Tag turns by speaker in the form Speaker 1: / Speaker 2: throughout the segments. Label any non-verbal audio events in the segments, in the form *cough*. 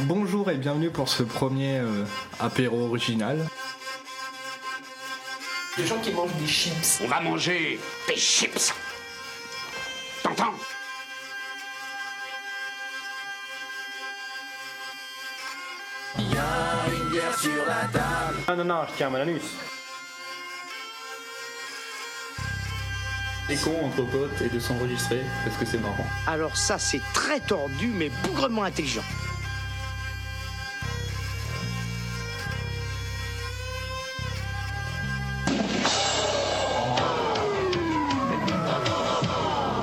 Speaker 1: Bonjour et bienvenue pour ce premier euh, apéro original.
Speaker 2: Les gens qui mangent des chips.
Speaker 3: On va manger des chips. T'entends
Speaker 4: Non, non, non, je tiens mon anus.
Speaker 5: C'est con entre potes et de s'enregistrer parce que c'est marrant.
Speaker 6: Alors ça, c'est très tordu, mais bougrement intelligent.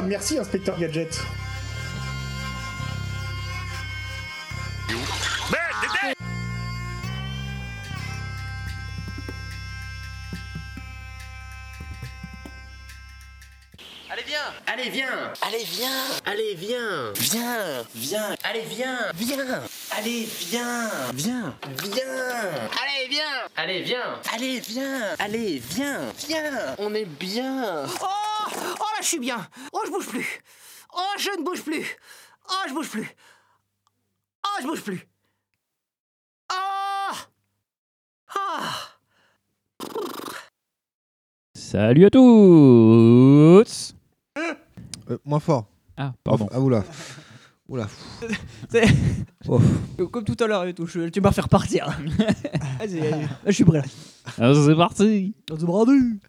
Speaker 7: Merci, inspecteur Gadget.
Speaker 2: Allez, viens
Speaker 3: Allez, viens
Speaker 2: Allez, viens
Speaker 3: Allez, viens Viens Viens Allez, viens Viens Allez, viens Viens Viens
Speaker 6: Allez, viens
Speaker 3: Allez, viens Allez, viens Allez, viens Viens On est bien
Speaker 6: Oh Oh là, je suis bien Oh, je bouge plus Oh, je ne bouge plus Oh, je bouge plus Oh, je bouge plus Oh Ah
Speaker 8: Salut à tous
Speaker 9: Euh, moins fort.
Speaker 8: Ah, pardon.
Speaker 9: Ah,
Speaker 8: *laughs*
Speaker 9: oula. Oula. *laughs*
Speaker 10: C'est-
Speaker 9: Oh.
Speaker 10: Comme tout à l'heure et tout, je- tu vas me faire
Speaker 8: *laughs*
Speaker 10: partir. Vas-y, vas-y. je suis prêt là.
Speaker 8: Ah, c'est parti
Speaker 10: On se brandit.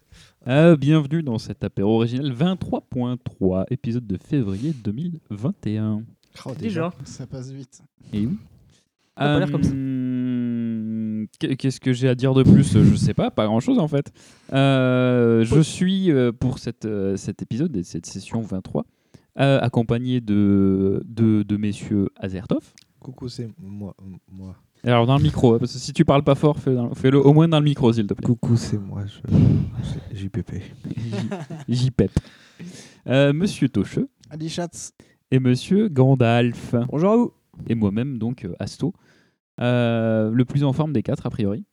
Speaker 8: Ah, Bienvenue dans cet apéro original 23.3, épisode de février 2021.
Speaker 9: Oh,
Speaker 10: Déjà.
Speaker 11: Ça passe vite.
Speaker 8: Et Eh oui
Speaker 10: T'as pas l'air comme ça.
Speaker 8: Hum, qu'est- Qu'est-ce que j'ai à dire de plus Je sais pas, pas grand-chose en fait. Euh, je suis euh, pour cette, euh, cet épisode et cette session 23 euh, accompagné de, de, de messieurs Azertov.
Speaker 9: Coucou, c'est moi. m- moi.
Speaker 8: Et Alors dans le micro, hein, parce que si tu parles pas fort, fais dans- fais-le au moins dans le micro s'il te
Speaker 9: *laughs*
Speaker 8: plaît.
Speaker 9: Coucou, c'est moi. Je... c'est JPP.
Speaker 8: J'y pep. Euh, Monsieur Tocheux
Speaker 11: Ali Schatz,
Speaker 8: et Monsieur Gandalf.
Speaker 10: Bonjour à vous.
Speaker 8: Et moi-même, donc, euh, Asto. Euh, le plus en forme des quatre, a priori.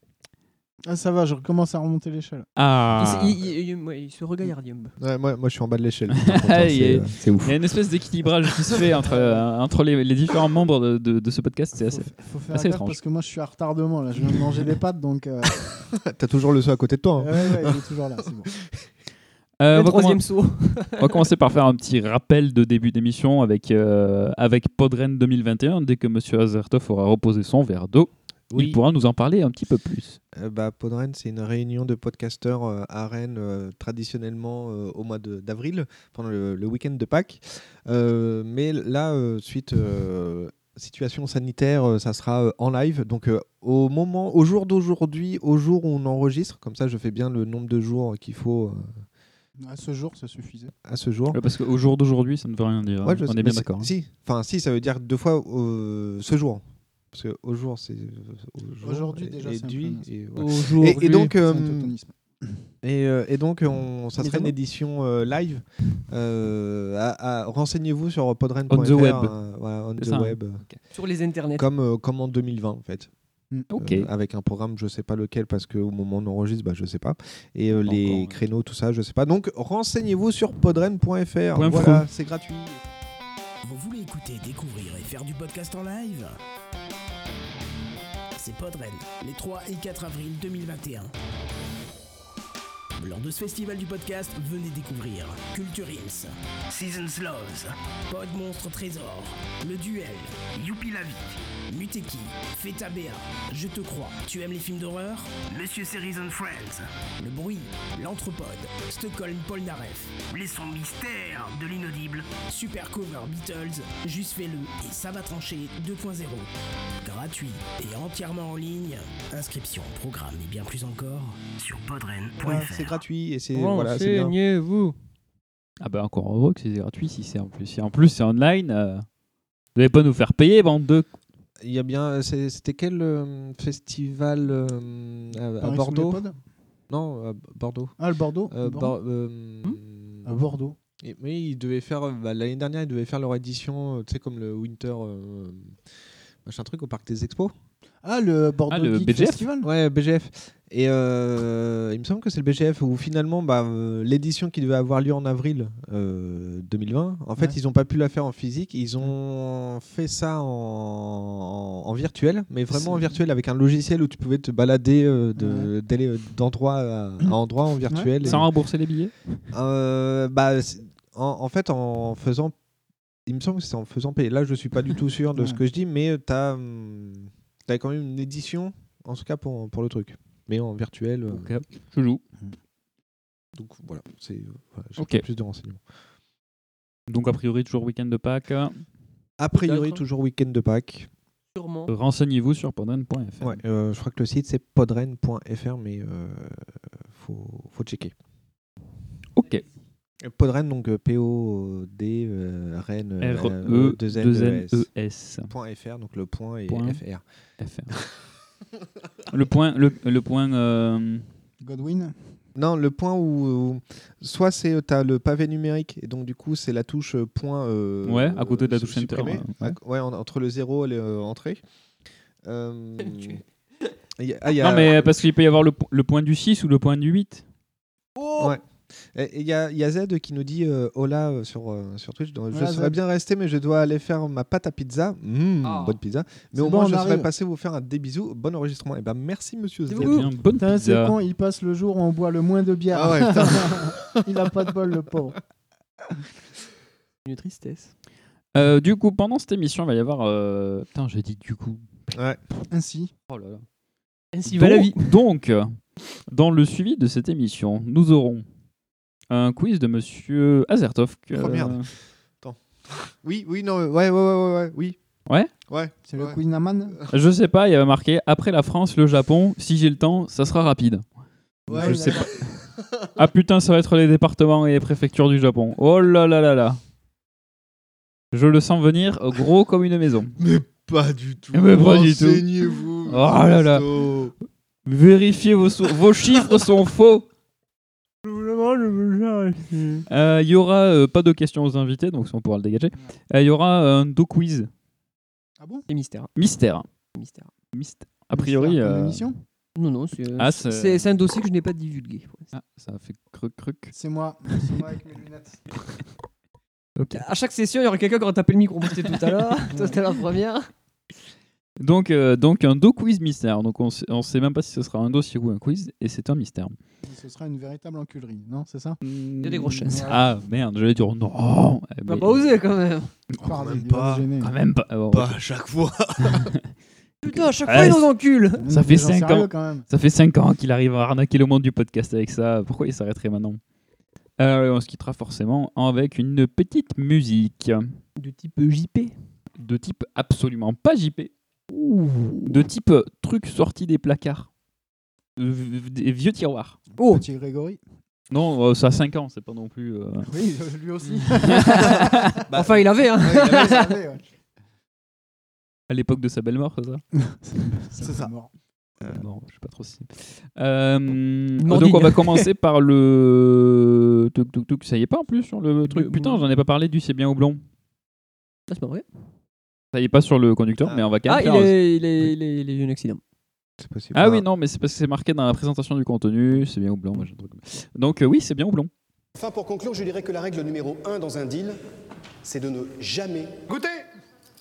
Speaker 11: ah, ça va, je recommence à remonter l'échelle.
Speaker 8: Ah Euh,
Speaker 10: Il, il- il- il- ouais, il se regaillarde. il me-
Speaker 9: Ouais, moi, moi, je suis en bas de *laughs* l'échelle. Putain, pourtant, c'est, euh, c'est
Speaker 8: Il
Speaker 9: ouf.
Speaker 8: y a une espèce d'équilibrage qui se fait entre, euh, entre les, les différents membres de, de- de ce podcast. C'est
Speaker 11: faut,
Speaker 8: assez...
Speaker 11: faut faire
Speaker 8: assez
Speaker 11: gaffe
Speaker 8: étrange.
Speaker 11: parce que moi je suis à retardement là, je viens de manger des pâtes
Speaker 8: *laughs*
Speaker 11: donc euh,
Speaker 9: T'as toujours le seau à côté de toi.
Speaker 11: ouais,
Speaker 9: hein.
Speaker 11: ouais, il est toujours là, c'est bon.
Speaker 8: Euh, on,
Speaker 10: le
Speaker 8: va
Speaker 10: troisième
Speaker 8: commen-
Speaker 10: saut.
Speaker 8: on va commencer par faire un petit rappel de début d'émission avec, euh, avec Podren 2021. Dès que Monsieur Azertov aura reposé son verre d'eau, il pourra nous en parler un petit peu plus.
Speaker 9: Euh, bah, Podren, c'est une réunion de podcasteurs euh, à Rennes, euh, traditionnellement euh, au mois de- d'avril, pendant le, le week-end de Pâques. Euh, mais là, euh, suite euh, situation sanitaire, euh, ça sera euh, en live. Donc, euh, au moment, au jour d'aujourd'hui, au jour où on enregistre, comme ça, je fais bien le nombre de jours qu'il faut euh,
Speaker 11: À ce jour, ça suffisait.
Speaker 9: à ce jour.
Speaker 8: Ouais, Parce qu'au jour d'aujourd'hui, ça ne veut rien dire. hein.
Speaker 9: Ouais, je
Speaker 8: on
Speaker 9: sais,
Speaker 8: est
Speaker 9: mais
Speaker 8: bien
Speaker 9: c'est-
Speaker 8: d'accord. hein.
Speaker 9: Si, enfin, si, ça veut dire deux fois euh, ce jour. Parce que au jour, c'est euh, au jour
Speaker 11: Aujourd'hui,
Speaker 9: et-
Speaker 11: déjà,
Speaker 9: et
Speaker 11: c'est un
Speaker 9: du-
Speaker 11: peu naze.
Speaker 9: et voilà.
Speaker 10: Bonjour.
Speaker 9: Et- et donc,
Speaker 11: C'est un
Speaker 9: euh,
Speaker 11: teutonisme.
Speaker 9: Et, euh, et donc, on, ça
Speaker 10: Mais
Speaker 9: serait une
Speaker 10: comment
Speaker 9: édition euh, live. Euh, à- à- Renseignez-vous sur podren.fr.
Speaker 8: On the web.
Speaker 9: euh, voilà, on
Speaker 8: C'est
Speaker 9: the
Speaker 8: ça, hein.
Speaker 9: web.
Speaker 10: Sur les internets.
Speaker 9: Comme, euh, comme en 2020, en fait.
Speaker 8: Ok.
Speaker 9: Euh, avec un programme, je sais pas lequel, parce qu'au moment où on enregistre, bah, je sais pas. Et euh,
Speaker 8: Pas
Speaker 9: les
Speaker 8: encore, ouais.
Speaker 9: créneaux, tout ça, je sais pas. Donc, renseignez-vous sur podren.fr.
Speaker 8: Point
Speaker 9: Voilà, c'est gratuit.
Speaker 12: Vous voulez écouter, découvrir et faire du podcast en live C'est Podren, les 3 et 4 avril 2021. Lors de ce festival du podcast, venez découvrir Culture Hills, Seasons Loves, Pod Monstre Trésor, Le Duel, Youpi la vie, Muteki, Feta Béa, Je te crois, tu aimes les films d'horreur Monsieur Series on Friends, Le Bruit, L'Anthropode, Stockholm Polnareff, Les sons mystères de l'inaudible, Super Cover Beatles, Juste fais-le et ça va trancher 2.0. Gratuit et entièrement en ligne. Inscription, programme et bien plus encore sur podren.fr.
Speaker 9: Ouais, c'est gratuit. Et c'est voilà, c'est bien.
Speaker 10: Renseignez-vous.
Speaker 8: Ah bah encore heureux que c'est gratuit si c'est en plus. Si en plus c'est online, euh, vous devez pas nous faire payer, bande de...
Speaker 9: Il y a bien. c'est- C'était quel euh, festival euh, à- à,
Speaker 11: Paris sous
Speaker 9: Bordeaux
Speaker 11: les pods
Speaker 9: Non, à B- Bordeaux.
Speaker 11: Ah, le Bordeaux
Speaker 9: Euh,
Speaker 11: le Bordeaux.
Speaker 9: Bor-
Speaker 11: Hum?
Speaker 9: euh,
Speaker 11: À Bordeaux.
Speaker 9: et- oui, ils devaient faire. euh, bah, L'année dernière, ils devaient faire leur édition, euh, tu sais, comme le Winter. euh, machin truc au Parc des Expos.
Speaker 11: Ah, le Bordeaux
Speaker 9: Ah, le
Speaker 11: Geek
Speaker 9: BGF
Speaker 11: Festival
Speaker 9: Ouais, BGF. Et euh, il me semble que c'est le BGF où finalement bah, euh, l'édition qui devait avoir lieu en avril euh, 2020, en fait
Speaker 11: Ouais.
Speaker 9: ils n'ont pas pu la faire en physique, ils ont fait ça en, en- en virtuel, mais vraiment en
Speaker 11: C'est-
Speaker 9: virtuel avec un logiciel où tu pouvais te balader euh, de- d'aller, euh, d'endroit à, à endroit en virtuel.
Speaker 8: Sans
Speaker 9: Et-
Speaker 8: rembourser les billets
Speaker 9: euh, bah, c'est- en, en fait, en faisant. Il me semble que c'est en faisant payer. Là, je suis pas du tout sûr de ce que je dis, mais euh, tu as, quand même une édition, en tout cas pour, pour le truc. Mais en virtuel. euh,
Speaker 8: Je joue.
Speaker 9: Donc voilà, c'est. euh, voilà, j'ai
Speaker 8: Ok.
Speaker 9: pas plus de renseignements.
Speaker 8: Donc a priori toujours week-end de Pâques. hein.
Speaker 9: A priori, toujours week-end de Pâques.
Speaker 10: Sûrement.
Speaker 8: Euh. Renseignez-vous sur podren.fr.
Speaker 9: Ouais, euh, je crois que le site c'est podren.fr, mais euh, faut, faut checker.
Speaker 8: Ok.
Speaker 9: Podren, donc euh, P-O-D, euh, Rennes, euh,
Speaker 8: R-E,
Speaker 9: deux N,
Speaker 8: deux
Speaker 9: E,
Speaker 8: N,
Speaker 9: S.
Speaker 8: E, S.
Speaker 9: Point .fr, donc le point et
Speaker 8: Point.
Speaker 9: FR. *laughs*
Speaker 8: Le point, le, le point. euh,
Speaker 11: Godwin
Speaker 9: Non, le point où, où- soit c'est tu as le pavé numérique et donc du coup c'est la touche euh, point euh,
Speaker 8: Ouais, à côté de la
Speaker 9: euh,
Speaker 8: touche enter,
Speaker 9: supprimée.
Speaker 8: ouais.
Speaker 9: À- ouais, en- entre le euh, 0 et
Speaker 11: *laughs*
Speaker 9: l'entrée. ah,
Speaker 8: Non mais parce qu'il peut y avoir le, po- le point du 6 ou le point du 8.
Speaker 9: Oh Ouais. Et il y, a- y a Z qui nous dit euh, hola euh, sur, euh, sur Twitch. Donc, je
Speaker 11: Hola,
Speaker 9: serais
Speaker 11: Ah, Z. Ah.
Speaker 9: bien resté, mais je dois aller faire ma pâte à pizza. Mmh, Bonne pizza. Mais
Speaker 11: C'est
Speaker 9: au
Speaker 11: bon,
Speaker 9: moins,
Speaker 11: on
Speaker 9: je serais
Speaker 11: arrive.
Speaker 9: passé vous faire un des bisous. Bon enregistrement. Et ben merci, monsieur Z.
Speaker 11: Putain, C'est con, il passe le jour où on boit le moins de bière.
Speaker 9: Ah ouais,
Speaker 11: *laughs* il a pas de bol, le pauvre.
Speaker 10: Une tristesse.
Speaker 8: Euh, du coup, pendant cette émission, il va y avoir. euh, Putain, j'ai dit du coup.
Speaker 9: Ouais.
Speaker 11: Ainsi.
Speaker 8: Oh là là.
Speaker 10: Ainsi va la vie.
Speaker 8: Donc, euh, dans le suivi de cette émission, nous aurons un quiz de Monsieur Azertov. que-
Speaker 9: Oh merde. Attends. Oui, oui, non, ouais, ouais, ouais, ouais, ouais, oui.
Speaker 8: Ouais.
Speaker 9: Ouais.
Speaker 11: C'est le Queen
Speaker 8: Je sais pas, il y avait marqué après la France, le Japon. Si j'ai le temps, ça sera rapide.
Speaker 11: Ouais,
Speaker 8: je
Speaker 11: il
Speaker 8: sais
Speaker 11: a-
Speaker 8: pas. ah putain, ça va être les départements et les préfectures du Japon. Oh là là là là. Je le sens venir gros comme une maison.
Speaker 9: *laughs* Mais pas du tout.
Speaker 8: Mais pas du tout.
Speaker 9: Renseignez-vous,
Speaker 8: Oh là là.
Speaker 9: Christo.
Speaker 8: Vérifiez vos, sou- vos chiffres sont faux. Euh, Il y aura euh, pas de questions aux invités, donc ça on pourra le dégager. Euh, Il y aura un do quiz
Speaker 9: Ah
Speaker 10: C'est mystère. hein.
Speaker 8: mystère.
Speaker 10: Mystère.
Speaker 8: Mystère. A priori.
Speaker 10: Mystère comme
Speaker 8: euh,
Speaker 10: l'émission Non, non, c'est
Speaker 8: Ah, c'est-
Speaker 10: c'est- c'est un dossier que je n'ai pas divulgué.
Speaker 8: Ah, ça a fait cruc cruc.
Speaker 11: C'est moi. C'est moi avec mes lunettes.
Speaker 10: À chaque session, il y aura quelqu'un qui aura tapé le micro. C'était tout
Speaker 8: *laughs*
Speaker 10: à l'heure. Toi, c'était la
Speaker 9: Mm.
Speaker 10: première.
Speaker 8: Donc, euh, donc un do quiz mystère. Donc on sait, on sait même pas si ce sera un dossier ou un quiz, et c'est un mystère.
Speaker 11: Ce sera une véritable enculerie, non C'est ça
Speaker 8: Il
Speaker 10: y a des grosses chances.
Speaker 8: Ah merde, j'allais dire non. Eh
Speaker 10: On va
Speaker 8: ben,
Speaker 10: pas oser quand même.
Speaker 11: Pardon,
Speaker 9: même
Speaker 11: il va
Speaker 9: pas.
Speaker 11: me gêner.
Speaker 8: Quand même pas. Ah bon,
Speaker 9: Pas
Speaker 8: ouais.
Speaker 9: à chaque fois.
Speaker 10: Putain, à chaque
Speaker 8: Ah,
Speaker 10: fois, il nous
Speaker 8: c'est-
Speaker 10: encule.
Speaker 8: Ça fait
Speaker 11: Des gens
Speaker 8: 5
Speaker 11: sérieux,
Speaker 8: ans.
Speaker 11: quand même.
Speaker 8: Ça fait 5 ans qu'il arrive à arnaquer le monde du podcast avec ça. Pourquoi il s'arrêterait maintenant Alors, on se quittera forcément avec une petite musique
Speaker 10: De type JP.
Speaker 8: de type absolument pas JP, de type euh, truc sorti des placards, Euh, v- v- des vieux tiroirs.
Speaker 10: Oh
Speaker 11: Petit Grégory.
Speaker 8: Non, euh, ça a 5 ans, c'est pas non plus. euh,
Speaker 11: Oui, euh, lui
Speaker 10: *laughs*
Speaker 11: aussi.
Speaker 8: Ah.
Speaker 10: Enfin, il avait, hein.
Speaker 11: Ouais, il avait, ça avait, ouais.
Speaker 8: à l'époque de sa belle mort, c'est ça
Speaker 11: C'est ça. mort.
Speaker 8: Non, je sais pas trop si. Euh,
Speaker 10: Mordine.
Speaker 8: donc on va commencer par le. Touk, touk, touk. Ça y est pas en plus sur le truc.
Speaker 10: Le-
Speaker 8: Putain, j'en ai pas parlé du c'est bien ou blond.
Speaker 10: Ah, c'est pas vrai.
Speaker 8: Ça y est pas sur le conducteur, mais on va quand même
Speaker 10: Ah, il
Speaker 8: faire.
Speaker 10: est, il, est, il, est, il a eu un accident.
Speaker 9: C'est possible.
Speaker 8: Ah oui, non, mais c'est parce que c'est marqué dans la présentation du contenu. C'est bien ou blond. moi, j'ai un truc comme ça. Donc euh, oui, c'est bien ou blond.
Speaker 13: Enfin, pour conclure, je dirais que la règle numéro 1 dans un deal, c'est de ne jamais.
Speaker 4: Goûtez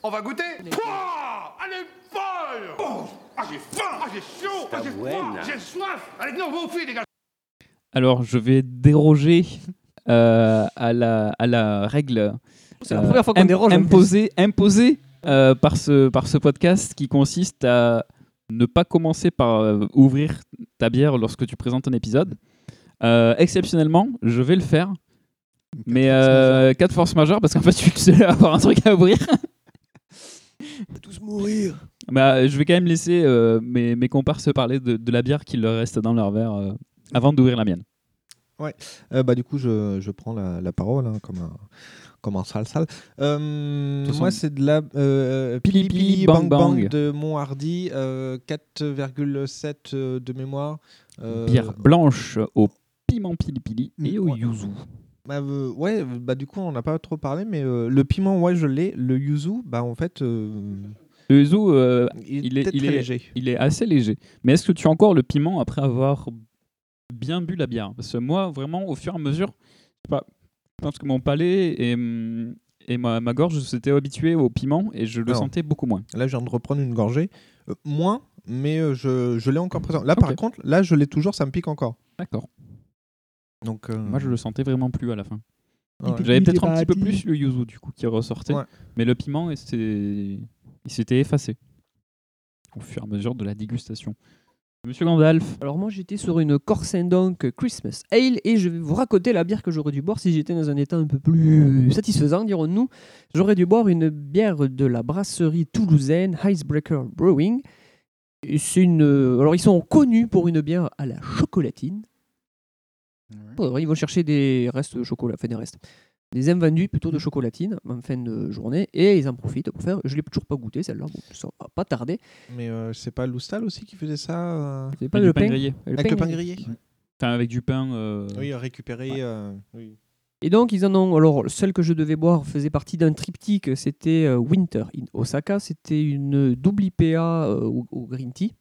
Speaker 4: On va goûter Pouah Allez, folle Oh Ah, j'ai faim Ah, j'ai chaud Ah, j'ai froid J'ai soif Allez, non, vous fuyez, les gars
Speaker 8: Alors, je vais déroger euh, à, la, à la règle
Speaker 10: C'est la première fois qu'on
Speaker 8: Euh, im-
Speaker 10: déroge, en plus.
Speaker 8: imposée, imposée euh, par, ce, par ce podcast qui consiste à ne pas commencer par euh, ouvrir ta bière lorsque tu présentes un épisode. Euh, exceptionnellement, je vais le faire. Mais euh, cas de force majeure, parce qu'en fait, je suis le seul à *laughs* avoir un truc à
Speaker 10: *laughs*
Speaker 8: ouvrir.
Speaker 10: On va tous mourir.
Speaker 8: Bah, je vais quand même laisser euh, mes, mes comparses parler de, de la bière qui leur reste dans leur verre euh, avant d'ouvrir la mienne.
Speaker 9: Ouais. Euh, bah, du coup, je, je prends la, la parole hein, comme un, comme un sale sale. Euh,
Speaker 8: De toute
Speaker 9: moi,
Speaker 8: façon-
Speaker 9: c'est de la euh,
Speaker 8: Pili
Speaker 9: Pili
Speaker 8: Pili
Speaker 9: Pili Bang
Speaker 8: Bang
Speaker 9: Bang,
Speaker 8: Bang.
Speaker 9: de Monhardy, euh, 4,7 euh, de mémoire. Euh,
Speaker 8: Bière blanche au piment pili pili et au yuzu.
Speaker 9: bah, euh, ouais, bah du coup on n'a pas trop parlé, mais euh, le piment, ouais, je l'ai. Le yuzu, bah en fait, euh,
Speaker 8: Le Le zoo, euh, il, est,
Speaker 9: peut-être
Speaker 8: il,
Speaker 9: très
Speaker 8: est,
Speaker 9: léger.
Speaker 8: il est assez léger. Mais est-ce que tu as encore le piment après avoir bien bu la bière Parce que moi, vraiment, au fur et à mesure, je sais pas, je pense que mon palais et, hum, et ma, ma gorge s'étaient habitués au piment et je le
Speaker 9: Alors,
Speaker 8: sentais beaucoup moins.
Speaker 9: Là, je viens de reprendre une gorgée. Euh, moins, mais euh, je, je l'ai encore présent. Là, par contre, là, je l'ai toujours, ça me pique encore.
Speaker 8: D'accord.
Speaker 9: Donc, euh,
Speaker 8: Moi, je le sentais vraiment plus à la fin.
Speaker 9: Ah ouais.
Speaker 8: J'avais
Speaker 9: Il
Speaker 8: peut-être un
Speaker 9: pique
Speaker 8: petit peu
Speaker 9: des
Speaker 8: plus le yuzu du coup qui ressortait,
Speaker 9: Ouais.
Speaker 8: mais le piment et c'est- il s'était effacé au fur et à mesure de la dégustation. Monsieur Gandalf.
Speaker 10: Alors moi j'étais sur une Corsendonk Christmas Ale et je vais vous raconter la bière que j'aurais dû boire si j'étais dans un état un peu plus satisfaisant, dirons-nous. J'aurais dû boire une bière de la brasserie toulousaine Icebreaker Brewing. Et C'est une... euh, Alors ils sont connus pour une bière à la chocolatine. Pour de vrai, ils vont chercher des restes de chocolat, enfin des restes, des invendus plutôt de chocolatine en fin de journée et ils en profitent pour faire. Je l'ai toujours pas goûté celle-là, bon, ça va pas tarder.
Speaker 9: Mais euh, c'est pas Loustal aussi qui faisait ça euh
Speaker 10: C'était
Speaker 8: pas Avec le du pain pain grillé.
Speaker 10: Le
Speaker 9: Avec le
Speaker 10: pain
Speaker 9: pain
Speaker 10: grillé.
Speaker 9: grillé.
Speaker 8: Enfin, avec du pain. euh,
Speaker 9: Oui, récupéré. euh, oui.
Speaker 10: Et donc, ils en ont. Alors, celle que je devais boire faisait partie d'un triptyque. C'était euh, Winter in Osaka. C'était une double IPA euh, au, au green tea.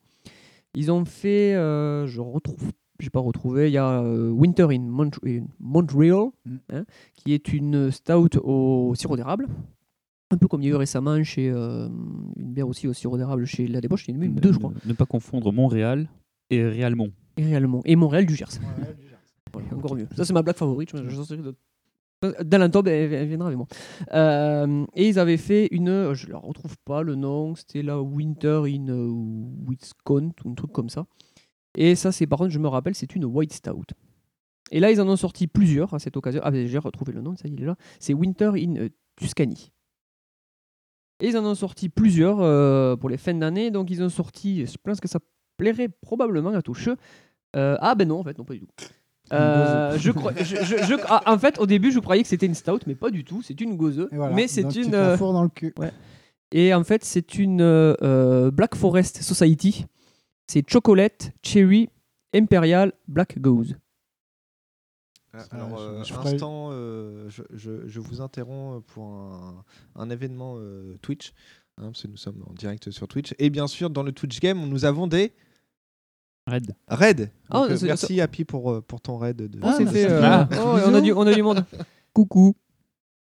Speaker 10: Ils ont fait. euh, je retrouve. J'ai pas retrouvé. Il y a euh, Winter in, Mont- in Montreal, hein, qui est une stout au sirop d'érable. Un peu comme il y a eu récemment chez euh, une bière aussi au sirop d'érable chez La Débauche. Il y en a
Speaker 8: Mm.
Speaker 10: même deux, je crois.
Speaker 8: Ne pas confondre Montréal et Réalmont.
Speaker 10: Et réellement. Et Montréal du Gers. Voilà, encore mieux. Ça, c'est ma blague favorite. Je, je sortirai d'autres. D'Alan Tobe, elle, elle viendra avec moi. Euh, et ils avaient fait une. Je ne la retrouve pas le nom. C'était la Winter in euh, Wisconsin ou un truc comme ça. Et ça, c'est par contre, je me rappelle, c'est une White Stout. Et là, ils en ont sorti plusieurs à cette occasion. Ah, ben, j'ai retrouvé le nom, ça, il est là. C'est Winter in euh, Tuscany. Et ils en ont sorti plusieurs euh, pour les fins d'année. Donc ils ont sorti, je pense que ça plairait probablement à tous. Euh, ah ben non, en fait, non, pas du tout. Euh, je crois, je- je- je- ah, en fait, au début, je croyais que c'était une stout, mais pas du tout. C'est une gauzeuse.
Speaker 11: voilà,
Speaker 10: mais c'est
Speaker 11: donc tu
Speaker 10: une. euh,
Speaker 11: te la fourres dans le cul.
Speaker 10: ouais. Et en fait, c'est une euh, euh, Black Forest Society. C'est chocolate, cherry, imperial, black gauze.
Speaker 9: Ah, Alors,
Speaker 11: je-
Speaker 9: euh,
Speaker 11: je ferai-
Speaker 9: instant, euh, je, je- je vous interromps euh, pour un, un événement euh, Twitch, hein, parce que nous sommes en direct sur Twitch. Et bien sûr, dans le Twitch Game, nous avons des
Speaker 8: Raid.
Speaker 9: raids.
Speaker 10: Ah,
Speaker 9: Donc, euh,
Speaker 10: c'est-
Speaker 9: merci Happy pour, euh, pour ton raid. De...
Speaker 10: Ah,
Speaker 9: de-
Speaker 10: c'était,
Speaker 9: de-
Speaker 10: euh,
Speaker 9: Ah.
Speaker 10: oh, on, a du, on a du monde. *laughs* Coucou.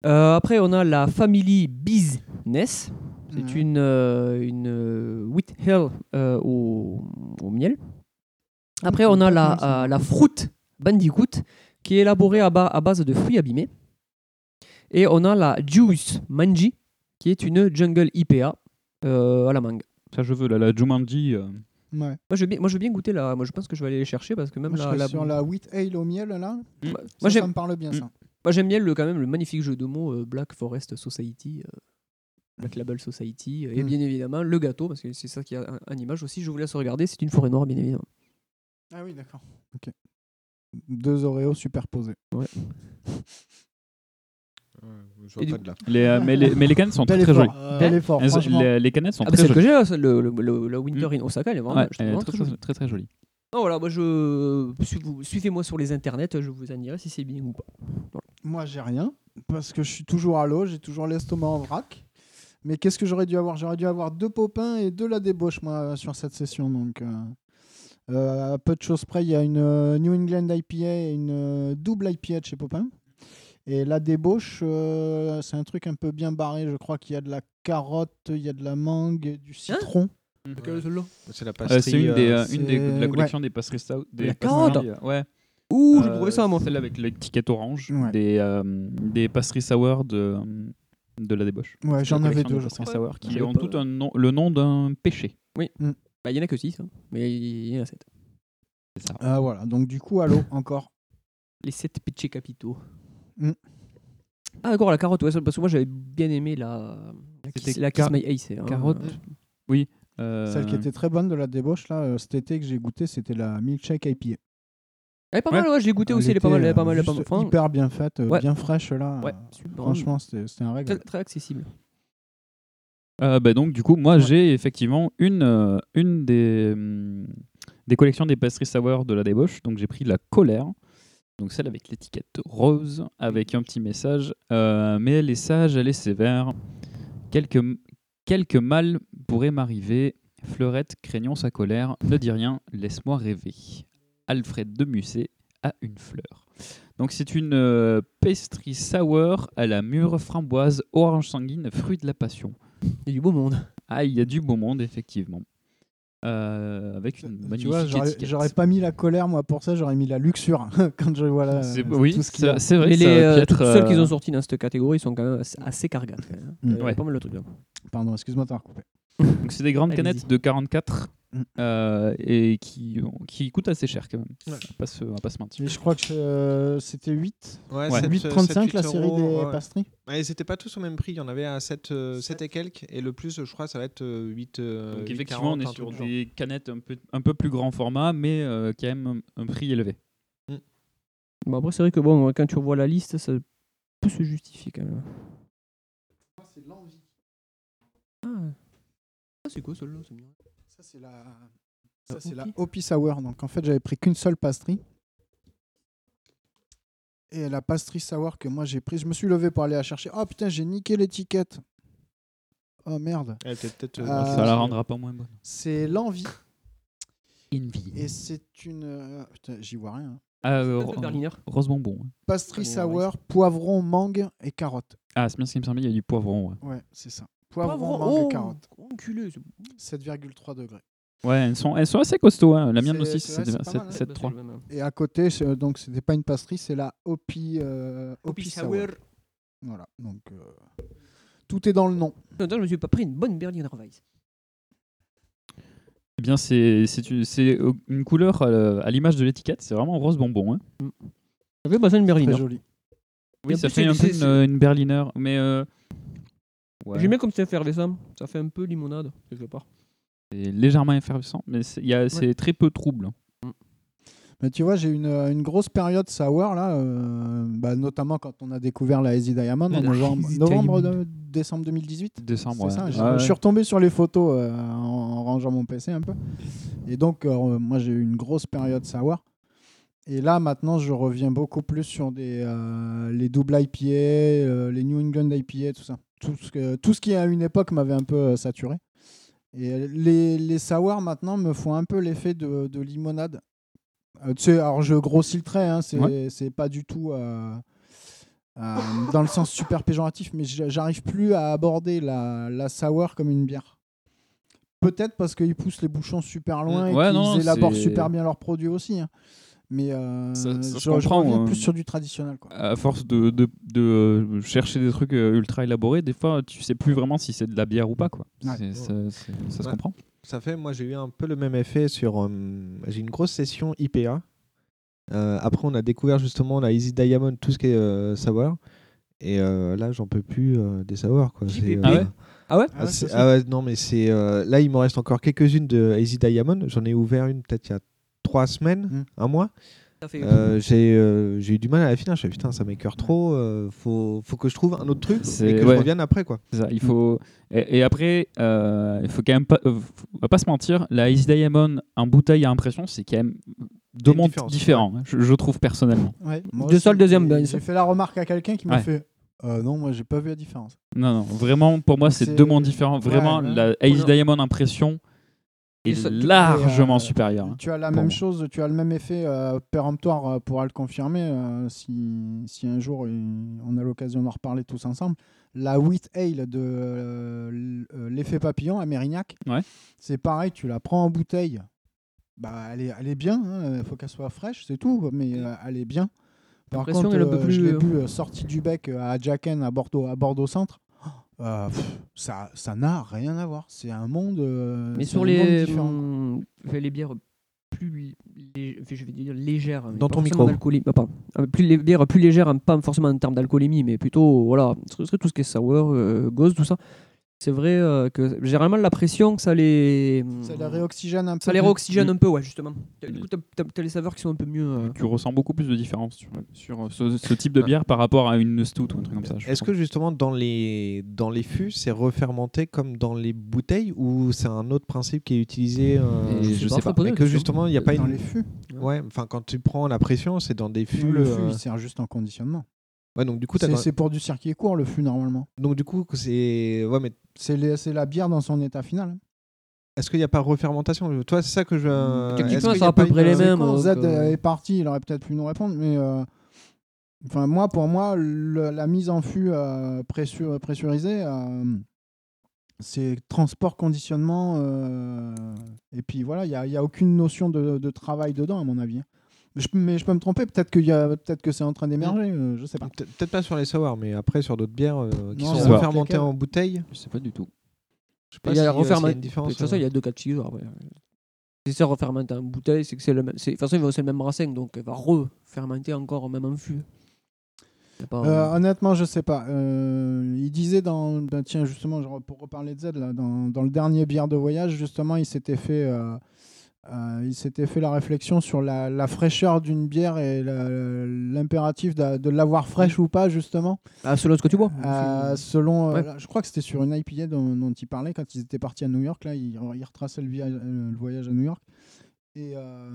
Speaker 10: Euh, après, on a la Family Business. C'est une, euh, une euh, Wheat Hill euh, au, au miel. Après, on a la, euh, la Fruit Bandicoot, qui est élaborée à, ba- à base de fruits abîmés. Et on a la Juice Manji, qui est une Jungle IPA euh, à la mangue.
Speaker 8: Ça, je veux, là, la Jumanji. euh,
Speaker 11: Ouais.
Speaker 10: Moi je, veux bien, moi, je veux bien goûter la. Moi, je pense que je vais aller les chercher parce que même
Speaker 11: Moi, je
Speaker 10: la,
Speaker 11: serais
Speaker 10: la-
Speaker 11: sur la wheat ale au miel là.
Speaker 10: Moi,
Speaker 11: Ça, ça
Speaker 10: j'aime-
Speaker 11: me parle bien ça.
Speaker 10: Moi j'aime bien le, quand même le magnifique jeu de mots euh, Black Forest Society, euh, Black Label Society, euh, et
Speaker 11: Mm.
Speaker 10: bien évidemment le gâteau, parce que c'est ça qui a un, un image aussi. Je vous laisse regarder, c'est une forêt noire, bien évidemment.
Speaker 11: Ah oui, d'accord. Ok. Deux Oreos superposés.
Speaker 10: Ouais. Ah,
Speaker 9: je vois
Speaker 10: Et
Speaker 9: pas
Speaker 10: du-
Speaker 9: de là.
Speaker 8: les, euh, mais, les, mais les canettes sont
Speaker 11: Bel
Speaker 8: très, très
Speaker 11: effort.
Speaker 8: jolies.
Speaker 11: Euh, Bel effort,
Speaker 8: Elles-
Speaker 11: franchement.
Speaker 8: les, les canettes sont
Speaker 10: Ah, bah,
Speaker 8: très
Speaker 10: celle que
Speaker 8: jolies.
Speaker 10: j'ai, là, celle- le, le- le- la Winter in Osaka, elle est vraiment,
Speaker 8: Hmm. Ouais,
Speaker 10: je trouve
Speaker 8: elle est
Speaker 10: vraiment
Speaker 8: très,
Speaker 10: très
Speaker 8: très,
Speaker 10: jolie.
Speaker 8: très, très jolie.
Speaker 10: Ah, voilà, moi je si vous- suivez-moi sur les internets, je vous en dirai si c'est bien ou pas. Voilà.
Speaker 11: Moi, j'ai rien parce que je suis toujours à l'eau, j'ai toujours l'estomac en vrac. Mais qu'est-ce que j'aurais dû avoir J'aurais dû avoir deux popins et de la débauche, moi, euh, sur cette session. Donc, euh, euh, à peu de choses près, il y a une euh, New England IPA et une euh, double IPA de chez Popin. Et la débauche, euh, c'est un truc un peu bien barré. Je crois qu'il y a de la carotte, il y a de la mangue, et du citron.
Speaker 9: Ah, C'est la
Speaker 8: Euh,
Speaker 9: pastry.
Speaker 8: c'est une, des, euh,
Speaker 11: c'est-
Speaker 8: une des- de la collection
Speaker 11: ouais.
Speaker 8: des pastries stout. Des
Speaker 11: La
Speaker 8: pastries,
Speaker 11: carotte.
Speaker 8: euh, Ouais.
Speaker 10: Ouh,
Speaker 8: j'ai trouvé ça moi. Celle avec l'étiquette orange,
Speaker 11: Ouais.
Speaker 8: des, euh, des pastries sour de, de la débauche.
Speaker 11: Ouais,
Speaker 8: C'est
Speaker 11: j'en
Speaker 8: la
Speaker 11: avais
Speaker 8: collection
Speaker 11: deux,
Speaker 8: de
Speaker 11: je
Speaker 8: pastries
Speaker 11: crois.
Speaker 8: sour
Speaker 10: Je
Speaker 8: qui
Speaker 10: savais
Speaker 8: ont
Speaker 10: pas.
Speaker 8: tout un nom, le nom d'un péché.
Speaker 10: Oui,
Speaker 11: Mm.
Speaker 10: Bah, il y en a que 6, mais il y en a 7.
Speaker 11: Euh, voilà, donc du coup, à l'eau encore.
Speaker 10: Les 7 péchés capitaux.
Speaker 11: Mm.
Speaker 10: Ah, d'accord, la carotte, ouais, ça- parce que moi j'avais bien aimé la. la
Speaker 8: C'était
Speaker 10: Kiss- La Kiss
Speaker 8: car-
Speaker 10: My Ace. hein.
Speaker 8: carotte. Oui. euh,
Speaker 11: Celle qui était très bonne de la débauche, là, euh, cet été que j'ai goûté, c'était la milkshake IPA.
Speaker 10: Elle est pas mal, ouais, je l'ai goûtée aussi, elle est pas
Speaker 11: était,
Speaker 10: mal, elle est pas
Speaker 11: euh,
Speaker 10: mal, elle est pas
Speaker 11: juste
Speaker 10: mal. Enfin,
Speaker 11: hyper bien faite, euh,
Speaker 10: ouais.
Speaker 11: bien fraîche là.
Speaker 10: Ouais,
Speaker 11: Euh,
Speaker 10: super.
Speaker 11: Franchement, c'était c'était un
Speaker 10: très,
Speaker 11: règle.
Speaker 10: très accessible.
Speaker 8: Euh, bah donc du coup moi j'ai effectivement une, euh, une des, hum, des collections des pastries sour de la débauche donc j'ai pris la colère donc celle avec l'étiquette rose avec un petit message euh, mais elle est sage elle est sévère quelques quelques mal pourrait m'arriver Fleurette craignant sa colère, ne dis rien, laisse-moi rêver. Alfred de Musset a une fleur. Donc c'est une euh, pastry sour à la mûre, framboise, orange sanguine, fruit de la passion.
Speaker 10: Il y a du beau monde.
Speaker 8: Ah, il y a du beau monde, effectivement. Euh, avec une magnifique
Speaker 11: Tu vois, j'aurais-
Speaker 8: étiquette.
Speaker 11: j'aurais pas mis la colère, moi, pour ça, j'aurais mis la luxure hein, *laughs* quand je vois la.
Speaker 8: C'est- oui,
Speaker 11: tout ce qu'il y
Speaker 8: ça-
Speaker 11: a.
Speaker 8: c'est vrai
Speaker 10: Mais
Speaker 8: que
Speaker 10: les,
Speaker 8: ça a
Speaker 10: euh,
Speaker 8: pu être,
Speaker 10: toutes celles qu'ils
Speaker 8: euh,
Speaker 10: ont sorties dans cette catégorie sont quand même assez- assez cargates. quand même, hein.
Speaker 11: Mm.
Speaker 10: Il y a
Speaker 11: Ouais.
Speaker 10: Pas mal de trucs là.
Speaker 8: *laughs*
Speaker 11: Pardon, excuse-moi de t'avoir coupé.
Speaker 8: euh, Donc c'est des grandes canettes de 44
Speaker 11: Mm.
Speaker 8: euh, et qui, qui coûtent assez cher quand même. On, va pas se, on va pas se mentir.
Speaker 11: Et je crois que euh, c'était 8.
Speaker 9: Ouais,
Speaker 11: 8,35 la série des pastries.
Speaker 9: Ouais, ils étaient pas tous au même prix. Il y en avait à 7, et quelques. Et le plus, je crois, ça va être euh, 8.
Speaker 8: Donc effectivement, on est sur des canettes un peu, un peu plus grand format, mais euh, quand même un, un prix élevé.
Speaker 10: Bon, après, c'est vrai que bon, quand tu revois la liste, ça peut se justifier quand même. Ah, c'est quoi celui-là
Speaker 11: Ça, c'est la. Ça, c'est la Hopi Sour. Donc, en fait, j'avais pris qu'une seule pastry. Et la pastry sour que moi j'ai prise, je me suis levé pour aller la chercher. Oh putain, j'ai niqué l'étiquette. Oh merde.
Speaker 9: Elle était peut-être, euh,
Speaker 11: Euh,
Speaker 8: ça la rendra pas moins bonne.
Speaker 11: C'est l'envie.
Speaker 8: Envie.
Speaker 11: Et c'est une. euh, Putain, j'y vois rien.
Speaker 8: Ah, euh,
Speaker 11: peut-être
Speaker 8: ro-
Speaker 11: Berliner.
Speaker 8: rose bonbon. hein.
Speaker 11: Pastry sour, poivron, mangue et carotte.
Speaker 8: Ah, c'est bien ce qui me semblait, il y a du poivron. Ouais,
Speaker 11: Ouais, c'est ça.
Speaker 10: Poivron,
Speaker 11: Poivron, mangue,
Speaker 10: oh,
Speaker 11: carotte.
Speaker 10: Enculé.
Speaker 11: 7,3 degrés.
Speaker 8: Ouais, elles, sont, elles sont assez costauds. hein. La mienne
Speaker 11: C'est-
Speaker 8: aussi,
Speaker 11: c'est
Speaker 8: c'est
Speaker 11: vrai, c'est pas mal, hein.
Speaker 8: 7-3.
Speaker 11: Et à côté, c'est- euh, donc c'était pas une pastry, c'est la Hopi, euh, Hopi Sour. Voilà, donc euh, tout est dans le nom.
Speaker 10: Attends, je me suis pas pris une bonne berline Weiss.
Speaker 8: Eh bien, c'est c'est une, c'est, euh, une couleur euh, à l'image de l'étiquette, c'est vraiment rose bonbon. hein.
Speaker 10: Ça fait passer une berline. hein.
Speaker 11: joli.
Speaker 8: Oui, ça fait un peu une, euh, une berliner, mais euh, ouais,
Speaker 10: J'aime bien comme c'est effervescent. Ça fait un peu limonade, quelque part.
Speaker 8: c'est légèrement effervescent, mais c'est il y a- c'est très peu trouble. hein,
Speaker 11: Mais tu vois, j'ai une, euh, une grosse période sour, là, euh, bah, notamment quand on a découvert la Easy Diamond en
Speaker 8: La
Speaker 11: novembre,
Speaker 8: Easy
Speaker 11: novembre de- décembre 2018.
Speaker 8: Décembre,
Speaker 11: C'est
Speaker 8: ouais.
Speaker 11: ça, j'ai-
Speaker 8: Ouais, ouais.
Speaker 11: Je suis retombé sur les photos euh, en, en rangeant mon PC un peu. Et donc, euh, moi, j'ai eu une grosse période sour. Et là, maintenant, je reviens beaucoup plus sur des, euh, les doubles IPA, euh, les New England IPA, tout ça. Tout ce, que, tout ce qui, à une époque, m'avait un peu euh, saturé. Et euh, les, les sour, maintenant, me font un peu l'effet de, de limonade. Euh, tu sais, alors, je grossis le trait, hein, c'est
Speaker 8: Ouais.
Speaker 11: c'est pas du tout euh, euh, dans le sens super péjoratif, mais j'- j'arrive plus à aborder la, la sour comme une bière. Peut-être parce qu'ils poussent les bouchons super loin et
Speaker 8: Euh, Ouais,
Speaker 11: qu'ils
Speaker 8: non,
Speaker 11: élaborent
Speaker 8: c'est-
Speaker 11: super bien leurs produits aussi. hein. Mais euh,
Speaker 8: Ça- ça se
Speaker 11: je, je
Speaker 8: comprend,
Speaker 11: reviens
Speaker 8: hein.
Speaker 11: plus sur du traditionnel. quoi.
Speaker 8: À force de, de- de, euh, chercher des trucs euh, ultra élaborés, des fois tu sais plus vraiment si c'est de la bière ou pas. Quoi.
Speaker 9: Ouais.
Speaker 8: C'est- Ça, c'est- ça se
Speaker 9: Ouais.
Speaker 8: comprend.
Speaker 9: Ça fait, moi j'ai eu un peu le même effet sur. euh, j'ai une grosse session IPA. Euh, après, on a découvert justement la Easy Diamond, tout ce qui est euh, sour. Et euh, là, j'en peux plus euh, des sour. Quoi. C'est,
Speaker 10: Ah ouais Ah ouais
Speaker 9: ah, c'est-
Speaker 10: Ah ouais,
Speaker 9: ah ouais, Non, mais c'est. euh, là, il m'en reste encore quelques-unes de Easy Diamond. J'en ai ouvert une peut-être il y a trois semaines, un mois.
Speaker 10: Ça fait-
Speaker 9: Euh, j'ai, euh, j'ai eu du mal à la finir. Je fais putain, ça m'écœure trop. euh, faut, faut que je trouve un autre truc et
Speaker 8: C'est-
Speaker 9: que
Speaker 8: ouais.
Speaker 9: je revienne après. quoi.
Speaker 8: C'est ça, il faut... et, et après, euh, il faut quand même pas, euh, faut- on va pas se mentir, la Easy Diamond en bouteille à impression, c'est quand même deux
Speaker 9: une
Speaker 8: mondes
Speaker 9: différence,
Speaker 8: différents, hein, je, je trouve personnellement.
Speaker 11: Ouais, moi
Speaker 10: Deux
Speaker 11: aussi,
Speaker 10: sols, deuxième
Speaker 11: j'ai-
Speaker 10: bain, ça.
Speaker 11: J'ai fait la remarque à quelqu'un qui m'a
Speaker 8: Ouais.
Speaker 11: fait Euh, Non, moi, j'ai pas vu la différence.
Speaker 8: Non, non, vraiment, pour moi, c'est
Speaker 11: C'est-
Speaker 8: deux mondes différents. Vraiment,
Speaker 11: Ouais, ouais.
Speaker 8: la Easy Diamond en pression
Speaker 11: Et
Speaker 8: est
Speaker 11: ça-
Speaker 8: largement
Speaker 11: et, euh,
Speaker 8: supérieure. hein.
Speaker 11: Tu as la
Speaker 8: Pour
Speaker 11: même
Speaker 8: moi.
Speaker 11: chose, tu as le même effet euh, péremptoire euh, pourra le confirmer euh, si, si un jour il- on a l'occasion d'en reparler tous ensemble. La Wheat Ale de euh, l- euh, l'effet papillon à Mérignac,
Speaker 8: Ouais.
Speaker 11: c'est pareil, tu la prends en bouteille, bah, elle, est, elle est bien, hein, il faut qu'elle soit fraîche, c'est tout, mais euh, elle est bien. Par
Speaker 10: L'impression
Speaker 11: contre,
Speaker 10: qu'elle est un peu
Speaker 11: euh, je
Speaker 10: plus-
Speaker 11: l'ai bu euh, sortie du bec euh, à Jacken à Bordeaux, à Bordeaux Centre. Euh, pff, ça ça n'a rien à voir. C'est un monde. euh,
Speaker 10: Mais
Speaker 11: c'est
Speaker 10: sur
Speaker 11: un monde
Speaker 10: les,
Speaker 11: différent.
Speaker 10: hum, enfin, les bières plus lég- enfin, je vais dire légères, mais
Speaker 9: Dans
Speaker 10: pas
Speaker 9: ton
Speaker 10: forcément
Speaker 9: micro.
Speaker 10: d'alcoolémie- ah, pardon. Euh, plus les bières plus légères, hein, pas forcément en termes d'alcoolémie, mais plutôt voilà, ce serait tout ce qui est sour, euh, gauze, tout ça. C'est vrai euh, que généralement la pression, ça les hum,
Speaker 11: Ça les réoxygène un peu.
Speaker 10: ça les
Speaker 11: mieux.
Speaker 10: réoxygène un peu, ouais, justement. Du coup, t'as- t'as t'as les saveurs qui sont un peu mieux. euh.
Speaker 8: Tu ressens beaucoup plus de différence sur, sur ce, ce type de bière par rapport à une stout ou un truc comme ça. je
Speaker 9: Est-ce
Speaker 8: pense.
Speaker 9: que justement dans les, dans les fûts, c'est refermenté comme dans les bouteilles ou c'est un autre principe qui est utilisé euh,
Speaker 8: Et je sais pas,
Speaker 9: Et
Speaker 8: faut
Speaker 9: que
Speaker 8: poser la
Speaker 9: justement, il n'y a
Speaker 8: question.
Speaker 9: pas
Speaker 11: Dans
Speaker 9: une.
Speaker 11: les fûts.
Speaker 9: Ouais, enfin quand tu prends la pression, c'est dans des fûts.
Speaker 11: Le fût,
Speaker 9: euh,
Speaker 11: il sert juste en conditionnement.
Speaker 9: Ouais, donc du coup, t'as
Speaker 11: c'est
Speaker 9: dans-
Speaker 11: c'est pour du circuit court le fût normalement.
Speaker 9: Donc du coup, c'est ouais, mais
Speaker 11: c'est les- c'est la bière dans son état final.
Speaker 9: Est-ce qu'il n'y a pas refermentation Toi, c'est ça que je. veux-
Speaker 11: Est-ce
Speaker 9: est-ce
Speaker 11: qu'il
Speaker 9: qu'il y
Speaker 11: y a
Speaker 9: a
Speaker 11: pas
Speaker 9: pas
Speaker 11: une-
Speaker 9: une- euh,
Speaker 11: Quand Z est parti, il aurait peut-être pu nous répondre, mais euh, enfin moi, pour moi, le- la mise en fût euh, pressu- pressurisée, euh, c'est transport, conditionnement, euh, et puis voilà, il n'y a, il y a aucune notion de, de travail dedans à mon avis. hein. Je- mais je peux me tromper, peut-être qu'il y a- peut-être que c'est en train d'émerger, euh, je sais pas.
Speaker 9: Pe- Peut-être pas sur les soirs, mais après sur d'autres bières euh, qui
Speaker 11: Non,
Speaker 9: sont
Speaker 11: c'est pas.
Speaker 9: refermentées
Speaker 11: Laquelle
Speaker 9: en bouteille.
Speaker 8: Je sais pas du tout.
Speaker 9: Je sais pas
Speaker 10: il y a
Speaker 9: si, euh,
Speaker 10: la
Speaker 9: s'il y a
Speaker 10: referma-
Speaker 9: une différence,
Speaker 10: De toute façon,
Speaker 9: euh.
Speaker 10: il y a deux cas de figure. ouais. Si ça refermente en bouteille, c'est que c'est le même. c'est- De toute façon, c'est le même racin, donc elle va refermenter encore au même en fût. C'est pas-
Speaker 11: Euh, honnêtement, je sais pas. Euh, il disait dans. ben, tiens, justement, je re- pour reparler de Z, là, dans, dans le dernier bière de voyage, justement, il s'était fait. euh, euh, il s'était fait la réflexion sur la, la fraîcheur d'une bière et la- l'impératif d'a- de, l'avoir fraîche ou pas, justement.
Speaker 10: Ah, selon ce que tu bois.
Speaker 11: Euh, selon, euh,
Speaker 10: Ouais.
Speaker 11: là, je crois que c'était sur une IPA dont, dont il parlait quand ils étaient partis à New York. Là, ils il retraçaient le, via- euh, le voyage à New York. Et euh,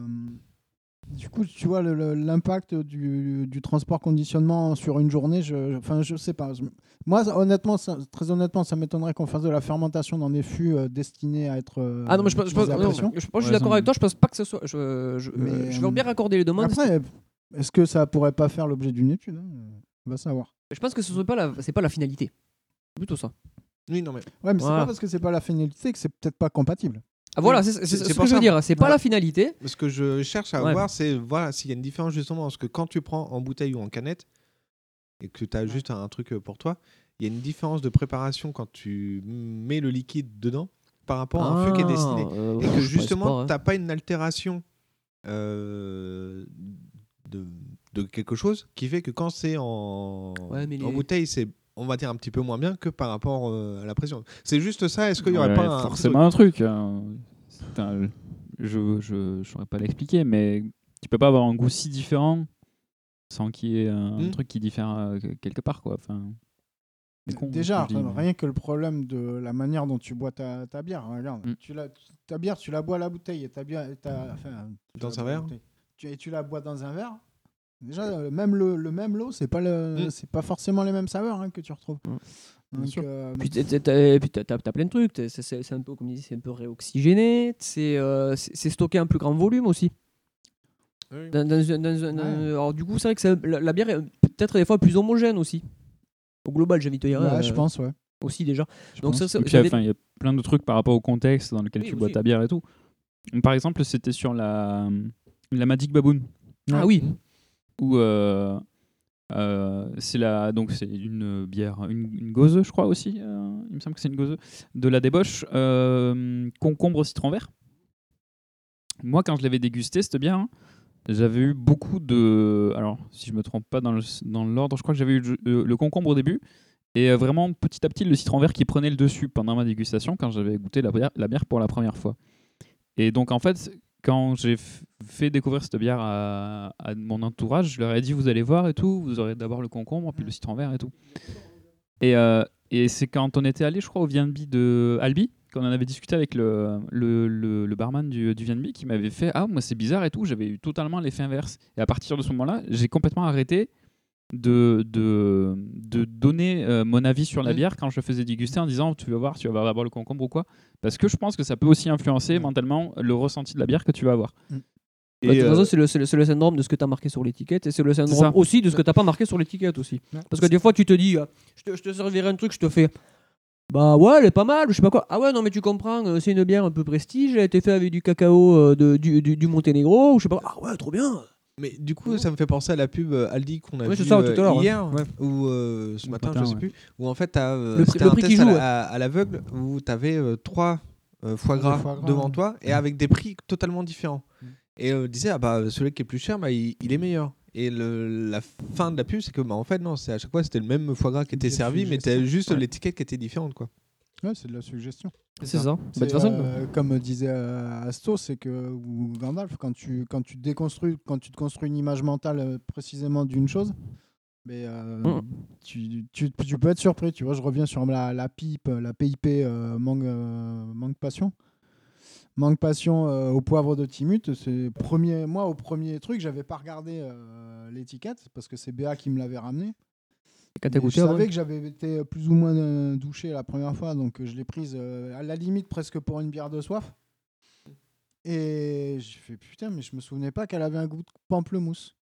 Speaker 11: du coup, tu vois, le- le- l'impact du, du transport conditionnement sur une journée, je, je- enfin, je sais pas. Je- moi, ça, honnêtement, ça- très honnêtement, ça m'étonnerait qu'on fasse de la fermentation dans des fûts euh, destinés à être. euh,
Speaker 10: Ah non, mais je, pense- je, pense-
Speaker 11: utilisés à
Speaker 10: non, je,
Speaker 11: pression.
Speaker 10: pense- je suis d'accord avec toi, je pense pas que ce soit. Je, je,
Speaker 11: Mais,
Speaker 10: je vais
Speaker 11: euh,
Speaker 10: bien raccorder les demandes.
Speaker 11: Après, est-ce que ça pourrait pas faire l'objet d'une étude hein On va savoir.
Speaker 9: euh,
Speaker 10: Je pense que ce n'est pas, la- c'est pas la finalité. C'est plutôt ça.
Speaker 9: Oui, non, mais.
Speaker 11: Ouais, mais c'est
Speaker 10: Voilà.
Speaker 11: pas parce que c'est pas la finalité que c'est peut-être pas compatible.
Speaker 10: Ah, voilà, c'est- c'est- c'est ce que je veux dire. C'est pas la finalité.
Speaker 9: Ce que je cherche à
Speaker 10: Ouais.
Speaker 9: voir, c'est voilà, s'il y a une différence justement. Parce que quand tu prends en bouteille ou en canette, et que tu as juste un truc euh, pour toi, il y a une différence de préparation quand tu mets le liquide dedans par rapport à un fût qui est
Speaker 8: Ah,
Speaker 9: destiné.
Speaker 8: euh,
Speaker 10: oh,
Speaker 9: et
Speaker 8: je
Speaker 9: que
Speaker 8: pense
Speaker 9: justement,
Speaker 8: pas, hein.
Speaker 9: tu n'as pas une altération euh, de, de quelque chose qui fait que quand c'est en,
Speaker 10: Ouais, mais
Speaker 9: en
Speaker 10: les-
Speaker 9: bouteille, c'est on va dire un petit peu moins bien que par rapport euh, à la pression. C'est juste ça, est-ce qu'il n'y aurait
Speaker 8: Ouais,
Speaker 9: pas un-
Speaker 8: forcément un truc. hein. C'est un- Je je saurais pas l'expliquer, mais tu peux pas avoir un goût si différent sans qu'il y ait un
Speaker 11: Hmm.
Speaker 8: truc qui diffère euh, quelque part quoi. Enfin, c'est con, ce
Speaker 11: Déjà,
Speaker 8: que je dis, mais-
Speaker 11: rien que le problème de la manière dont tu bois ta, ta bière. hein, Regarde, tu la, ta bière, tu la bois à la bouteille et ta bière, et ta- enfin, tu
Speaker 9: Dans un
Speaker 11: la bois à la
Speaker 9: verre
Speaker 10: Bah,
Speaker 11: bouteille. Tu, Et tu la bois dans un verre. Déjà, euh, même le, le même lot, c'est pas le,
Speaker 9: Mm.
Speaker 11: c'est pas forcément les mêmes saveurs hein, que tu retrouves.
Speaker 10: Bien
Speaker 11: Donc,
Speaker 10: sûr.
Speaker 11: euh,
Speaker 10: Puis t'as- t'as- t'as puis t'as- t'as- t'as plein de trucs. T'es- C'est c'est- c'est un peu, comme il dit, c'est un peu réoxygéné. C'est euh, c'est- c'est stocké en plus grand volume aussi.
Speaker 9: Oui.
Speaker 10: Dans- dans un- dans un- dans- alors du coup, c'est vrai que c'est- la, la bière est peut-être des fois plus homogène aussi. Au global, j'ai envie de dire.
Speaker 11: Ouais, Bah, je pense, ouais.
Speaker 10: Aussi déjà.
Speaker 8: Je
Speaker 10: Donc
Speaker 8: pense.
Speaker 10: ça, ça-
Speaker 8: Et puis,
Speaker 10: ça dé-
Speaker 8: enfin, il y a plein de trucs par rapport au contexte dans lequel
Speaker 10: Oui,
Speaker 8: tu bois
Speaker 10: aussi.
Speaker 8: ta bière et tout. Par exemple, c'était sur la, la Magic Baboon.
Speaker 10: Ah oui.
Speaker 8: Où euh, euh, c'est la donc c'est une bière, une, une gauze, je crois aussi. euh, il me semble que c'est une gauze de la débauche euh, concombre citron vert. Moi, quand je l'avais dégusté, c'était bien. hein. J'avais eu beaucoup de. Alors, si je me trompe pas dans le- dans l'ordre, je crois que j'avais eu le, euh, le concombre au début. Et euh, vraiment, petit à petit, le citron vert qui prenait le dessus pendant ma dégustation quand j'avais goûté la bière, la bière pour la première fois. Et donc, en fait, quand j'ai f- fait découvrir cette bière à, à mon entourage, je leur ai dit vous allez voir et tout, vous aurez d'abord le concombre, puis le citron vert et tout. Et, euh, et c'est quand on était allé, je crois, au Vianbi de Albi, qu'on en avait discuté avec le, le, le- le barman du, du Vianbi qui m'avait fait Ah, moi c'est bizarre et tout, j'avais eu totalement l'effet inverse. Et à partir de ce moment-là, j'ai complètement arrêté de, de, de donner euh, mon avis sur la bière quand je faisais déguster en disant Tu vas voir, tu vas avoir le concombre ou quoi. Parce que je pense que ça peut aussi influencer mentalement le ressenti de la bière que tu vas avoir.
Speaker 10: Bah, de toute
Speaker 8: euh,
Speaker 10: façon, c'est le, c'est le- c'est le syndrome de ce que tu as marqué sur l'étiquette et c'est le
Speaker 8: ça.
Speaker 10: syndrome aussi de ce que tu pas marqué sur l'étiquette aussi. Parce que des fois, tu te dis, euh, je te, je te servirai un truc, je te fais. Bah ouais, elle est pas mal, je sais pas quoi. Ah ouais, non, mais tu comprends, euh, c'est une bière un peu prestige, elle a été faite avec du cacao euh, de, du, du, du Monténégro, ou je sais pas. Ah ouais, trop bien!
Speaker 9: Mais du coup, ça me fait penser à la pub euh, Aldi qu'on a
Speaker 10: Oui,
Speaker 9: vue
Speaker 10: c'est ça,
Speaker 9: euh,
Speaker 10: tout à l'heure,
Speaker 9: hier
Speaker 10: ouais.
Speaker 9: ou euh, ce matin,
Speaker 8: matin,
Speaker 9: je sais
Speaker 8: ouais.
Speaker 9: plus. Où en fait, t'as, euh,
Speaker 8: Le prix-
Speaker 9: c'était
Speaker 8: le
Speaker 9: un
Speaker 8: prix qui
Speaker 9: test à,
Speaker 8: joue,
Speaker 9: la-
Speaker 8: ouais.
Speaker 9: à- à l'aveugle où t'avais avais trois euh, foie
Speaker 8: Deux
Speaker 9: gras,
Speaker 8: foie gras,
Speaker 9: devant
Speaker 8: ouais.
Speaker 9: toi et avec des prix totalement différents. Et euh, disait ah bah celui qui est plus cher, bah, il, il est meilleur. Et le- la fin de la pub, c'est que bah, en fait non, c'est à chaque fois c'était le même foie gras qui était servi, mais t'avais juste l'étiquette qui était différente quoi.
Speaker 11: Ouais, c'est de la suggestion.
Speaker 9: C'est ça. Bah, de toute
Speaker 11: C'est,
Speaker 9: façon,
Speaker 11: euh, comme disait euh, Asto, c'est que ou Gandalf, quand tu quand tu te déconstruis, quand tu te construis une image mentale euh, précisément d'une chose, mais euh,
Speaker 10: Mm.
Speaker 11: tu, tu- tu peux être surpris. Tu vois, je reviens sur la, la pipe, la PIP euh, mangue euh, mangue passion. Manque passion euh, au poivre de Timut, c'est premier. Moi, au premier truc, j'avais pas regardé euh, l'étiquette parce que c'est Béa qui me l'avait ramené.
Speaker 10: Quand t'as
Speaker 11: Mais
Speaker 10: goûté
Speaker 11: Je
Speaker 10: avant
Speaker 11: savais que j'avais été plus ou moins euh, douché la première fois, donc euh, je l'ai prise euh, à la limite presque pour une bière de soif. Et j'ai fait putain, mais je me souvenais pas qu'elle avait un goût de pamplemousse.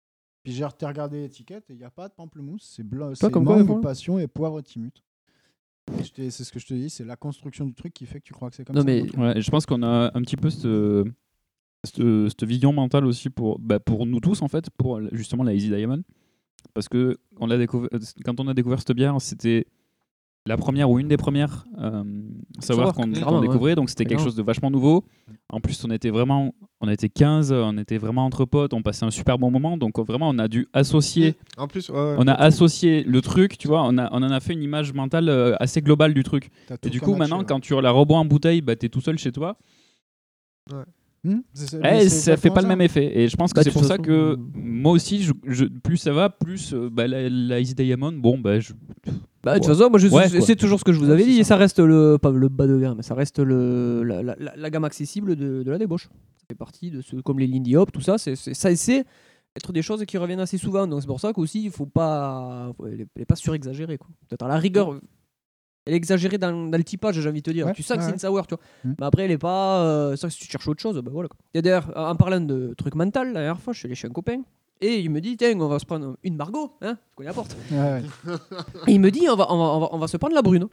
Speaker 11: Puis j'ai re- regardé l'étiquette et il n'y a pas de pamplemousse, c'est blanc, c'est
Speaker 10: comme quoi,
Speaker 11: mangue,
Speaker 10: quoi
Speaker 11: passion et poivre timut. Et je t'ai- C'est ce que je te dis, c'est la construction du truc qui fait que tu crois que c'est comme
Speaker 10: Non,
Speaker 11: ça.
Speaker 10: mais-
Speaker 8: Ouais, je pense qu'on a un petit peu cette, euh, cette, cette vision mentale aussi pour, bah, pour nous tous, en fait, pour justement la Easy Diamond. Parce que on l'a découvert, quand on a découvert cette bière, c'était la première ou une des premières euh, savoir
Speaker 10: Savoir,
Speaker 8: qu'on
Speaker 10: clairement,
Speaker 8: qu'on découvrait.
Speaker 10: ouais.
Speaker 8: Donc c'était quelque
Speaker 10: Clairement.
Speaker 8: chose de vachement nouveau. En plus, on était vraiment on était 15, on était vraiment entre potes, on passait un super bon moment. Donc vraiment, on a dû associer.
Speaker 9: En plus, ouais, ouais,
Speaker 8: on a
Speaker 9: t'as tout.
Speaker 8: associé le truc, tu vois, on, a, on en a fait une image mentale euh, assez globale du truc.
Speaker 11: T'as
Speaker 8: Et
Speaker 11: tout
Speaker 8: du coup,
Speaker 11: comme
Speaker 8: maintenant,
Speaker 11: match,
Speaker 8: quand tu la rebois en bouteille, bah, t'es tout seul chez toi.
Speaker 11: Hmm C'est- c'est-
Speaker 8: Eh,
Speaker 11: mais c'est hein.
Speaker 8: ça fait
Speaker 11: exactement
Speaker 8: pas le
Speaker 11: ça.
Speaker 8: même effet. Et je pense que
Speaker 10: Bah, de
Speaker 8: c'est
Speaker 10: toute
Speaker 8: pour ça
Speaker 10: façon,
Speaker 8: que moi aussi, je, je- plus ça va, plus euh, bah, la, la Easy Diamond, bon, bah, je.
Speaker 10: Bah, de toute façon, moi, je-
Speaker 8: Ouais,
Speaker 10: c'est-
Speaker 8: quoi.
Speaker 10: c'est toujours ce que je vous avais dit. Et ça reste le, pas le bas de gamme, mais ça reste le, la, la- la- la gamme accessible de, de la débauche. Ça fait partie de ce, comme les Lindy Hop, tout ça. C'est, c'est- ça essaie être des choses qui reviennent assez souvent. Donc, c'est pour ça qu'aussi, il faut pas, faut- elle est- elle est pas surexagérée. Quoi. Peut-être à la rigueur, elle est exagérée dans, dans le typage, j'ai envie de te dire.
Speaker 11: Ouais,
Speaker 10: tu sens que
Speaker 11: ouais, Mmh.
Speaker 10: c'est une sour, tu vois. Mais après, elle est pas. euh, ça, si tu cherches autre chose, bah voilà. quoi. Et d'ailleurs, en en parlant de trucs mental, la dernière fois, je suis allé chez un copain. Et il me dit, tiens, on va se prendre une Margot, hein, qu'on la porte.
Speaker 11: Ouais, ouais.
Speaker 10: Et il me dit, on va, on va, on va, on va se prendre
Speaker 8: *laughs*
Speaker 10: la brune.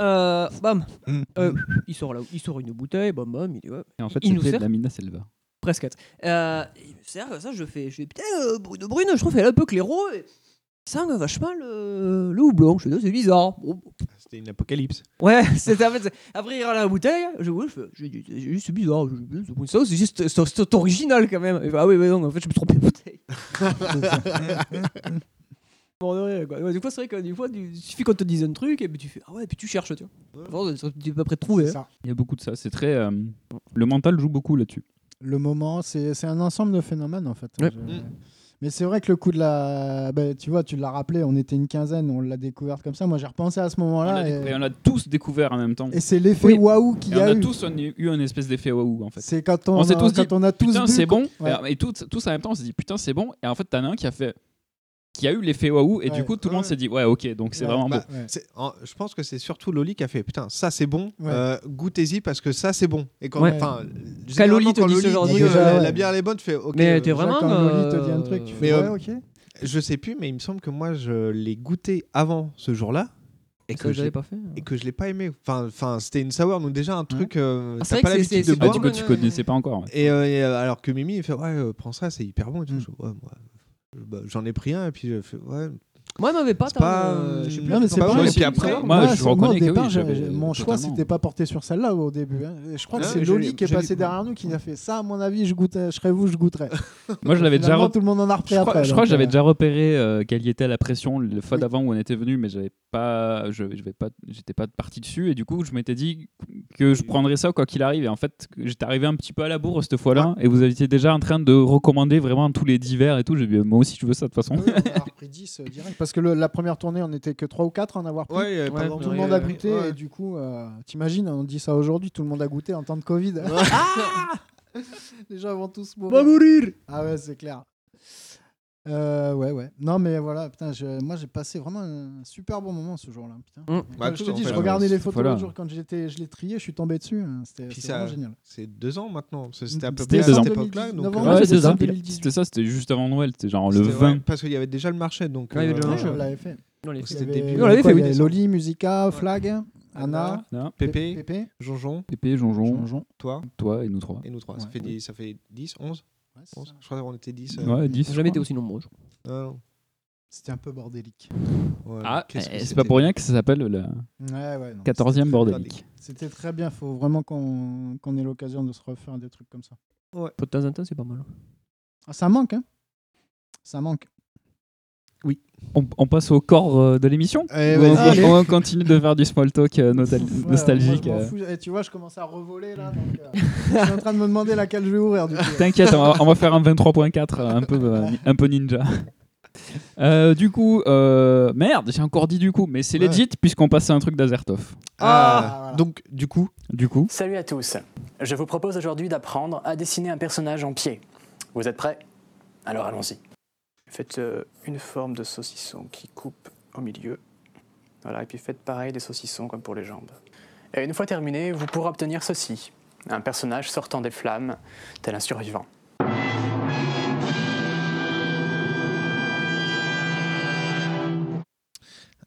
Speaker 10: Euh, bam.
Speaker 9: Mm.
Speaker 10: Euh, il, sort là, il sort une bouteille, bam, bam. Il, dit, ouais.
Speaker 8: Et en fait,
Speaker 10: il nous
Speaker 8: c'était
Speaker 10: sert
Speaker 8: de la Mina Selva.
Speaker 10: presque. Euh, il me sert ça, je fais, je fais putain, euh, brune, brune, je trouve qu'elle est un peu claireau. Et... Ça sent vachement le, le houblon. Je fais, c'est bizarre. Bon,
Speaker 9: C'était une apocalypse.
Speaker 10: Ouais, *laughs* c'était en fait. c'est- Après, il râle la bouteille. hein. Je vois, je fais, j'ai dit, j'ai dit, c'est bizarre. je- je- c'est bon, ça, c'est juste, c'est- c'est original quand même. Il fait, ah oui, mais non, en fait, je me trompais de bouteille. *laughs* bon, de rien, quoi. Ouais, du coup, c'est vrai que des fois, tu- il suffit qu'on te dise un truc et puis tu fais, ah ouais, puis tu cherches, tu vois. Bon, tu peux pas près de trouver. hein.
Speaker 8: Il y a beaucoup de ça. C'est très. euh, le mental joue beaucoup là-dessus.
Speaker 11: le moment, c'est c'est un ensemble de phénomènes en fait. hein,
Speaker 8: Ouais.
Speaker 11: Je- Mais c'est vrai que le coup de la. bah, tu vois, tu l'as rappelé, on était une quinzaine, on l'a découverte comme ça. Moi j'ai repensé à ce
Speaker 8: on,
Speaker 11: moment-là.
Speaker 8: l'a découvert-
Speaker 11: et-
Speaker 8: on l'a tous découvert en même temps.
Speaker 11: Et c'est l'effet
Speaker 8: Oui.
Speaker 11: waouh qu'il
Speaker 8: Et
Speaker 11: y a
Speaker 8: On a
Speaker 11: eu.
Speaker 8: tous un- eu un espèce d'effet waouh, en fait.
Speaker 11: C'est quand on
Speaker 8: s'est
Speaker 11: a-
Speaker 8: tous
Speaker 11: quand
Speaker 8: dit,
Speaker 11: on a tous
Speaker 8: putain,
Speaker 11: bu,
Speaker 8: c'est
Speaker 11: quoi.
Speaker 8: bon.
Speaker 11: Ouais.
Speaker 8: Et, et tous, tous en même temps, on s'est dit, putain, c'est bon. Et en fait, t'en as un qui a fait. qui a eu l'effet waouh, et du
Speaker 9: Ouais.
Speaker 8: coup, tout le monde s'est dit, ouais, ok, donc c'est
Speaker 9: Ouais,
Speaker 8: vraiment
Speaker 9: bah,
Speaker 8: beau.
Speaker 9: c'est- en- je pense que c'est surtout Loli qui a fait putain, ça c'est bon,
Speaker 8: Ouais.
Speaker 9: euh, goûtez-y parce que ça c'est bon. Et quand,
Speaker 10: Ouais.
Speaker 9: enfin,
Speaker 10: Quand
Speaker 9: généralement,
Speaker 10: Loli te
Speaker 9: quand
Speaker 10: dit ce genre de
Speaker 9: dit,
Speaker 10: truc,
Speaker 9: euh, la,
Speaker 10: ouais.
Speaker 9: la bière elle est bonne, tu fais ok.
Speaker 10: Mais t'es
Speaker 9: déjà,
Speaker 10: vraiment,
Speaker 9: quand Loli
Speaker 10: euh,
Speaker 9: te dit un truc, tu fais,
Speaker 10: mais,
Speaker 9: ouais,
Speaker 10: euh,
Speaker 9: ok. Je sais plus, mais il me semble que moi je l'ai goûté avant ce jour-là. Et
Speaker 10: Ça,
Speaker 9: que,
Speaker 10: vous
Speaker 9: je
Speaker 10: avez
Speaker 9: l'ai-
Speaker 10: pas fait,
Speaker 9: et que je l'ai pas aimé. Enfin, enfin, c'était une sour, donc déjà un truc. euh,
Speaker 10: Ah,
Speaker 9: t'as
Speaker 10: c'est vrai
Speaker 9: pas
Speaker 10: que c'est-
Speaker 9: l'habitude
Speaker 10: c'est-
Speaker 9: de
Speaker 10: c'est
Speaker 9: boire.
Speaker 10: pas
Speaker 8: Du coup, tu connaissais pas encore. ouais.
Speaker 9: *laughs* Et, euh, et, euh, alors que Mimi, il fait ouais, euh, prends ça, c'est hyper bon. et tout.
Speaker 10: Mm.
Speaker 9: Je fais, Ouais, moi, je- bah, j'en ai pris un et puis je fais ouais.
Speaker 10: Moi, elle m'avait pas.
Speaker 9: C'est
Speaker 10: t'as,
Speaker 9: pas,
Speaker 10: euh, je sais plus,
Speaker 11: Non, mais
Speaker 10: t'as
Speaker 11: c'est
Speaker 10: pas
Speaker 11: pas
Speaker 10: parlé.
Speaker 9: Et puis après,
Speaker 11: Moi,
Speaker 9: moi, je
Speaker 11: sur- moi,
Speaker 9: reconnais
Speaker 11: au
Speaker 9: que oui,
Speaker 11: départ, j'ai-
Speaker 9: j'avais-
Speaker 11: j'ai- mon choix,
Speaker 9: totalement.
Speaker 11: c'était pas porté sur celle-là au début. hein. Et Je crois que
Speaker 9: Ah,
Speaker 11: c'est
Speaker 9: je
Speaker 11: Loli
Speaker 9: l'ai-
Speaker 11: qui est
Speaker 9: je l'ai-
Speaker 11: passé derrière nous qui a fait ça. À mon avis, je goûtais, je serais vous,
Speaker 8: *laughs*
Speaker 11: je goûterais.
Speaker 8: Moi, je l'avais déjà.
Speaker 11: Finalement,
Speaker 8: rep-
Speaker 11: Tout le monde en a repris
Speaker 8: je crois,
Speaker 11: après.
Speaker 8: je crois que
Speaker 11: donc,
Speaker 8: j'avais
Speaker 11: euh,
Speaker 8: déjà repéré euh, quelle y était la pression le fois d'avant où on était venu, mais j'avais pas, je, je vais pas, j'étais pas parti dessus. Et du coup, je m'étais dit que je prendrais ça quoi qu'il arrive. Et en fait, j'étais arrivé un petit peu à la bourre cette fois-là. Et vous étiez déjà en train de recommander vraiment tous les divers et tout. J'ai dit, moi aussi, je veux ça de toute façon.
Speaker 9: *laughs*
Speaker 11: on a repris 10 euh, direct. Parce que le- la première tournée, on était que 3 ou 4 à en avoir pris.
Speaker 9: Ouais, il y avait pas
Speaker 11: tout
Speaker 9: grand
Speaker 11: le
Speaker 9: monde.
Speaker 11: monde a goûté.
Speaker 9: Ouais.
Speaker 11: Et du coup, euh, t'imagines, on dit ça aujourd'hui, tout le monde a goûté en temps de Covid. *laughs*
Speaker 9: Ah
Speaker 11: Les gens vont tous mourir.
Speaker 9: Va mourir
Speaker 11: Ah ouais, c'est clair. Euh, ouais, ouais. Non, mais voilà, putain, je- moi j'ai passé vraiment un super bon moment ce jour-là. putain.
Speaker 9: Mm.
Speaker 11: Ouais,
Speaker 9: Bah,
Speaker 11: je
Speaker 9: tous,
Speaker 11: te
Speaker 9: en
Speaker 11: dis,
Speaker 9: fait,
Speaker 11: je
Speaker 9: ouais,
Speaker 11: regardais les
Speaker 9: cette
Speaker 11: photos
Speaker 9: fois-là.
Speaker 11: l'autre jour quand j'étais, je l'ai trié, je suis tombé dessus. hein. C'était
Speaker 9: Puis
Speaker 11: c'était
Speaker 9: ça-
Speaker 11: vraiment génial.
Speaker 9: C'est deux ans maintenant. C'est- C'était à peu
Speaker 8: C'était
Speaker 9: près à
Speaker 8: deux ans.
Speaker 9: cette époque-là. donc,
Speaker 11: Novembre,
Speaker 9: euh,
Speaker 8: Ouais, c'est
Speaker 11: c'est
Speaker 8: ça.
Speaker 11: décembre 2018.
Speaker 8: C'était ça, c'était juste avant Noël. C'était genre le
Speaker 9: c'était-
Speaker 8: 20.
Speaker 9: ouais, parce qu'il y avait déjà le marché. Donc, euh,
Speaker 10: Ouais, il y avait déjà le marché,
Speaker 11: On l'avait fait.
Speaker 10: On l'avait fait.
Speaker 9: C'était
Speaker 11: Il y avait-
Speaker 9: début. euh,
Speaker 11: on l'avait
Speaker 9: quoi,
Speaker 11: fait,
Speaker 9: il y
Speaker 11: oui.
Speaker 9: avait
Speaker 11: Loli, Musica, Flag, Anna,
Speaker 8: Anna,
Speaker 9: Pépé,
Speaker 11: Pépé.
Speaker 9: Jonjon,
Speaker 8: Pépé, Jonjon,
Speaker 9: toi,
Speaker 8: toi et nous trois.
Speaker 9: et nous trois. Ça
Speaker 8: Ouais.
Speaker 9: fait dix- ça fait 10, 11 Je crois qu'on était euh, 10.
Speaker 8: Ouais, 10,
Speaker 10: J'ai jamais été aussi nombreux. je crois.
Speaker 11: C'était un peu bordélique.
Speaker 8: Ah,
Speaker 9: qu'est-ce que
Speaker 8: eh, c'est
Speaker 9: c'était
Speaker 8: pas pour rien que ça s'appelle la
Speaker 11: Ouais, ouais, non,
Speaker 8: 14e
Speaker 11: c'était-
Speaker 8: bordélique.
Speaker 11: C'était très bien, faut vraiment qu'on qu'on ait l'occasion de se refaire des trucs comme ça.
Speaker 10: De temps en temps, c'est pas mal.
Speaker 11: Ah, ça manque, hein Ça manque.
Speaker 8: On, on passe au corps euh, de l'émission
Speaker 11: Eh,
Speaker 8: Ou on,
Speaker 11: vas-y.
Speaker 8: on continue de faire du small talk euh, nostal-
Speaker 11: Ouais,
Speaker 8: nostalgique
Speaker 11: moi, je m'en
Speaker 8: euh.
Speaker 11: fous. Eh, tu vois, je commence à revoler là. donc, euh, je suis en train de me demander laquelle je vais ouvrir. du coup.
Speaker 8: T'inquiète, on, va- on va faire un 23.4 euh, un peu, euh, un peu ninja. Euh, du coup, euh, merde, j'ai encore dit du coup, mais c'est
Speaker 9: Ouais.
Speaker 8: legit puisqu'on passe à un truc d'Azertov.
Speaker 9: Ah, donc du coup.
Speaker 8: Du coup.
Speaker 14: Salut à tous. Je vous propose aujourd'hui d'apprendre à dessiner un personnage en pied. Vous êtes prêts Alors allons-y. Faites euh, une forme de saucisson qui coupe au milieu. Voilà, et puis faites pareil des saucissons comme pour les jambes. Et une fois terminé, vous pourrez obtenir ceci. Un personnage sortant des flammes, tel un survivant.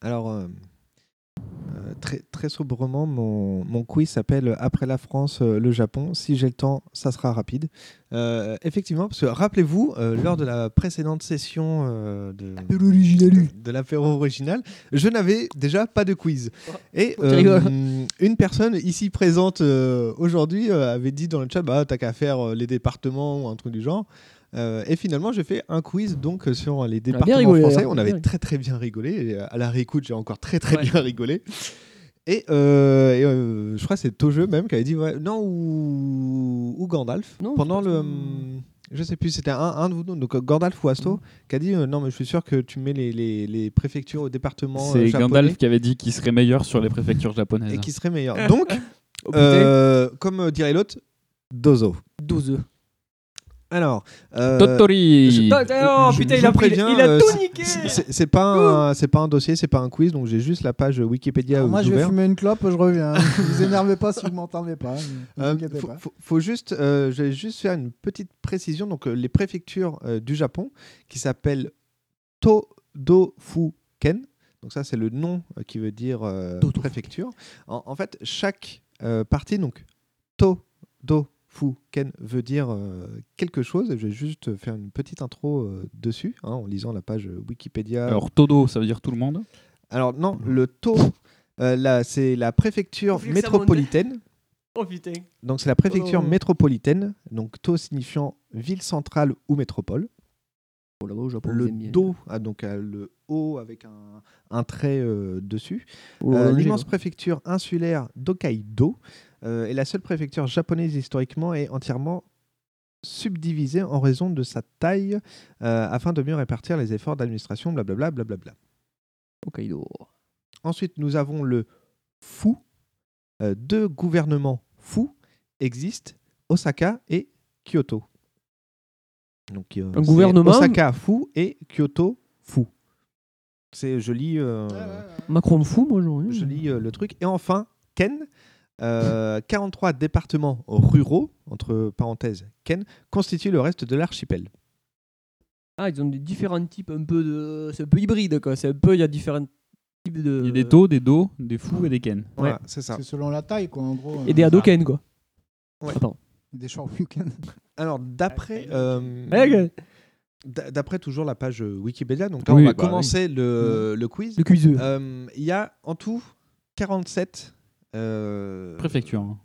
Speaker 9: Alors, euh, euh, très, très sobrement, mon, mon quiz s'appelle Après la France, euh, le Japon. Si j'ai le temps, ça sera rapide. Euh, effectivement, parce que rappelez-vous, euh, lors de la précédente session euh, de, de l'apéro original, je n'avais déjà pas de quiz.
Speaker 10: Oh,
Speaker 9: Et euh,
Speaker 10: tu rigoles.
Speaker 9: une personne ici présente euh, aujourd'hui euh, avait dit dans le chat bah, t'as qu'à faire euh, les départements ou un truc du genre. Euh, et finalement, j'ai fait un quiz donc euh, sur les
Speaker 10: bien
Speaker 9: départements
Speaker 10: rigolé,
Speaker 9: français.
Speaker 10: hein.
Speaker 9: On avait
Speaker 10: Bien.
Speaker 9: très très bien rigolé. Et, euh, à la réécoute, j'ai encore très très
Speaker 10: Ouais.
Speaker 9: bien rigolé. Et, euh, et, euh, je crois que c'est Tojeu même qui avait dit ouais, non ou, ou Gandalf pendant le hum, je sais plus c'était un, un de vous deux, donc euh, Gandalf ou
Speaker 11: Mm.
Speaker 9: Asto qui a dit euh, non mais je suis sûr que tu mets les, les, les préfectures au département euh,
Speaker 8: C'est
Speaker 9: japonais
Speaker 8: Gandalf qui avait dit qu'il serait meilleur sur les préfectures japonaises.
Speaker 9: et qui serait meilleur
Speaker 11: *laughs*
Speaker 9: donc
Speaker 8: Oh, putain.
Speaker 9: euh, comme euh, dirait l'autre dozo
Speaker 10: 12.
Speaker 9: alors euh,
Speaker 8: Tottori.
Speaker 9: je-
Speaker 10: Oh,
Speaker 9: je-
Speaker 10: putain,
Speaker 9: je
Speaker 10: il a
Speaker 9: vous
Speaker 10: pris-
Speaker 9: préviens,
Speaker 10: il a
Speaker 9: euh,
Speaker 10: tout
Speaker 9: c'est-
Speaker 10: niqué.
Speaker 9: c'est- c'est pas un- c'est pas un dossier c'est pas un quiz donc j'ai juste la page Wikipédia
Speaker 11: Alors moi, je vais
Speaker 9: d'ouvert.
Speaker 11: fumer une clope, je reviens. vous énervez pas si vous m'entendez pas. ne vous
Speaker 9: Euh,
Speaker 11: inquiétez
Speaker 9: faut,
Speaker 11: pas.
Speaker 9: faut- faut juste, euh, je vais juste faire une petite précision. Donc, euh, les préfectures euh, du Japon qui s'appellent Todofuken. Donc ça, c'est le nom euh, qui veut dire euh, préfecture. En, en fait, chaque euh, partie, donc Todofuken veut dire euh, quelque chose. Et je vais juste faire une petite intro euh, dessus hein, en lisant la page Wikipédia.
Speaker 8: Alors, Todo, ça veut dire tout le monde
Speaker 9: Alors non, le To, euh, là, c'est la préfecture
Speaker 10: Vu que ça montait.
Speaker 9: métropolitaine.
Speaker 10: Oh putain.
Speaker 9: Donc c'est la préfecture
Speaker 10: Oh.
Speaker 9: métropolitaine, donc To signifiant ville centrale ou métropole.
Speaker 10: Oh,
Speaker 9: le Do, ah, donc euh, le O avec un, un trait euh, dessus.
Speaker 10: Oh là là,
Speaker 9: Euh,
Speaker 10: le G,
Speaker 9: L'immense
Speaker 10: ouais.
Speaker 9: préfecture insulaire d'Hokkaido euh, est la seule préfecture japonaise historiquement et entièrement subdivisée en raison de sa taille euh, afin de mieux répartir les efforts d'administration, blablabla. blablabla.
Speaker 10: Hokkaido.
Speaker 9: Ensuite, nous avons le Fou. Euh, deux gouvernements fous existent, Osaka et Kyoto. Donc, euh,
Speaker 10: Un
Speaker 9: c'est
Speaker 10: gouvernement
Speaker 9: Osaka fou et Kyoto fou. C'est je lis. euh,
Speaker 10: Macron me fout, moi, j'en ai.
Speaker 9: Je lis euh, le truc. Et enfin, Ken. euh, 43 départements ruraux, entre parenthèses, Ken, constituent le reste de l'archipel.
Speaker 10: Ah, ils ont des différents types un peu de. C'est un peu hybride, quoi. C'est un peu. Il y a différents types de.
Speaker 8: Il y a des To, des Do, des Fou et des Ken.
Speaker 9: Voilà, c'est ça.
Speaker 11: C'est selon la taille, quoi, en gros. euh,
Speaker 10: Et des Hadoken, quoi.
Speaker 9: Ah. Ouais.
Speaker 10: Ah, pardon.
Speaker 11: Des short weekend.
Speaker 9: Alors, d'après. euh,
Speaker 10: Hey,
Speaker 9: d'a- d'après toujours la page euh, Wikipédia, donc là,
Speaker 10: Oui, Mm.
Speaker 9: on va
Speaker 10: bah
Speaker 9: commencer le, le quiz.
Speaker 10: Le quiz.
Speaker 9: Euh, Il y a en tout 47 euh,
Speaker 8: Préfecture. hein.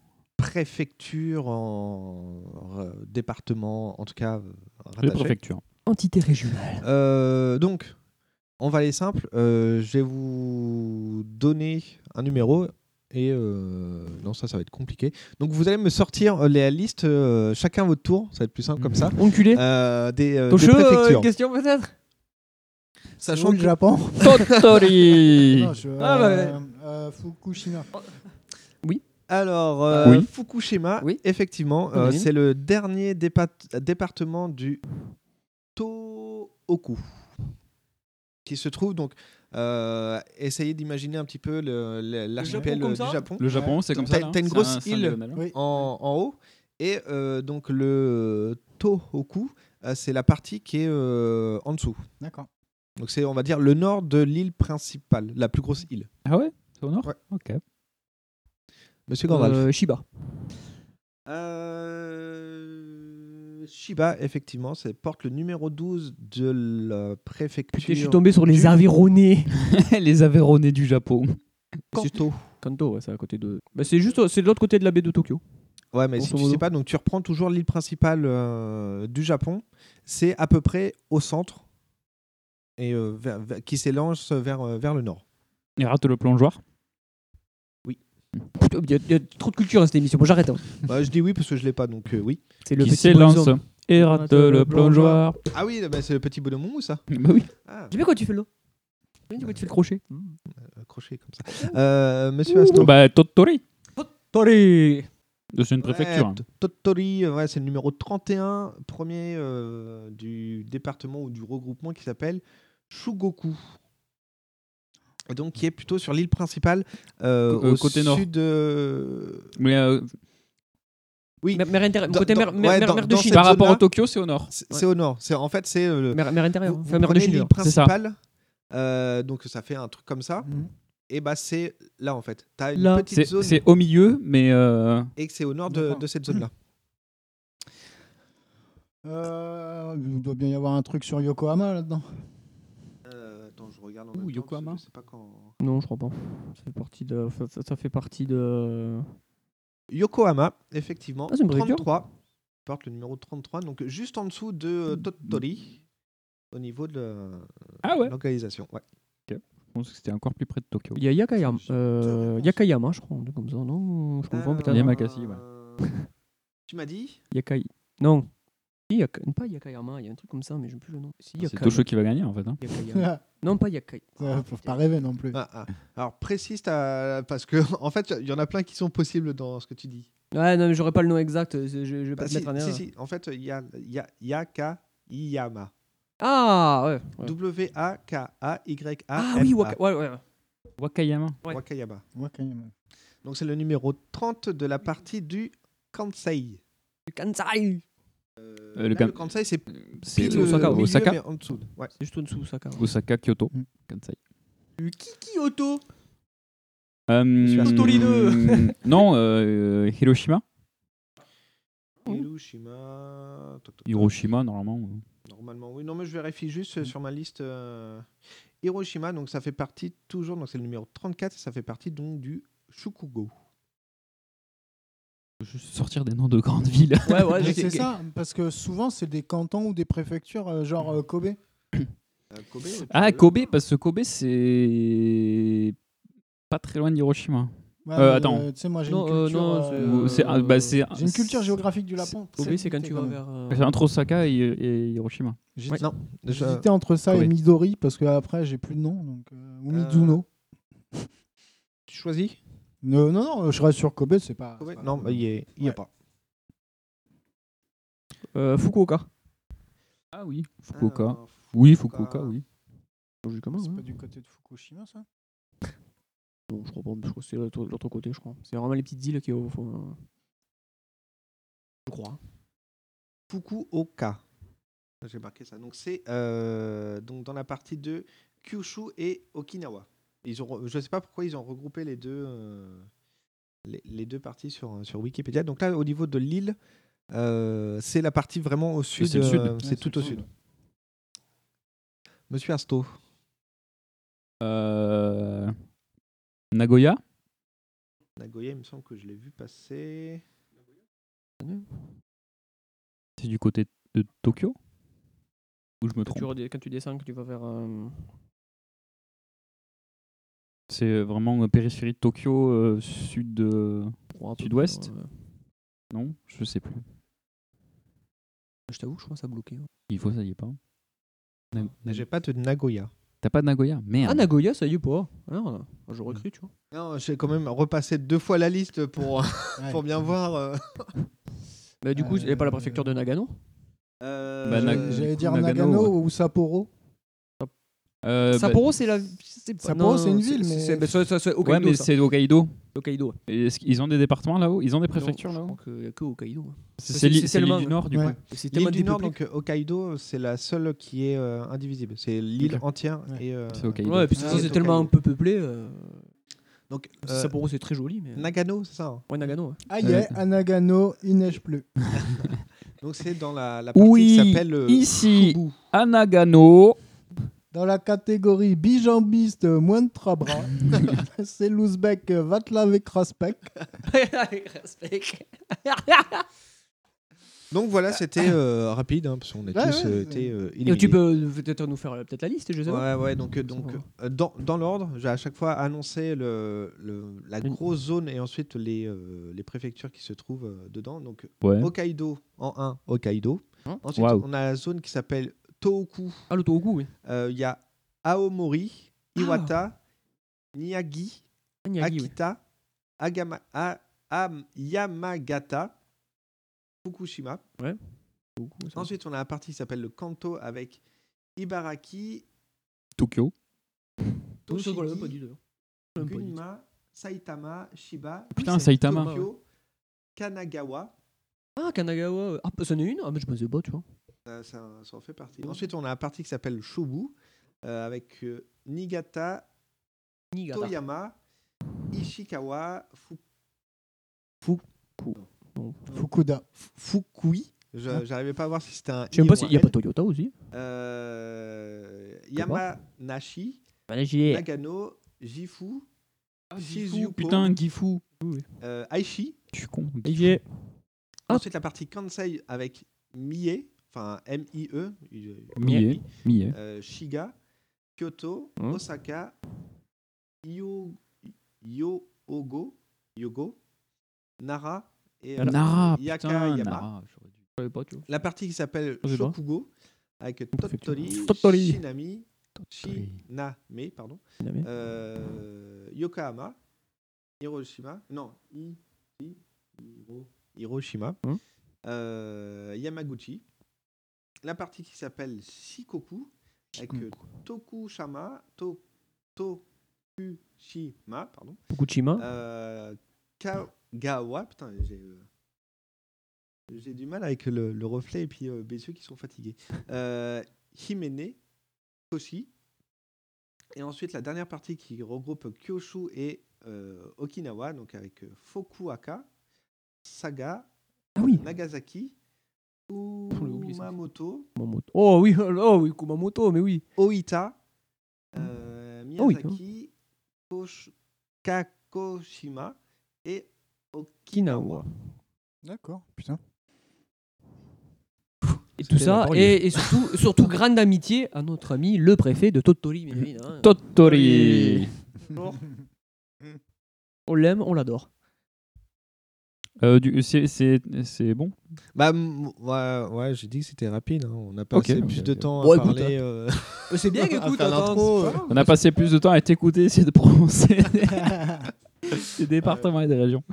Speaker 9: préfectures en en, euh, département, en tout cas. euh,
Speaker 8: Les
Speaker 9: rattachées.
Speaker 8: préfectures.
Speaker 10: Entité régionale.
Speaker 9: Euh, donc, on va aller simple. Euh, je vais vous donner un numéro. Et euh, non, ça, ça va être compliqué. Donc, vous allez me sortir euh, les listes, euh, chacun votre tour. Ça va être plus simple comme ça.
Speaker 10: Enculé.
Speaker 9: Euh, des, euh,
Speaker 10: Ton
Speaker 9: des
Speaker 10: jeu, euh,
Speaker 9: préfectures.
Speaker 10: une question *laughs* peut-être Euh,
Speaker 9: Sachant
Speaker 11: Où, le
Speaker 9: que-
Speaker 11: Japon
Speaker 10: *laughs*
Speaker 8: *laughs* Tottori.
Speaker 11: Non, je-
Speaker 10: Ah, bah,
Speaker 11: euh, euh, Fukushima.
Speaker 9: Alors, euh,
Speaker 8: Oui.
Speaker 9: Fukushima, effectivement,
Speaker 8: On
Speaker 9: euh,
Speaker 8: devine.
Speaker 9: c'est le dernier dépa- département du Tohoku, qui se trouve donc. euh, essayez d'imaginer un petit peu le- le- l'archipel
Speaker 8: Japon comme
Speaker 9: euh,
Speaker 8: ça
Speaker 9: du Japon.
Speaker 8: Le Japon, c'est comme
Speaker 9: T'as-
Speaker 8: ça, là,
Speaker 9: T'as une
Speaker 8: c'est
Speaker 9: grosse
Speaker 8: un hein.
Speaker 9: île
Speaker 8: symbional.
Speaker 9: en, en haut. Et euh, donc le Tohoku, euh, c'est la partie qui est euh, en dessous.
Speaker 11: D'accord.
Speaker 9: Donc c'est, on va dire, le nord de l'île principale, la plus grosse île.
Speaker 8: Ah ouais C'est au nord Ok.
Speaker 9: Monsieur Gandalf.
Speaker 10: Euh, Shiba.
Speaker 9: Euh, Shiba, effectivement, c'est porte le numéro 12 de la préfecture.
Speaker 10: Putain, je suis tombé sur les Aveyronnais.
Speaker 8: *laughs* les Aveyronnais du Japon.
Speaker 9: Kanto.
Speaker 10: Kanto, ouais, c'est à côté de. Bah, c'est juste. C'est de l'autre côté de la baie de Tokyo.
Speaker 9: Ouais, mais si
Speaker 10: Grosso
Speaker 9: tu
Speaker 10: modo.
Speaker 9: sais pas, donc tu reprends toujours l'île principale euh, du Japon. C'est à peu près au centre et euh, vers- vers- qui s'élance vers, euh, vers le
Speaker 10: *laughs*
Speaker 9: nord.
Speaker 8: Il rate le plongeoir.
Speaker 10: Putain, Il y, a- il y a trop de culture à cette émission. Bon, j'arrête. hein.
Speaker 9: Bah, je dis oui parce que je l'ai pas, donc euh, oui.
Speaker 10: C'est
Speaker 8: Qui s'élance et rate le plongeoir.
Speaker 9: Ah oui, bah, c'est le petit bonhomme ou ça Ah,
Speaker 8: Bah
Speaker 9: *laughs*
Speaker 8: oui.
Speaker 10: J'ai vu quand tu fais le. J'ai vu quand tu fais le crochet.
Speaker 9: Accroché comme ça. Euh, monsieur Aston.
Speaker 8: Bah, Tottori.
Speaker 10: Tottori.
Speaker 8: C'est une préfecture. hein.
Speaker 9: Ouais, T- Tottori, euh, ouais, c'est le numéro 31, premier euh, du département ou du regroupement qui s'appelle Shugoku. Et donc qui est plutôt sur l'île principale euh,
Speaker 8: Euh,
Speaker 9: au
Speaker 8: côté nord.
Speaker 9: sud. euh,
Speaker 8: Mais euh,
Speaker 9: Oui. Dans-
Speaker 10: côté
Speaker 9: dans-
Speaker 10: mer- mer-
Speaker 9: ouais,
Speaker 10: mer-
Speaker 9: dans-
Speaker 10: mer de
Speaker 9: dans
Speaker 10: Chine.
Speaker 9: cette
Speaker 10: Par rapport
Speaker 9: zone-là,
Speaker 10: au Tokyo, c'est au nord.
Speaker 9: C'est
Speaker 10: Ouais.
Speaker 9: c'est au nord. C'est en fait c'est euh, le-
Speaker 10: Mer- mer intérieure,
Speaker 9: Vous,
Speaker 10: enfin,
Speaker 9: vous
Speaker 10: mer de
Speaker 9: prenez
Speaker 10: Chine,
Speaker 9: l'île
Speaker 10: ouais. C'est ça.
Speaker 9: principale. euh, donc ça fait un truc comme ça.
Speaker 11: Mhm.
Speaker 9: Et bah c'est là en fait. T'as une petite
Speaker 8: c'est
Speaker 9: zone
Speaker 8: c'est au milieu, mais euh,
Speaker 9: et que c'est au nord de, de cette zone là.
Speaker 11: Euh, il doit bien y avoir un truc sur Yokohama là-dedans.
Speaker 9: Euh, attends, je regarde.
Speaker 8: Ouh, Mmh. Yokohama.
Speaker 10: Non, je crois pas. Ça fait partie de. ça- ça- Ça fait partie de.
Speaker 9: Yokohama, effectivement.
Speaker 10: Ah, c'est une préfecture
Speaker 9: 33. Porte le numéro 33, donc juste en dessous de euh,
Speaker 10: Mm.
Speaker 9: Tottori, au niveau de la-
Speaker 8: Ah
Speaker 10: Ah
Speaker 9: localisation. Ouais.
Speaker 8: je pense que c'était encore plus près de Tokyo.
Speaker 10: Il y a Yakayama, euh, Yakayama je crois, un truc comme ça, non Je confonds peut-être.
Speaker 8: Yamakasi, ouais.
Speaker 9: Euh, Tu m'as dit
Speaker 10: Yakai. Non. Si, Yaka- Pas Yakayama, il y a un truc comme ça, mais je ne plus le nom. Si,
Speaker 8: C'est
Speaker 10: Yakayama.
Speaker 8: Tosho qui va gagner en fait. hein.
Speaker 10: *laughs*
Speaker 11: *laughs*
Speaker 10: Yakayama. non, pas Yakai.
Speaker 11: faut pas rêver non plus.
Speaker 9: Ah, Alors précise, ta- parce que *laughs* en fait, il y en a plein qui sont possibles dans ce que tu dis.
Speaker 10: Ouais, non, mais j'aurais pas le nom exact, euh, je, je vais pas
Speaker 9: Bah,
Speaker 11: Ah,
Speaker 10: te
Speaker 9: si,
Speaker 10: mettre hein. en erreur.
Speaker 9: si, si, en fait, il y a, il y a Yakaiyama.
Speaker 10: Ah, ouais. ouais.
Speaker 9: W-A-K-A-Y-A.
Speaker 10: Ah oui, Waka- ouais, ouais.
Speaker 8: Wakayama.
Speaker 9: Wakayama. Donc c'est le numéro 30 de la partie du Kansai.
Speaker 10: Le Kansai.
Speaker 8: Euh, le
Speaker 9: le,
Speaker 8: Kan-
Speaker 9: Kansai, c'est
Speaker 8: c'est
Speaker 9: pile
Speaker 8: au-
Speaker 9: au milieu,
Speaker 8: Osaka.
Speaker 9: mais Mm. en dessous. Ouais.
Speaker 10: C'est juste en dessous, Osaka.
Speaker 8: Osaka, Kyoto, Kansai.
Speaker 10: Le Kyoto
Speaker 8: Euh,
Speaker 10: Kyoto, les deux.
Speaker 8: hum, *laughs* Non, euh, Hiroshima.
Speaker 9: Hein Hiroshima. toc, toc, toc.
Speaker 8: Hiroshima, normalement. euh.
Speaker 9: Normalement, oui. Non, mais je vérifie juste euh, sur ma liste. euh, Hiroshima, donc ça fait partie toujours, donc c'est le numéro 34, ça fait partie donc du Shukugo.
Speaker 8: Je vais sortir des noms de grandes villes.
Speaker 11: Mais Ah, c'est ça, parce que souvent c'est des cantons ou des préfectures, euh, genre euh, Kobe.
Speaker 9: Kobe,
Speaker 8: *laughs* Ah, Kobe, parce que Kobe, c'est pas très loin d'Hiroshima.
Speaker 11: Ouais,
Speaker 8: Euh,
Speaker 11: mais,
Speaker 8: attends.
Speaker 11: euh, tu sais, moi j'ai une
Speaker 10: Non, euh,
Speaker 11: culture.
Speaker 10: non,
Speaker 11: euh,
Speaker 8: c'est- ah, bah, c'est-
Speaker 11: J'ai une culture géographique du Lapon.
Speaker 10: Kobe, c'est quand tu vas
Speaker 11: même.
Speaker 10: vers. euh,
Speaker 8: C'est entre Osaka et, et Hiroshima.
Speaker 11: J'ai-
Speaker 9: Non, je-
Speaker 11: J'étais entre ça et
Speaker 8: Kobe.
Speaker 11: Midori, parce que après j'ai plus de nom. Donc, euh, ou Mizuno. Euh,
Speaker 9: Tu choisis
Speaker 11: Non, non, non, je reste sur Kobe, c'est pas.
Speaker 9: Kobe Non, bah, il n'y a, il y a pas.
Speaker 10: euh, Fukuoka.
Speaker 8: Ah oui. Fukuoka.
Speaker 10: Ah,
Speaker 8: oui, Fukuoka, oui.
Speaker 10: hein.
Speaker 11: C'est pas du côté de Fukushima ça
Speaker 10: Non, je crois pas, je crois que c'est l'autre l'autre côté, je crois. C'est vraiment les petites îles qui. au- faut- Je crois.
Speaker 9: Fukuoka. J'ai marqué ça. Donc c'est euh, donc dans la partie de Kyushu et Okinawa. Ils ont, re- je sais pas pourquoi ils ont regroupé les deux, euh, les, les deux parties sur, euh, sur Wikipédia. Donc là, au niveau de l'île, euh, c'est la partie vraiment au sud.
Speaker 8: c'est le sud.
Speaker 9: euh,
Speaker 8: Ouais,
Speaker 9: c'est
Speaker 8: c'est
Speaker 9: tout
Speaker 8: le
Speaker 9: au sud. Monsieur Asto.
Speaker 8: Euh, Nagoya.
Speaker 9: Nagoya, il me semble que je l'ai vu passer.
Speaker 8: C'est du côté de Tokyo Ou je me
Speaker 10: Quand tu,
Speaker 8: trompe
Speaker 10: redé- quand tu descends, que tu vas vers. euh,
Speaker 8: C'est vraiment euh, périphérie de Tokyo, euh, sud, euh, sud-ouest
Speaker 10: euh,
Speaker 8: Non, je sais plus.
Speaker 10: Je t'avoue, je commence à bloquer.
Speaker 8: Il faut, ça y est pas. Na- Na-
Speaker 9: J'ai pas de Nagoya.
Speaker 8: T'as pas de Nagoya Merde.
Speaker 10: Ah, Nagoya, ça y est pas. Alors, là, j'aurais cru, tu vois.
Speaker 9: Non, j'ai quand même repassé deux fois la liste *laughs* pour, pour bien voir. euh.
Speaker 10: Mais Bah, du coup,
Speaker 8: Euh,
Speaker 10: il n'y a pas la préfecture de Nagano
Speaker 9: Euh,
Speaker 8: Bah, Nag-
Speaker 11: J'allais
Speaker 8: du coup,
Speaker 11: dire Nagano,
Speaker 8: Nagano,
Speaker 11: ou Sapporo.
Speaker 8: Euh, bah,
Speaker 10: Sapporo, c'est la.
Speaker 11: Sapporo,
Speaker 10: non,
Speaker 11: c'est une ville, mais-
Speaker 10: c'est- mais ça- ça- c'est Hokkaido.
Speaker 8: Ouais, mais
Speaker 10: ça.
Speaker 8: c'est Hokkaido.
Speaker 10: Hokkaido.
Speaker 8: Et Est-ce qu'ils ont des départements là-haut Ils ont des préfectures là-haut
Speaker 10: Il n'y a que Hokkaido. hein.
Speaker 8: C'est- c'est l'île- c'est l'île du Nord, du
Speaker 11: Ouais.
Speaker 8: coup.
Speaker 10: C'est
Speaker 9: L'île
Speaker 10: tellement
Speaker 9: du Nord,
Speaker 10: dépeuplé
Speaker 9: donc euh, Hokkaido, c'est la seule qui est euh, indivisible. C'est l'île
Speaker 10: Ok.
Speaker 9: entière. Et, euh,
Speaker 8: C'est Hokkaido.
Speaker 10: Ouais, et puis de
Speaker 9: Ah,
Speaker 10: toute façon,
Speaker 9: et
Speaker 10: c'est
Speaker 9: Hokkaido.
Speaker 10: tellement un peu peuplé. euh,
Speaker 9: Donc, euh,
Speaker 10: Sapporo, c'est très joli, mais.
Speaker 9: Nagano, c'est ça hein
Speaker 10: Ouais, Nagano. ouais.
Speaker 9: *laughs*
Speaker 11: Ah yeah, à Nagano, il neige plus.
Speaker 9: Donc c'est dans la, la partie qui
Speaker 8: Oui,
Speaker 9: s'appelle. euh,
Speaker 8: ici, à Nagano.
Speaker 11: Dans la catégorie bijambiste euh, moins de
Speaker 9: *laughs*
Speaker 11: trois bras, c'est l'ouzbek euh, Vatlavek Kraspek.
Speaker 10: Avec respect.
Speaker 9: Donc voilà, c'était
Speaker 10: *coughs*
Speaker 9: euh, rapide, hein, parce qu'on a
Speaker 10: Ouais,
Speaker 9: tous
Speaker 10: ouais,
Speaker 9: euh,
Speaker 10: c'est-
Speaker 9: été euh,
Speaker 10: Et Tu
Speaker 9: éliminés.
Speaker 10: peux peut-être nous faire euh, peut-être la liste, je sais
Speaker 9: Ouais,
Speaker 10: pas.
Speaker 9: ouais, donc, euh, donc euh, dans, dans l'ordre, j'ai à chaque fois annoncé le, le- la grosse zone et ensuite les, euh, les préfectures qui se trouvent euh, dedans. Donc
Speaker 8: Ouais.
Speaker 9: Hokkaido en 1, Hokkaido.
Speaker 10: Hein
Speaker 9: Ensuite,
Speaker 8: Waouh.
Speaker 9: on a la zone qui s'appelle Tohoku.
Speaker 10: Ah, le Tohoku, oui.
Speaker 9: Euh, Il y a Aomori, Iwata, Miyagi,
Speaker 10: Ah. Miyagi, oui.
Speaker 9: Akita, Agama- A- Am- Yamagata, Fukushima.
Speaker 10: Ouais.
Speaker 9: Ensuite, on a la partie qui s'appelle le Kanto avec Ibaraki
Speaker 8: Tokyo.
Speaker 10: Toshigi,
Speaker 11: Toshigi,
Speaker 10: pas dit, d'ailleurs. On l'a même pas dit.
Speaker 11: Gunma, Saitama, Shiba,
Speaker 10: Putain, Saitama.
Speaker 11: Tokyo, Kanagawa.
Speaker 10: Ah, Kanagawa. ouais. Ah, bah, c'en est une Ah, mais je me sais pas, tu vois.
Speaker 9: Ça, ça- ça en fait partie. Ensuite, on a un parti qui s'appelle Shobu, euh, avec euh, Niigata,
Speaker 10: Niigata.
Speaker 9: Toyama, Ishikawa, Fu-
Speaker 11: Fukuda.
Speaker 9: Fukui.
Speaker 8: Hein?
Speaker 9: Je- J'arrivais pas à voir si c'était un.
Speaker 10: Je sais même pas
Speaker 9: I ou
Speaker 10: s'il
Speaker 9: un
Speaker 10: n'y a
Speaker 9: N.
Speaker 10: pas Toyota aussi.
Speaker 9: Euh,
Speaker 10: sais pas.
Speaker 9: Yamanashi,
Speaker 8: Bah,
Speaker 10: Yamanashi.
Speaker 9: Nagano, Gifu, Shizuko,
Speaker 8: Putain, Gifu.
Speaker 9: euh, Aishi.
Speaker 8: Je suis con.
Speaker 10: Gifu.
Speaker 8: Ah.
Speaker 9: Ensuite, la partie Kansai avec Mie, enfin M-I-E, il-
Speaker 8: Mie, Mie.
Speaker 9: euh, Shiga, Kyoto,
Speaker 8: Hein.
Speaker 9: Osaka, Yo, Yogo, Yogo, Nara et euh,
Speaker 8: Nara,
Speaker 9: Yaka
Speaker 8: putain,
Speaker 9: Yama.
Speaker 8: Nara, j'aurais dû-
Speaker 9: La partie qui s'appelle
Speaker 8: Je sais pas.
Speaker 9: Shokugo avec Tottori,
Speaker 8: Tottori.
Speaker 9: Shinami, Shiname, pardon,
Speaker 10: Shiname.
Speaker 9: euh, Yokohama, Hiroshima, non, Hi- Hi- Hiro- Hiroshima,
Speaker 10: Hum.
Speaker 9: euh, Yamaguchi. La partie qui s'appelle Shikoku avec euh, Tokushima, To- Tokushima, pardon,
Speaker 10: Fukushima.
Speaker 9: euh, Kagawa, putain, j'ai. euh, j'ai du mal avec le, le reflet et puis euh, mes yeux qui sont fatigués. Euh, Himene, Koshi. Et ensuite, la dernière partie qui regroupe Kyushu et euh, Okinawa, donc avec euh, Fukuoka, Saga,
Speaker 10: Ah
Speaker 9: Nagasaki, Kumamoto,
Speaker 10: Kumamoto. Oh oui, oh oui, Kumamoto, mais oui.
Speaker 9: Oita. euh, Miyazaki,
Speaker 10: Oita.
Speaker 9: Kosh- Kagoshima et
Speaker 10: Kinawa.
Speaker 11: D'accord, putain.
Speaker 10: Et tout ça, et, et surtout, *laughs* surtout grande amitié à notre ami le préfet
Speaker 8: *laughs*
Speaker 10: de Tottori. mais oui, hein.
Speaker 8: Tottori.
Speaker 10: On l'aime, on l'adore.
Speaker 8: Euh, du- c'est- C'est c'est bon
Speaker 9: Bah, m- ouais, ouais, j'ai dit que c'était rapide. hein. On a passé
Speaker 8: Ok.
Speaker 9: plus
Speaker 8: Ok,
Speaker 9: de
Speaker 8: ok.
Speaker 9: temps
Speaker 8: Ouais,
Speaker 9: à
Speaker 8: écoute,
Speaker 9: parler.
Speaker 8: hein.
Speaker 9: euh,
Speaker 10: Mais c'est
Speaker 9: *laughs*
Speaker 10: bien,
Speaker 9: à
Speaker 10: écoute,
Speaker 9: faire
Speaker 10: attends,
Speaker 9: l'intro,
Speaker 10: c'est
Speaker 9: euh.
Speaker 10: pas grave.
Speaker 8: On a passé plus de temps à t'écouter, essayer de
Speaker 11: *laughs*
Speaker 8: prononcer des départements et des régions.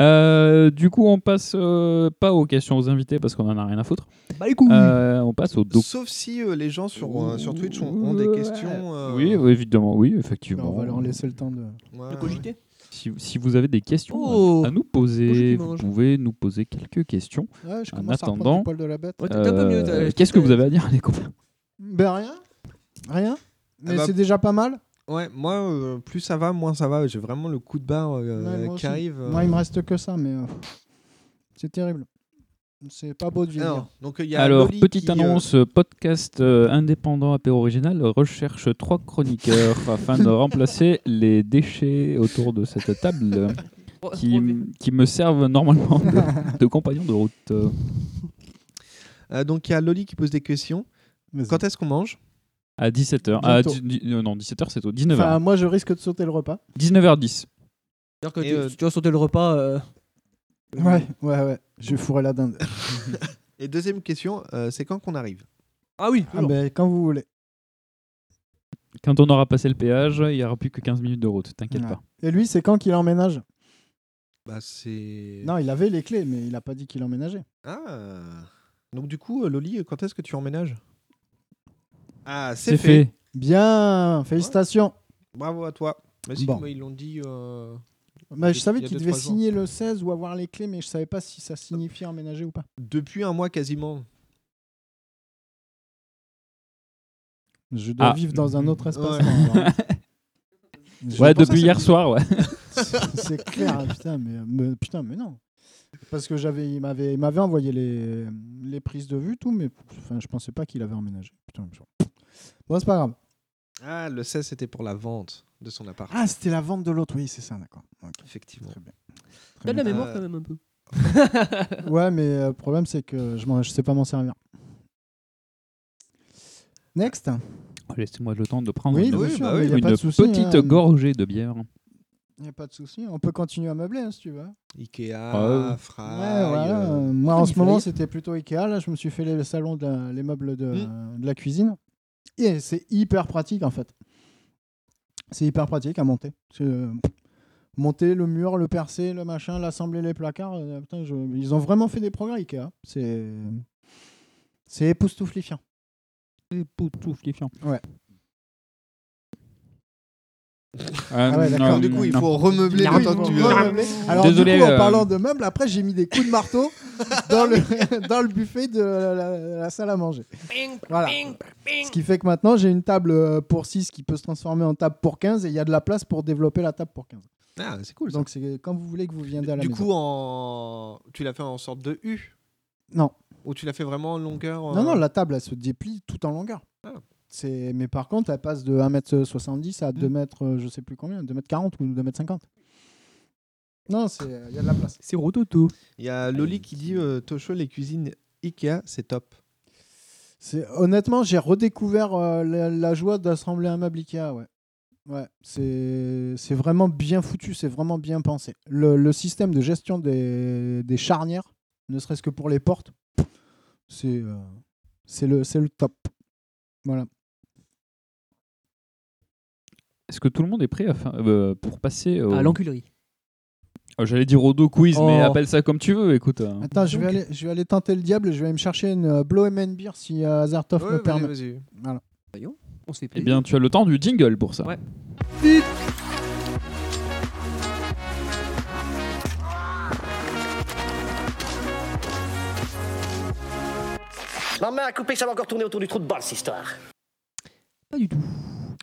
Speaker 8: Euh, du coup, on passe euh, pas aux questions aux invités parce qu'on en a rien à foutre.
Speaker 10: Bah, écoute.
Speaker 8: Euh, on passe aux doc-
Speaker 9: Sauf si euh, les gens sur, euh, sur Twitch ont, ont des questions. euh,
Speaker 8: Oui, oui, évidemment, oui, effectivement.
Speaker 11: on va leur laisser le temps de.
Speaker 9: ouais, ouais.
Speaker 8: Si, si vous avez des questions
Speaker 11: Oh.
Speaker 8: à nous
Speaker 11: Bonjour
Speaker 8: poser,
Speaker 11: qui
Speaker 8: vous
Speaker 11: mange.
Speaker 8: pouvez nous poser quelques questions.
Speaker 11: Ouais, je
Speaker 8: en
Speaker 11: commence à reprendre
Speaker 8: attendant,
Speaker 11: du poil de la bête. Ouais, Oh, t'es un peu mieux,
Speaker 8: euh,
Speaker 11: t'as-
Speaker 8: qu'est-ce que vous avez à dire, les copains
Speaker 11: Ben rien. Rien. Mais
Speaker 9: Ah bah-
Speaker 11: c'est déjà pas mal.
Speaker 9: Ouais, moi, euh, plus ça va, moins ça va. J'ai vraiment le coup de barre euh,
Speaker 11: Ouais, moi
Speaker 9: qui
Speaker 11: aussi.
Speaker 9: arrive. euh.
Speaker 11: Moi, il me reste que ça, mais euh, c'est terrible. C'est pas beau de vivre. *laughs*
Speaker 9: Alors, donc, il y a
Speaker 8: Alors,
Speaker 9: Loli
Speaker 8: petite
Speaker 9: qui, euh,
Speaker 8: annonce, euh, podcast euh, indépendant apéro original recherche trois chroniqueurs afin de remplacer les déchets autour de cette table qui, qui me servent normalement
Speaker 11: *laughs*
Speaker 8: de, de compagnon de route. Euh,
Speaker 9: euh, donc, il y a Loli qui pose des questions. Quand est-ce qu'on mange
Speaker 8: À Ah, 17h.
Speaker 11: Bientôt.
Speaker 8: euh, non, 17h, c'est au
Speaker 11: Enfin,
Speaker 8: 19h.
Speaker 11: moi, je risque de sauter le repas.
Speaker 8: 19h10.
Speaker 10: C'est-à-dire que
Speaker 11: Et,
Speaker 10: tu,
Speaker 11: euh,
Speaker 10: si tu vas sauter le repas. euh,
Speaker 11: Ouais, ouais, ouais. Je fourrais la
Speaker 9: *laughs*
Speaker 11: dinde.
Speaker 9: Et deuxième question, euh, c'est quand qu'on arrive
Speaker 10: Ah oui,
Speaker 11: ah ben, quand vous voulez.
Speaker 8: Quand on aura passé le péage, il n'y aura plus que 15 minutes de route, t'inquiète
Speaker 11: Ouais.
Speaker 8: pas.
Speaker 11: Et lui, c'est quand qu'il emménage
Speaker 9: Bah, c'est.
Speaker 11: Non, il avait les clés, mais il a pas dit qu'il emménageait.
Speaker 9: Ah Donc, du coup, euh, Loli, euh, quand est-ce que tu emménages Ah,
Speaker 8: C'est fait.
Speaker 11: Bien, félicitations.
Speaker 9: Bravo à toi. Mais si,
Speaker 11: Bon.
Speaker 9: moi, ils l'ont dit. euh,
Speaker 11: Bah, je
Speaker 9: il y
Speaker 11: savais
Speaker 9: a
Speaker 11: qu'il
Speaker 9: deux,
Speaker 11: devait
Speaker 9: trois jours.
Speaker 11: signer le 16 ou avoir les clés, mais je savais pas si ça signifiait emménager ou pas.
Speaker 9: Depuis un mois quasiment.
Speaker 11: Je dois
Speaker 8: Ah.
Speaker 11: vivre dans un autre espace. *laughs*
Speaker 8: Ouais, depuis hier soir, ouais.
Speaker 11: C'est clair, hein, putain, mais, mais- putain, mais non. Parce que j'avais, il m'avait, il m'avait envoyé les, les prises de vue, tout, mais enfin, je pensais pas qu'il avait emménagé. Putain, je- bon, c'est pas grave.
Speaker 9: Ah, le 16, c'était pour la vente de son appart.
Speaker 11: Ah, c'était la vente de l'autre, oui, c'est ça, d'accord. Ok.
Speaker 9: Effectivement.
Speaker 11: Très bien.
Speaker 10: T'as de la
Speaker 9: bien.
Speaker 10: mémoire
Speaker 9: Euh,
Speaker 10: quand même un peu.
Speaker 11: *laughs* Ouais, mais euh, le problème, c'est que je, m'en- je sais pas m'en servir. Next.
Speaker 8: Laissez-moi le temps de prendre
Speaker 11: Oui,
Speaker 8: une,
Speaker 11: bien sûr, mais y a
Speaker 8: une
Speaker 11: pas de souci,
Speaker 8: petite
Speaker 11: hein.
Speaker 8: gorgée de bière.
Speaker 11: Il n'y a pas de souci. On peut continuer à meubler, hein, si tu veux.
Speaker 9: Ikea,
Speaker 8: ouais.
Speaker 9: Fry.
Speaker 11: Ah Ouais, voilà.
Speaker 9: euh,
Speaker 11: Euh, Moi, en
Speaker 9: comme
Speaker 11: ce
Speaker 9: il
Speaker 11: moment,
Speaker 9: fallait.
Speaker 11: c'était plutôt Ikea. Là, je me suis fait les salons, de la- les meubles de, de la cuisine. Et c'est hyper pratique, en fait. C'est hyper pratique à monter. Parce que, euh, monter le mur, le percer, le machin, l'assembler les placards. euh, putain, je- Ils ont vraiment fait des progrès, Ikea. C'est c'est époustouflifiant.
Speaker 8: Époustouflifiant.
Speaker 11: Ouais.
Speaker 8: Ah ouais, d'accord.
Speaker 11: non,
Speaker 9: du coup, il faut
Speaker 11: non.
Speaker 9: remeubler
Speaker 11: Ah oui,
Speaker 9: le temps que tu
Speaker 11: faut remeubler. Alors,
Speaker 8: Désolé,
Speaker 11: du coup,
Speaker 8: euh,
Speaker 11: en parlant de meubles, après, j'ai mis des coups de marteau *laughs* dans le, *laughs* dans le buffet de la, la- la salle à manger. Voilà. Ce qui fait que maintenant, j'ai une table euh, pour 6 qui peut se transformer en table pour 15 et il y a de la place pour développer la table pour 15.
Speaker 9: Ah, c'est cool.
Speaker 11: Donc, c'est quand vous voulez que vous viendrez à la
Speaker 9: Du
Speaker 11: maison.
Speaker 9: coup, en... tu l'as fait en sorte de U
Speaker 11: Non.
Speaker 9: Ou tu l'as fait vraiment en Ah. longueur euh,
Speaker 11: Non, non, la table, elle se déplie tout en longueur. C'est... Mais par contre, elle passe de 1m70 à
Speaker 9: Hmm.
Speaker 11: 2m, euh, je sais plus combien, 2m40 ou 2m50. Non, c'est- il y a de la place.
Speaker 10: C'est rototo.
Speaker 9: Il y a Loli qui dit euh, Tosho, les cuisines Ikea, c'est top.
Speaker 11: C'est... Honnêtement, j'ai redécouvert euh, la, la joie d'assembler un meuble Ikea. Ouais. Ouais, c'est... c'est vraiment bien foutu, c'est vraiment bien pensé. Le, le système de gestion des, des charnières, ne serait-ce que pour les portes, c'est, euh, c'est, le, c'est le top. Voilà.
Speaker 8: Est-ce que tout le monde est prêt à fin- euh, pour passer au-
Speaker 11: Ah,
Speaker 10: À l'enculerie.
Speaker 8: Oh, J'allais dire au dos quiz, mais
Speaker 10: Oh.
Speaker 8: appelle ça comme tu veux, écoute. hein.
Speaker 11: Attends, je vais, aller, je vais aller tenter le diable et je vais aller me chercher une euh, Blow and Beer si euh, Azartov me permet. Voilà.
Speaker 10: On se fait
Speaker 8: Eh bien, tu as le temps du jingle pour ça.
Speaker 15: Ma main a coupé, ça va encore tourner autour du trou de balle, cette histoire.
Speaker 10: Pas du tout.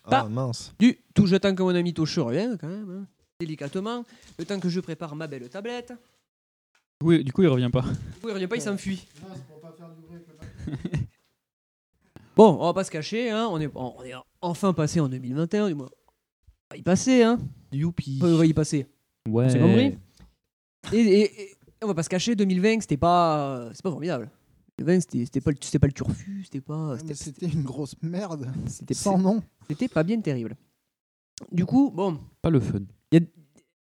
Speaker 9: Ah, mince.
Speaker 10: Du tout, j'attends que mon ami Tocho revienne quand même. hein. Délicatement, le temps que je prépare ma belle tablette.
Speaker 8: Oui, du coup, il revient pas.
Speaker 10: Du coup, il revient pas, il s'enfuit. *laughs* Bon, on va pas se cacher, hein, on, est, on on est enfin passé en 2021, du moins. On va y passer, hein.
Speaker 9: Youpi.
Speaker 10: On va y passer.
Speaker 8: Ouais.
Speaker 10: C'est compris et, et- et on va pas se cacher, 2020, c'était pas, euh, c'est pas formidable. 2020, c'était c'était pas, le- c'était pas le turfu, c'était pas.
Speaker 11: Ah, Mais c'était une grosse merde.
Speaker 10: C'était
Speaker 11: sans nom.
Speaker 10: C'était pas bien terrible. Du coup, bon,
Speaker 8: Pas le fun.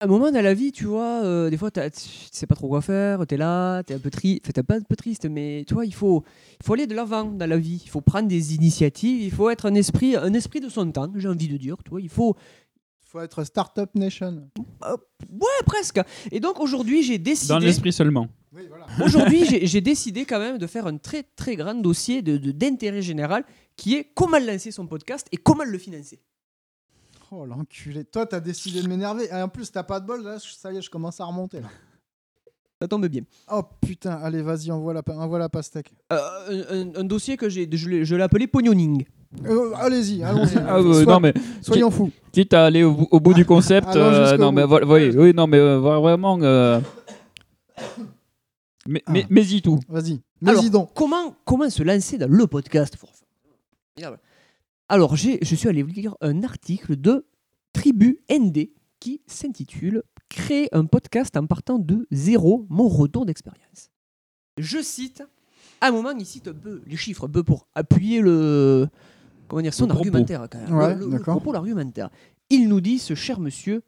Speaker 10: à un moment dans la vie, tu vois, euh, des fois, t'as- tu sais pas trop quoi faire, t'es là, t'es un peu triste, t'es pas un peu triste, mais tu vois, il faut, il faut aller de l'avant dans la vie, il faut prendre des initiatives, il faut être un esprit, un esprit de son temps, j'ai envie de dire, tu vois, il faut,
Speaker 11: faut être Startup Nation.
Speaker 10: ouais, presque. Et donc aujourd'hui, j'ai décidé.
Speaker 8: Dans l'esprit seulement.
Speaker 10: *laughs* Aujourd'hui, j'ai- j'ai décidé quand même de faire un très très grand dossier de- de- d'intérêt général qui est comment lancer son podcast et comment le financer.
Speaker 11: Oh l'enculé. Toi, t'as décidé de m'énerver. Et en plus, t'as pas de bol. Là, je- ça y est, je commence à remonter. Là.
Speaker 10: Ça tombe bien.
Speaker 11: Oh putain, allez, vas-y, envoie la, pa- envoie la pastèque.
Speaker 10: Euh, un, un- un dossier que j'ai, je l'ai je l'ai appelé Pognoning.
Speaker 11: Euh, allez-y, allons-y.
Speaker 8: Ah, euh,
Speaker 11: Soit-
Speaker 8: non, mais,
Speaker 11: soyons
Speaker 8: qui-
Speaker 11: fous.
Speaker 8: Quitte à aller au, bou- au bout du concept.
Speaker 11: Allons
Speaker 8: euh,
Speaker 11: jusqu'au
Speaker 8: non,
Speaker 11: bout.
Speaker 8: mais voilà, oui, oui, non, mais euh, vra- vraiment. euh, Mais, mais, mais-y tout.
Speaker 11: Vas-y.
Speaker 10: Alors, Comment, comment se lancer dans le podcast pour- Alors, j'ai, je suis allé lire un article de Tribu ND qui s'intitule Créer un podcast en partant de zéro, mon retour d'expérience. Je cite, à un moment, il cite un peu les chiffres, un peu pour appuyer le. Comment dire, son
Speaker 12: Le propos.
Speaker 10: argumentaire, quand même.
Speaker 12: Ouais,
Speaker 10: le, le- le
Speaker 12: d'accord.
Speaker 10: propos, l'argumentaire. Il nous dit, ce cher monsieur,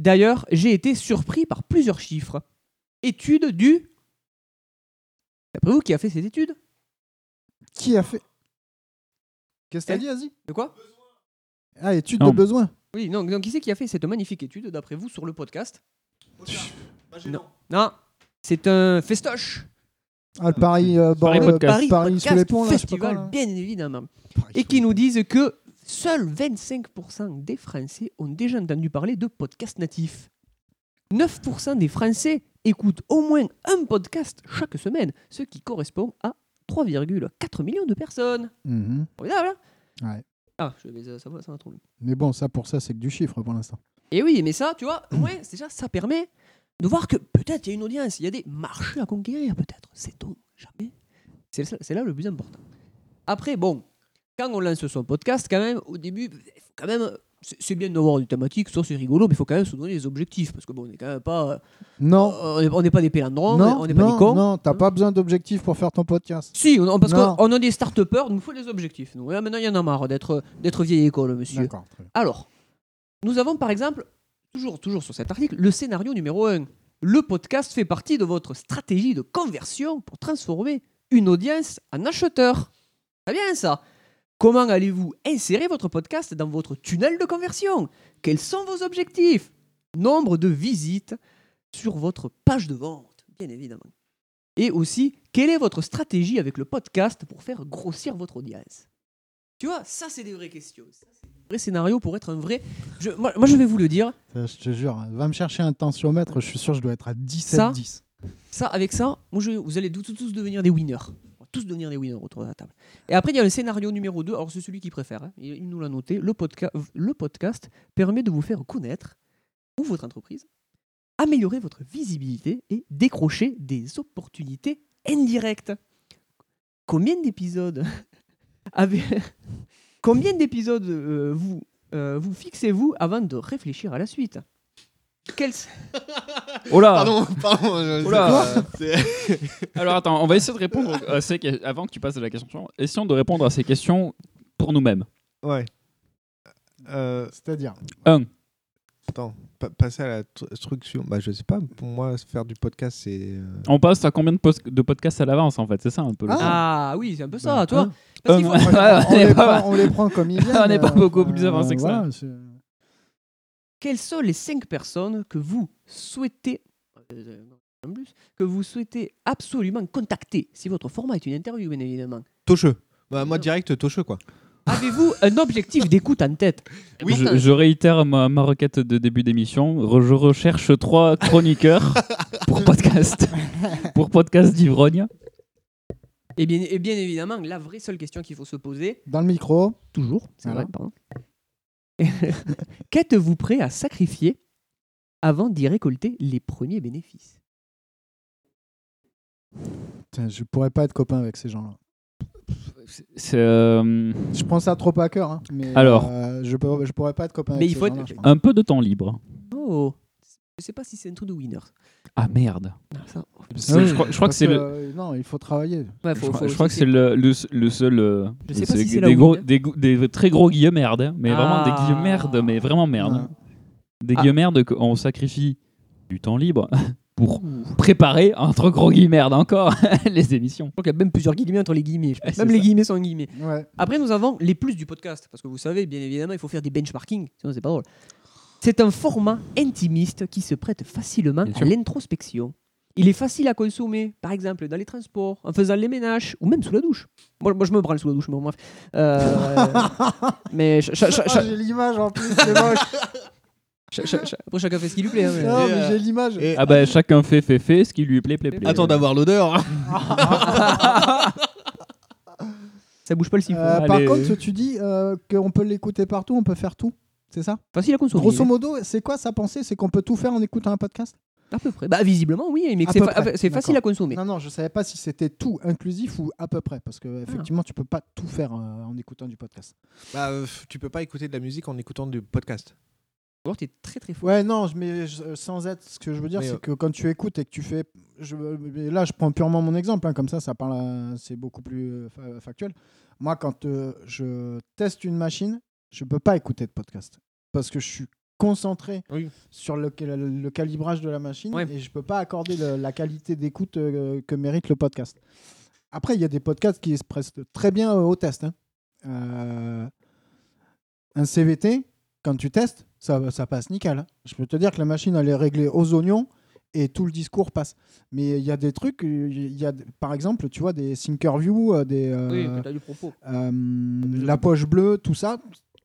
Speaker 10: d'ailleurs, j'ai été surpris par plusieurs chiffres. Étude du. D'après vous, qui a fait cette étude
Speaker 11: Qui a fait Qu'est-ce que t'as
Speaker 10: Eh
Speaker 11: dit, Asie
Speaker 10: De quoi
Speaker 11: Ah, étude
Speaker 10: Non.
Speaker 11: de besoin.
Speaker 10: Oui, donc, donc qui c'est qui a fait cette magnifique étude, d'après vous, sur le podcast Non. Non, c'est un festoche.
Speaker 11: Ah, le Paris, euh,
Speaker 10: Paris,
Speaker 11: bordel-
Speaker 10: podcast.
Speaker 11: Paris, sous les ponts, là, je sais pas quoi,
Speaker 10: Festival,
Speaker 11: là.
Speaker 10: bien évidemment. et qui nous disent que seuls 25% des Français ont déjà entendu parler de podcasts natifs. 9% des Français écoutent au moins un podcast chaque semaine, ce qui correspond à 3,4 millions de personnes.
Speaker 11: Mhm.
Speaker 10: Formidable, hein
Speaker 11: Ouais.
Speaker 10: Ah, je vais, ça, va- ça va trop loin.
Speaker 11: Mais bon, ça pour ça, c'est que du chiffre pour l'instant.
Speaker 10: Et Eh oui, mais ça, tu vois,
Speaker 11: Hmm.
Speaker 10: au moins, déjà, ça permet de voir que peut-être il y a une audience, il y a des marchés à conquérir, peut-être. C'est tout, jamais. C'est ça- c'est là le plus important. Après, bon, quand on lance son podcast, quand même, au début, il faut quand même. c'est- C'est bien d'avoir du thématique, ça c'est rigolo, mais il faut quand même se donner des objectifs, parce que bon, on n'est quand même pas. euh,
Speaker 11: Non.
Speaker 10: on n'est- On n'est pas des pélandrons,
Speaker 11: non,
Speaker 10: on n'est pas
Speaker 11: non,
Speaker 10: des cons.
Speaker 11: Non, t'as pas besoin d'objectif pour faire ton podcast.
Speaker 10: Si, on, on- parce
Speaker 11: Non.
Speaker 10: qu'on a des start-upers, il nous faut des objectifs. Nous. Là, maintenant, il y en a marre d'être, d'être vieille école, monsieur.
Speaker 11: D'accord, très
Speaker 10: Mmh. Alors, nous avons par exemple, toujours, toujours sur cet article, le scénario numéro 1. Le podcast fait partie de votre stratégie de conversion pour transformer une audience en acheteur. Très bien ça. Comment allez-vous insérer votre podcast dans votre tunnel de conversion Quels sont vos objectifs Nombre de visites sur votre page de vente, bien évidemment. Et aussi, quelle est votre stratégie avec le podcast pour faire grossir votre audience Tu vois, ça c'est des vraies questions. Ça, c'est vrai scénario pour être un vrai. Je- moi, moi, je vais vous le dire.
Speaker 11: Euh, Je te jure, va me chercher un tensiomètre, je suis sûr que je dois être à 17
Speaker 10: Ça,
Speaker 11: 10.
Speaker 10: ça, avec ça, moi, je- vous allez tous, tous devenir des winners. On va tous devenir des winners autour de la table. Et après, il y a le scénario numéro 2. Alors, c'est celui qui préfère. hein. Il, il nous l'a noté. Le, podca- le podcast permet de vous faire connaître, ou votre entreprise, améliorer votre visibilité et décrocher des opportunités indirectes. Combien d'épisodes *laughs* avez- Combien d'épisodes euh, vous, euh, vous fixez-vous avant de réfléchir à la suite Quel...
Speaker 8: Oh là
Speaker 9: *laughs*
Speaker 10: Pardon, pardon, je- Oh là c'est-
Speaker 8: Alors attends, on va essayer de répondre à ces que- avant que tu passes à la question suivante. Essayons de répondre à ces questions pour nous-mêmes.
Speaker 9: Ouais.
Speaker 8: *laughs*
Speaker 11: C'est-à-dire
Speaker 8: Un.
Speaker 9: Attends, pa- passer à la tr- structure. Bah, je sais pas. Pour moi, faire du podcast, c'est. euh,
Speaker 8: On passe à combien de, pos- de podcasts à l'avance en fait, c'est ça un peu le
Speaker 10: Ah oui, c'est un peu ça, toi.
Speaker 8: hein.
Speaker 10: Parce
Speaker 8: *laughs*
Speaker 10: qu'il
Speaker 8: Euh,
Speaker 10: faut-
Speaker 8: voilà,
Speaker 11: on,
Speaker 8: est
Speaker 11: les
Speaker 8: pas-
Speaker 11: prend, on les prend comme ils viennent.
Speaker 8: *laughs* on n'est pas
Speaker 11: euh,
Speaker 8: beaucoup plus
Speaker 11: euh,
Speaker 8: avancé que ça.
Speaker 11: voilà, c'est-
Speaker 10: Quelles sont les cinq personnes que vous souhaitez euh, en plus, que vous souhaitez absolument contacter si votre format est une interview, bien évidemment
Speaker 9: Tocheux. Bah, moi, direct, tocheux, quoi.
Speaker 10: Avez-vous un objectif d'écoute en tête
Speaker 8: Je,
Speaker 10: *laughs*
Speaker 8: je réitère ma, ma requête de début d'émission. Re- je recherche trois chroniqueurs pour podcast, pour podcast d'ivrogne.
Speaker 10: Et Eh bien, et bien évidemment, la vraie seule question qu'il faut se poser,
Speaker 11: Dans le micro.
Speaker 10: Toujours. c'est
Speaker 11: Voilà.
Speaker 10: vrai, pardon. *laughs* Qu'êtes-vous prêt à sacrifier avant d'y récolter les premiers bénéfices
Speaker 11: Putain, je pourrais pas être copain avec ces gens-là.
Speaker 8: C'est, euh,
Speaker 11: Je prends ça trop à cœur. hein, mais,
Speaker 8: Alors.
Speaker 11: euh, je, peux- je pourrais pas être copain
Speaker 10: Mais
Speaker 11: avec
Speaker 10: il
Speaker 11: ces
Speaker 10: faut
Speaker 11: gens-là.
Speaker 10: être-
Speaker 11: je pense.
Speaker 8: un peu de temps libre.
Speaker 10: Oh, je sais pas si c'est un truc de winner.
Speaker 8: Ah merde.
Speaker 10: ça-
Speaker 8: C'est- je, crois, je crois que
Speaker 11: Parce
Speaker 8: c'est le.
Speaker 11: euh, Non, il faut travailler.
Speaker 8: Je
Speaker 10: Ouais, faut-
Speaker 8: crois,
Speaker 10: faut
Speaker 8: je crois que
Speaker 10: aussi
Speaker 8: c'est le, le, le seul. euh,
Speaker 10: Je sais pas
Speaker 8: c'est
Speaker 10: si c'est là
Speaker 8: des,
Speaker 10: où
Speaker 8: gros-
Speaker 10: il est.
Speaker 8: des, go- des très gros guillemerdes, hein, mais vraiment des
Speaker 10: Ah.
Speaker 8: guillemerdes, mais vraiment merde. Des
Speaker 10: Ah.
Speaker 8: guillemerdes qu'on sacrifie du temps libre *laughs* pour préparer, entre gros guillemerdes encore, *laughs* les émissions.
Speaker 10: Je crois qu'il y a même plusieurs guillemets entre les guillemets. Je pense.
Speaker 8: Ouais,
Speaker 10: même
Speaker 8: c'est
Speaker 10: les
Speaker 8: ça.
Speaker 10: guillemets sont guillemets.
Speaker 11: Ouais.
Speaker 10: Après, nous avons les plus du podcast. Parce que vous savez, bien évidemment, il faut faire des benchmarking. Sinon, c'est pas drôle. C'est un format intimiste qui se prête facilement à
Speaker 8: sûr.
Speaker 10: l'introspection. Il est facile à consommer, par exemple, dans les transports, en faisant les ménages ou même sous la douche. Moi, moi, je me branle sous la douche, mais bon, bref. Euh, mais cha- cha- cha-
Speaker 11: Ah,
Speaker 10: cha-
Speaker 11: J'ai l'image en plus, c'est moche.
Speaker 8: *laughs*
Speaker 10: cha- cha- cha- après, chacun fait ce qui lui plaît. hein, mais-
Speaker 11: Non, mais j'ai l'image.
Speaker 8: Ah bah chacun fait, fait, fait, ce qui lui plaît, plaît, plaît.
Speaker 9: Attends d'avoir l'odeur.
Speaker 11: *laughs*
Speaker 10: Ça bouge pas le siphon.
Speaker 11: Euh, par contre, tu dis euh, qu'on peut l'écouter partout, on peut faire tout, c'est ça
Speaker 10: Facile à consommer. hein.
Speaker 11: Grosso modo, c'est quoi sa pensée C'est qu'on peut tout faire en écoutant un podcast
Speaker 10: À peu près. Bah, visiblement, oui, mais que
Speaker 11: À
Speaker 10: c'est
Speaker 11: peu
Speaker 10: fa-
Speaker 11: près,
Speaker 10: ah, c'est facile à
Speaker 11: d'accord.
Speaker 10: consommer.
Speaker 11: Non, non, je savais pas si c'était tout inclusif ou à peu près, parce que
Speaker 9: Ah.
Speaker 11: effectivement, tu peux pas tout faire euh, en écoutant du podcast.
Speaker 9: Bah, euh, tu peux pas écouter de la musique en écoutant du podcast.
Speaker 10: D'abord, t'es très très fort.
Speaker 11: Ouais, non, je- mais je- sans être, ce que je veux dire,
Speaker 9: Mais, euh,
Speaker 11: c'est que quand tu écoutes et que tu fais. Je, mais là, je prends purement mon exemple, hein, comme ça, ça parle, à- c'est beaucoup plus euh, fa- factuel. Moi, quand euh, je teste une machine, je peux pas écouter de podcast parce que je suis concentré sur le, le- le calibrage de la machine et je peux pas accorder le- la qualité d'écoute euh, que mérite le podcast. Après, il y a des podcasts qui se prestent très bien euh, au test. hein. Euh, un CVT, quand tu testes, ça, ça passe nickel. hein. Je peux te dire que la machine, elle est réglée aux oignons et tout le discours passe. Mais il y a des trucs, il y a, par exemple, tu vois, des Thinkerview, euh, des. euh,
Speaker 10: Oui, mais t'as du propos.
Speaker 11: euh, la poche bleue, tout ça,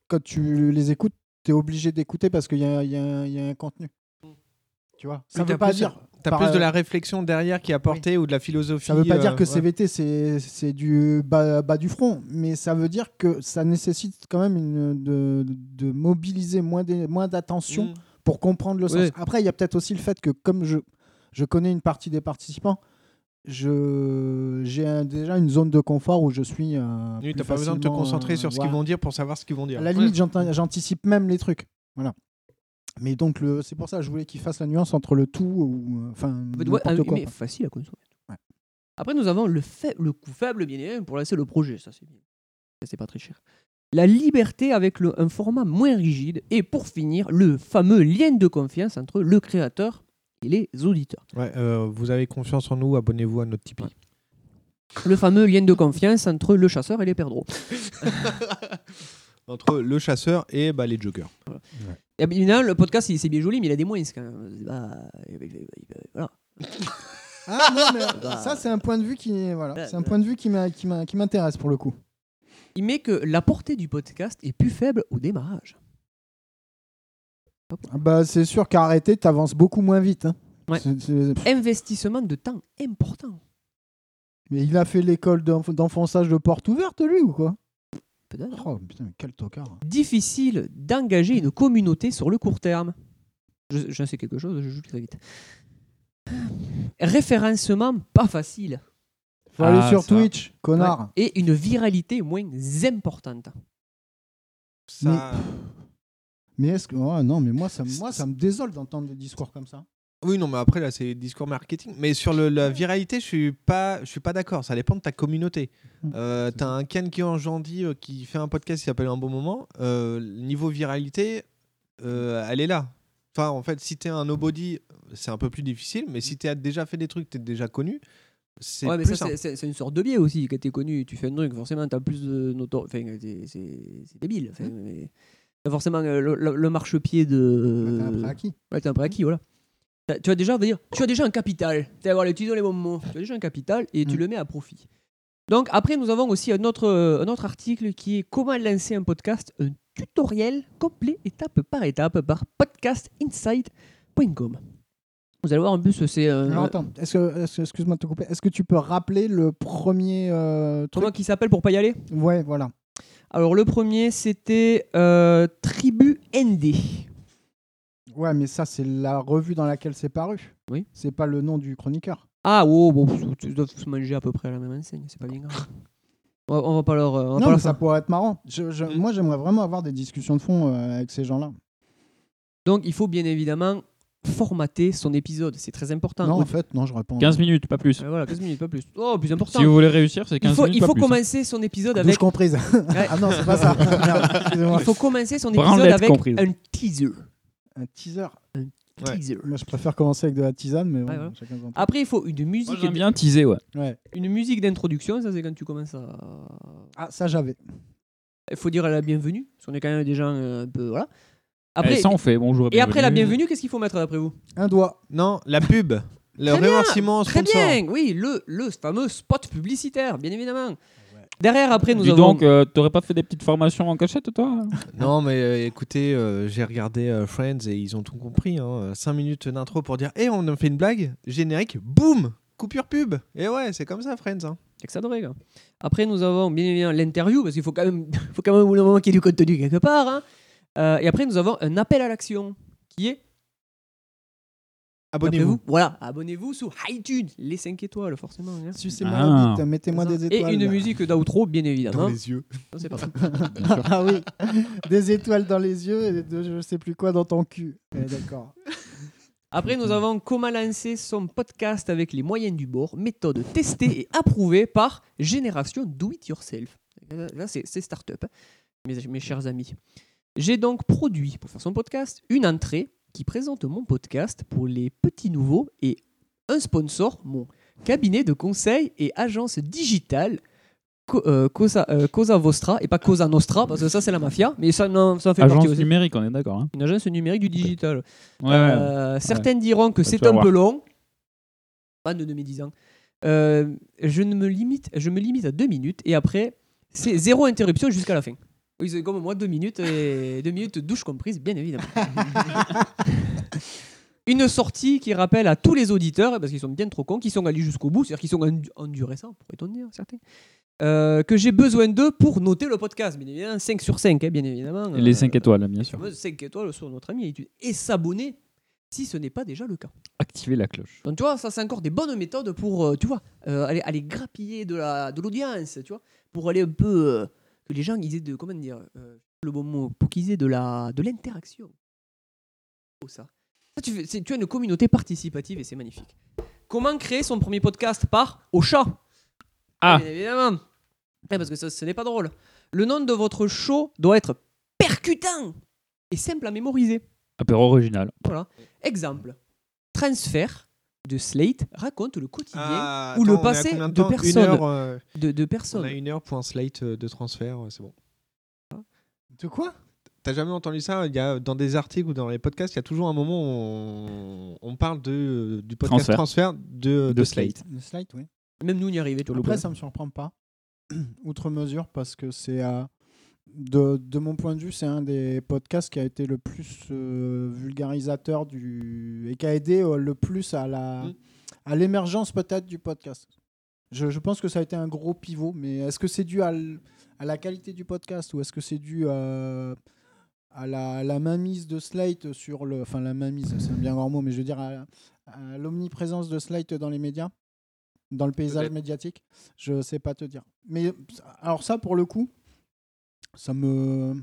Speaker 11: quand tu les écoutes, tu es obligé d'écouter parce qu'il y a, il y a un- il y a un contenu.
Speaker 10: Mm.
Speaker 11: Tu vois
Speaker 9: Oui,
Speaker 11: Ça veut
Speaker 9: t'as
Speaker 11: pas
Speaker 9: plus-
Speaker 11: dire.
Speaker 9: T'as
Speaker 11: par- euh,
Speaker 9: plus de la réflexion derrière qui est apportée ou de la philosophie. euh,
Speaker 11: ça veut pas dire que
Speaker 9: c'est
Speaker 11: CVT c'est c'est du bas, bas du front, mais ça veut dire que ça nécessite quand même une, de, de mobiliser moins d'é- moins d'attention
Speaker 9: Mmh.
Speaker 10: Mm.
Speaker 11: pour comprendre le sens.
Speaker 10: Ouais.
Speaker 11: Après, il y a peut-être aussi le fait que comme je je connais une partie des participants, je j'ai un- déjà une zone de confort où je suis. euh,
Speaker 9: Oui,
Speaker 11: plus
Speaker 9: t'as pas besoin de te
Speaker 11: facilement,
Speaker 9: concentrer
Speaker 11: euh,
Speaker 9: sur ce
Speaker 11: voilà.
Speaker 9: qu'ils vont dire pour savoir ce qu'ils vont dire.
Speaker 11: À la limite, j'entends- j'anticipe même les trucs. Voilà. Mais donc, le- c'est pour ça que je voulais qu'il fasse la nuance entre le tout ou. euh, Enfin,
Speaker 10: En fait, ouais,
Speaker 11: n'importe
Speaker 10: ah,
Speaker 11: quoi.
Speaker 10: mais
Speaker 11: quoi.
Speaker 10: facile à consommer. Après, nous avons le, fai- le coût faible, bien évidemment, pour lancer le projet. Ça, c'est bien. Ça, c'est pas très cher. La liberté avec le- un format moins rigide. Et pour finir, le fameux lien de confiance entre le créateur et les auditeurs.
Speaker 9: Ouais, euh, vous avez confiance en nous, abonnez-vous à notre Tipeee.
Speaker 10: Le fameux lien de confiance entre le chasseur et les perdreaux.
Speaker 9: Entre le chasseur et bah, les joggers.
Speaker 10: Et Eh bien, évidemment, le podcast, il- c'est bien joli, mais il a des moins quand même. Bah, voilà.
Speaker 11: Ah non, mais ça, c'est un point de vue qui. Voilà. C'est un point de vue qui m'a- qui m'a- qui m'intéresse pour le coup.
Speaker 10: Il met que la portée du podcast est plus faible au démarrage.
Speaker 11: Bah, c'est sûr qu'arrêter, t'avances beaucoup moins vite. hein.
Speaker 10: Ouais.
Speaker 11: C'est- c'est-
Speaker 10: Investissement de temps important.
Speaker 11: Mais il a fait l'école d'enf- d'enfonçage de porte ouverte, lui, ou quoi
Speaker 10: Peut-être.
Speaker 11: Oh putain, mais quel tocard.
Speaker 10: Difficile d'engager une communauté sur le court terme. Je, je sais quelque chose, je joue très vite. Référencement pas facile.
Speaker 11: Faut aller sur Twitch, connard.
Speaker 10: Ouais. Et une viralité moins importante.
Speaker 11: Mais, mais est-ce que. Oh, non, mais moi, ça, me- moi, ça me désole d'entendre des discours comme ça.
Speaker 9: Oui, non, mais après, là, c'est discours marketing. Mais sur le- la viralité, je suis pas, je suis pas d'accord. Ça dépend de ta communauté.
Speaker 10: Mmh.
Speaker 9: Euh, T'as un Ken qui enjandie euh, qui fait un podcast qui s'appelle Un Bon Moment. Euh, niveau viralité, euh, elle est là. Enfin, en fait, si t'es un nobody, c'est un peu plus difficile. Mais si t'as déjà fait des trucs, t'es déjà connu, c'est
Speaker 10: Ouais, mais
Speaker 9: plus
Speaker 10: ça,
Speaker 9: simple.
Speaker 10: c'est- c'est c'est une sorte de biais aussi. Quand t'es connu, tu fais un truc, forcément, t'as plus de noto- Enfin, c'est- c'est c'est débile. Enfin, mais- t'as forcément, euh, le, le- le marchepied de.
Speaker 11: t'es un préacquis.
Speaker 10: Ouais, t'es un préacquis, voilà. T'as- Tu as déjà, on va dire, tu as déjà un capital. Tu vas avoir les petits dans les bons mots. Tu as déjà un capital et
Speaker 11: Mm.
Speaker 10: tu le mets à profit. Donc après, nous avons aussi un autre, euh, un autre article qui est comment lancer un podcast, un tutoriel complet étape par étape par podcastinsight.com. Vous allez voir, en plus, c'est un-
Speaker 11: Alors attends, est-ce que, est-ce que- excuse-moi de te couper, est-ce que tu peux rappeler le premier euh, truc
Speaker 10: qui s'appelle pour pas y aller
Speaker 11: Ouais, voilà.
Speaker 10: Alors le premier c'était euh, Tribu ND.
Speaker 11: Ouais, mais ça c'est la revue dans laquelle c'est paru.
Speaker 10: Oui.
Speaker 11: C'est pas le nom du chroniqueur.
Speaker 10: Ah oh, bon, ils doivent tous manger à peu près à la même enseigne, c'est pas bien
Speaker 11: *laughs*
Speaker 10: grave. On va, on va pas leur... euh, on va pas
Speaker 11: Non, mais
Speaker 10: leur
Speaker 11: ça
Speaker 10: faire-
Speaker 11: pourrait être marrant. Je- je- Moi, j'aimerais vraiment avoir des discussions de fond euh, avec ces gens-là.
Speaker 10: Donc il faut bien évidemment formater son épisode, c'est très important.
Speaker 11: Non,
Speaker 10: Au-
Speaker 11: en fait, non, je réponds.
Speaker 8: 15 minutes, pas plus.
Speaker 10: Ouais, voilà, 15 minutes, pas plus. Oh, plus important.
Speaker 8: Si vous voulez réussir, c'est 15
Speaker 10: il faut,
Speaker 8: minutes,
Speaker 10: Il
Speaker 8: pas
Speaker 10: faut
Speaker 8: plus, hein.
Speaker 10: commencer son épisode
Speaker 11: Douche
Speaker 10: avec...
Speaker 11: comprise. *laughs* Ah non, c'est pas
Speaker 10: *laughs*
Speaker 11: ça. Merde, excusez-moi.
Speaker 10: il faut commencer son épisode
Speaker 11: Branlette
Speaker 10: avec
Speaker 11: comprise.
Speaker 10: un teaser.
Speaker 11: Un teaser
Speaker 10: Un teaser.
Speaker 11: Moi, je préfère commencer avec de la tisane, mais bon,
Speaker 10: Ouais, Ah. voilà.
Speaker 11: chacun son truc.
Speaker 10: Après, il faut une musique...
Speaker 11: j'aime
Speaker 8: bien teaser, ouais.
Speaker 11: Ouais.
Speaker 10: Une musique d'introduction, ça c'est quand tu commences à...
Speaker 11: Ah, ça j'avais.
Speaker 10: Il faut dire la bienvenue, parce qu'on est quand même des gens euh, un peu... Voilà.
Speaker 8: Eh, ça, on fait bonjour et
Speaker 10: Et après la
Speaker 8: bienvenue.
Speaker 10: bienvenue, qu'est-ce qu'il faut mettre d'après vous
Speaker 11: Un doigt.
Speaker 9: Non, la pub. Le
Speaker 10: Très bien,
Speaker 9: remerciement
Speaker 10: Très
Speaker 9: sponsor.
Speaker 10: bien, oui, le, le fameux spot publicitaire, bien évidemment. Derrière, après, nous
Speaker 8: Dis
Speaker 10: avons...
Speaker 8: donc, euh, t'aurais pas fait des petites formations en cachette, toi
Speaker 9: Non, mais euh, écoutez, euh, j'ai regardé euh, Friends et ils ont tout compris. 5 minutes d'intro pour dire Eh, on a fait une blague, générique, boum Coupure pub Et ouais, c'est comme ça, Friends. hein.
Speaker 10: Exadré, gars. Après, nous avons bien évidemment l'interview, parce qu'il faut quand même, *laughs* faut quand même au bout d'un moment qu'il y ait du contenu quelque part. hein. Euh, et après, nous avons un appel à l'action, qui est
Speaker 9: Abonnez-vous.
Speaker 10: D'après Voilà, abonnez-vous sur iTunes, les 5 étoiles, forcément. hein.
Speaker 11: Sucez-moi la Ah. bite, mettez-moi des
Speaker 10: Et
Speaker 11: étoiles. *laughs*
Speaker 10: une musique d'outro, bien évidemment.
Speaker 11: Dans les
Speaker 9: yeux.
Speaker 10: Non, c'est pas ça.
Speaker 11: *laughs* ah oui, des étoiles dans les yeux et de je sais plus quoi dans ton cul. Eh, D'accord.
Speaker 10: Après, nous avons comment lancer son podcast avec les moyens du bord, méthode testée et approuvée par Génération Do It Yourself. Là, là, c'est c'est start-up, hein, mes, mes chers amis. J'ai donc produit, pour faire son podcast, une entrée qui présente mon podcast pour les petits nouveaux et un sponsor, mon cabinet de conseil et agence digitale. Co- euh, Cosa, euh, Cosa Vostra et pas Cosa Nostra parce que ça c'est la mafia mais ça non ça en fait
Speaker 8: Agence
Speaker 10: partie aussi.
Speaker 8: numérique, on est d'accord. hein.
Speaker 10: Une agence numérique du digital.
Speaker 8: Ouais, ouais.
Speaker 10: Euh,
Speaker 8: Ouais.
Speaker 10: Certaines diront que
Speaker 8: Ouais, tu
Speaker 10: c'est
Speaker 8: vas
Speaker 10: un
Speaker 8: voir.
Speaker 10: peu long. Pas de 2010 ans. Euh, je, ne me limite, je me limite à deux minutes et après, c'est zéro interruption jusqu'à la fin. Oui, c'est comme moi, deux minutes et deux minutes douche comprise,
Speaker 8: *laughs*
Speaker 10: bien évidemment. Une sortie qui rappelle à tous les auditeurs, parce qu'ils sont bien trop cons, qui sont allés jusqu'au bout, c'est-à-dire qu'ils sont endu- enduressants, pourrait-on dire, certains, euh, que j'ai besoin d'eux pour noter le podcast, bien évidemment, 5 sur 5, bien évidemment.
Speaker 8: Et les
Speaker 10: Euh,
Speaker 8: 5 étoiles, bien sûr.
Speaker 10: 5 étoiles sur notre ami iTunes. Et s'abonner si ce n'est pas déjà le cas.
Speaker 8: Activer la cloche.
Speaker 10: Donc tu vois, ça c'est encore des bonnes méthodes pour, euh, tu vois, euh, aller, aller grappiller de la de l'audience, tu vois, pour aller un peu euh, que les gens ils aient de comment dire euh, le bon mot pour qu'ils aient de la de l'interaction. Oh, ça. Ça, tu, fais- c'est- tu as une communauté participative et c'est magnifique. Comment créer son premier podcast par au chat
Speaker 8: Ah.
Speaker 10: Bien évidemment. Eh, parce que ça, ce n'est pas drôle. Le nom de votre show doit être percutant et simple à mémoriser.
Speaker 8: Apéro original.
Speaker 10: Voilà. Exemple. Transfert de Slate raconte le quotidien
Speaker 9: Ah, attends,
Speaker 10: ou
Speaker 9: on
Speaker 10: le
Speaker 9: est à
Speaker 10: passé
Speaker 9: combien
Speaker 10: de,
Speaker 9: de temps Une
Speaker 10: personnes.
Speaker 9: heure, euh,
Speaker 10: de, de
Speaker 9: On
Speaker 10: personnes.
Speaker 9: a une heure pour un slate euh, de transfert, euh, c'est bon.
Speaker 11: De quoi
Speaker 9: T'as jamais entendu ça Il y a, Dans des articles ou dans les podcasts, il y a toujours un moment où on, on parle de, euh, du podcast transfert,
Speaker 8: Transfert.
Speaker 9: de, de,
Speaker 8: De
Speaker 9: Slate.
Speaker 11: Le slide, oui.
Speaker 10: Même nous, on y arrivait.
Speaker 11: Après, ça me surprend pas. *clears throat* outre mesure parce que c'est à. De, de mon point de vue, c'est un des podcasts qui a été le plus euh, vulgarisateur du et qui a aidé euh, le plus à la à l'émergence peut-être du podcast. Je, je pense que ça a été un gros pivot, mais est-ce que c'est dû à, l- à la qualité du podcast ou est-ce que c'est dû euh, à la, à la mainmise de Slate sur le. Enfin, la mainmise, c'est un bien grand mot, mais je veux dire à, à Euh, l'omniprésence de Slate dans les médias, dans le paysage
Speaker 9: Peut-être.
Speaker 11: médiatique. Je sais pas te dire. Mais alors, ça, pour le coup, ça me.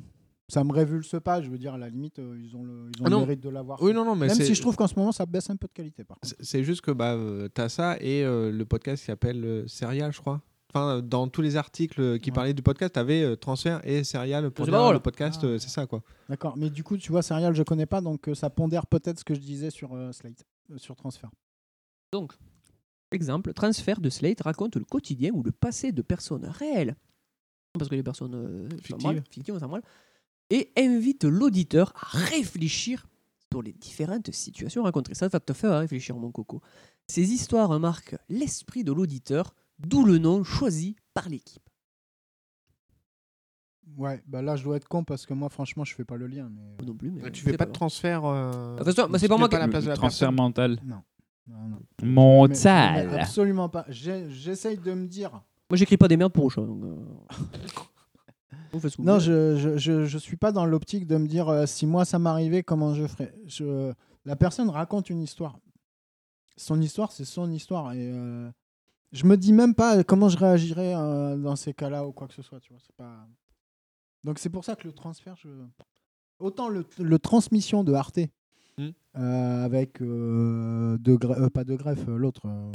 Speaker 11: Ça me révulse pas, je veux dire, à la limite, euh, ils ont le, ils ont
Speaker 9: Ah
Speaker 11: le
Speaker 9: non.
Speaker 11: mérite de l'avoir.
Speaker 9: Oui,
Speaker 11: fait.
Speaker 9: non, non, mais
Speaker 11: Même
Speaker 9: c'est-
Speaker 11: si je trouve qu'en ce moment, ça baisse un peu de qualité, par
Speaker 9: C'est- C'est juste que bah, tu as ça et euh, le podcast qui s'appelle euh, Serial, je crois. Enfin, euh, dans tous les articles euh, qui parlaient du podcast, tu avais transfert et Serial pour
Speaker 11: C'est
Speaker 9: dire,
Speaker 11: drôle.
Speaker 9: le podcast,
Speaker 10: Ah.
Speaker 9: euh, c'est ça quoi.
Speaker 11: D'accord, mais du coup, tu vois, Serial, je connais pas, donc euh, ça pondère peut-être ce que je disais sur euh, Slate, euh, sur transfert.
Speaker 10: Donc, exemple, transfert de Slate raconte le quotidien ou le passé de personnes réelles, parce que les personnes euh, on s'en
Speaker 11: Fictives.
Speaker 10: branle, fictives, on s'en branle, et invite l'auditeur à réfléchir sur les différentes situations rencontrées. Ça va te faire réfléchir, mon coco. Ces histoires marquent l'esprit de l'auditeur, d'où le nom choisi par l'équipe.
Speaker 11: Ouais, bah là, je dois être con parce que moi, franchement, je fais pas le lien. Mais...
Speaker 10: Non plus, mais
Speaker 9: Tu fais pas de transfert. euh,
Speaker 11: De toute façon, bah, c'est
Speaker 9: tu
Speaker 11: pas
Speaker 9: mets
Speaker 11: moi
Speaker 9: pas
Speaker 11: qui-
Speaker 9: la place de la
Speaker 8: transfert
Speaker 9: personne.
Speaker 8: mental.
Speaker 11: Non.
Speaker 8: Mental.
Speaker 11: Absolument pas. J'ai- J'essaye de me dire.
Speaker 10: Moi, j'écris pas des merdes pour
Speaker 11: *laughs*
Speaker 10: Auchan. donc, euh, on fait ce que vous
Speaker 11: Non,
Speaker 10: voulez.
Speaker 11: je, je, je, je suis pas dans l'optique de me dire euh, si moi ça m'arrivait, comment je ferais. Je... La personne raconte une histoire. Son histoire, c'est son histoire. Et euh, je me dis même pas comment je réagirais euh, dans ces cas-là ou quoi que ce soit. Tu vois, c'est pas. Donc c'est pour ça que le transfert, je... autant le, le transmission de Arte
Speaker 9: Hmm.
Speaker 11: euh, avec euh, de Gre- euh, pas de greffe, euh, l'autre.
Speaker 10: *laughs*
Speaker 11: euh,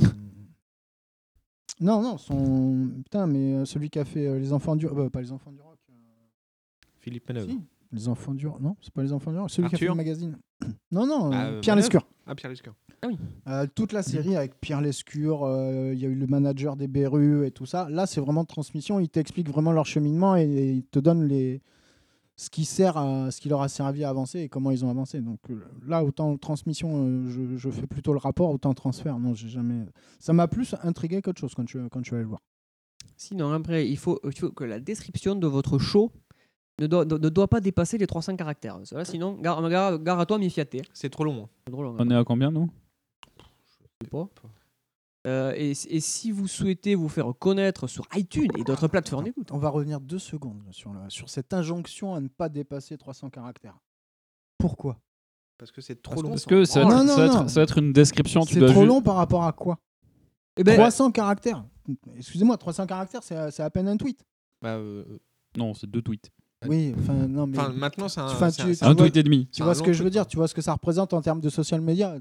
Speaker 11: non, non, son putain, mais euh, celui qui a fait euh, les enfants du, euh, pas les enfants du rock.
Speaker 9: Philippe Manœuvre.
Speaker 11: Si. Les enfants du rock, non, c'est pas les enfants du rock, celui qui a fait
Speaker 9: Arthur
Speaker 11: le magazine. *clears throat* Non, non, euh,
Speaker 9: Ah, euh,
Speaker 11: Pierre
Speaker 9: Manœuvre.
Speaker 11: Lescure.
Speaker 9: Ah, Pierre Lescure.
Speaker 11: Euh, toute la série avec Pierre Lescure, euh, il y a eu le manager des Berus et tout ça. Là, c'est vraiment de transmission. Ils t'expliquent vraiment leur cheminement et, et ils te donnent les... ce, qui sert à... ce qui leur a servi à avancer et comment ils ont avancé. Donc euh, là, autant transmission, euh, je, je fais plutôt le rapport, autant transfert. Non, j'ai jamais. Ça m'a plus intrigué qu'autre chose quand je, quand je suis allé le voir.
Speaker 10: Sinon, après, il faut, il faut que la description de votre show ne doit, ne doit pas dépasser les 300 caractères. Parce que là, sinon, gare, gare- gare à toi, mi fiaté. hein.
Speaker 9: C'est trop long. hein.
Speaker 10: C'est trop long,
Speaker 8: On est à combien, nous
Speaker 10: je sais pas. Euh, et, et si vous souhaitez vous faire connaître sur iTunes et d'autres plateformes d'écoute,
Speaker 11: On va revenir deux secondes sur, le- sur cette injonction à ne pas dépasser 300 caractères. Pourquoi
Speaker 9: Parce que c'est
Speaker 11: Parce
Speaker 9: trop long.
Speaker 8: Parce que ça va, être,
Speaker 11: Non, non,
Speaker 8: ça va être-
Speaker 11: non.
Speaker 8: ça va être une description. Tu
Speaker 11: C'est
Speaker 8: dois
Speaker 11: trop
Speaker 8: ju-
Speaker 11: long par rapport à quoi
Speaker 10: Eh ben-
Speaker 11: 300 caractères. Excusez-moi, 300 caractères, c'est c'est à peine un tweet.
Speaker 9: Bah, euh,
Speaker 8: Non, c'est deux tweets.
Speaker 11: Oui, enfin, non, mais.
Speaker 9: Enfin, maintenant, c'est un-
Speaker 11: Enfin,
Speaker 9: c'est
Speaker 11: tu-
Speaker 9: un-
Speaker 11: tu
Speaker 8: c'est un
Speaker 11: vois-
Speaker 8: tweet et demi.
Speaker 11: Tu
Speaker 8: C'est un
Speaker 11: vois ce
Speaker 8: long
Speaker 11: que je
Speaker 8: tweet,
Speaker 11: veux dire Tu vois ce que ça représente en termes de social media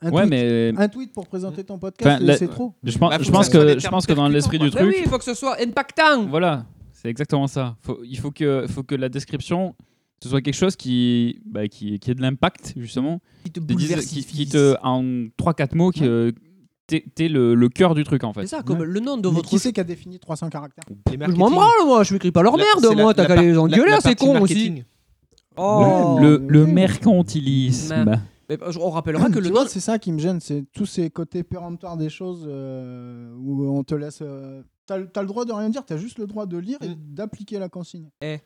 Speaker 11: un
Speaker 8: Ouais,
Speaker 11: tweet, Bah,
Speaker 8: mais-
Speaker 11: un tweet pour présenter ton podcast,
Speaker 8: Enfin, la-
Speaker 11: c'est trop.
Speaker 8: Je pense, je pense que, je pense que dans l'esprit du
Speaker 10: Ben
Speaker 8: truc.
Speaker 10: oui,
Speaker 11: Bah
Speaker 10: il faut que ce soit impactant.
Speaker 8: Voilà, c'est exactement ça. Faut- il faut que, faut que la description ce soit quelque chose qui, bah, qui, qui ait de l'impact justement,
Speaker 10: qui te,
Speaker 8: dise- qui, qui te en 3-4 mots, que t'es t'es le, le cœur du truc en fait.
Speaker 10: C'est ça, comme le nom de
Speaker 11: Mais
Speaker 10: votre
Speaker 11: qui c'est qui a défini 300 caractères
Speaker 10: Je m'en branle, moi, je m'écris pas leur
Speaker 8: La-
Speaker 10: merde,
Speaker 8: c'est
Speaker 10: moi,
Speaker 8: la-
Speaker 10: t'as
Speaker 8: la
Speaker 10: qu'à les
Speaker 8: par-
Speaker 10: engueuler,
Speaker 8: la- la
Speaker 10: c'est
Speaker 8: partie
Speaker 10: con aussi.
Speaker 8: marketing.
Speaker 10: Oh. Bah,
Speaker 8: le, le- le mercantilisme. Bah,
Speaker 10: Mais euh,
Speaker 11: *coughs*
Speaker 10: on rappellera que
Speaker 11: Tu
Speaker 10: le
Speaker 11: vois,
Speaker 10: nom.
Speaker 11: c'est ça qui me gêne, c'est tous ces côtés péremptoires des choses euh, où on te laisse. euh, T'as as le droit de rien dire, t'as juste le droit de lire et
Speaker 8: Mm.
Speaker 11: d'appliquer la consigne.
Speaker 10: Eh,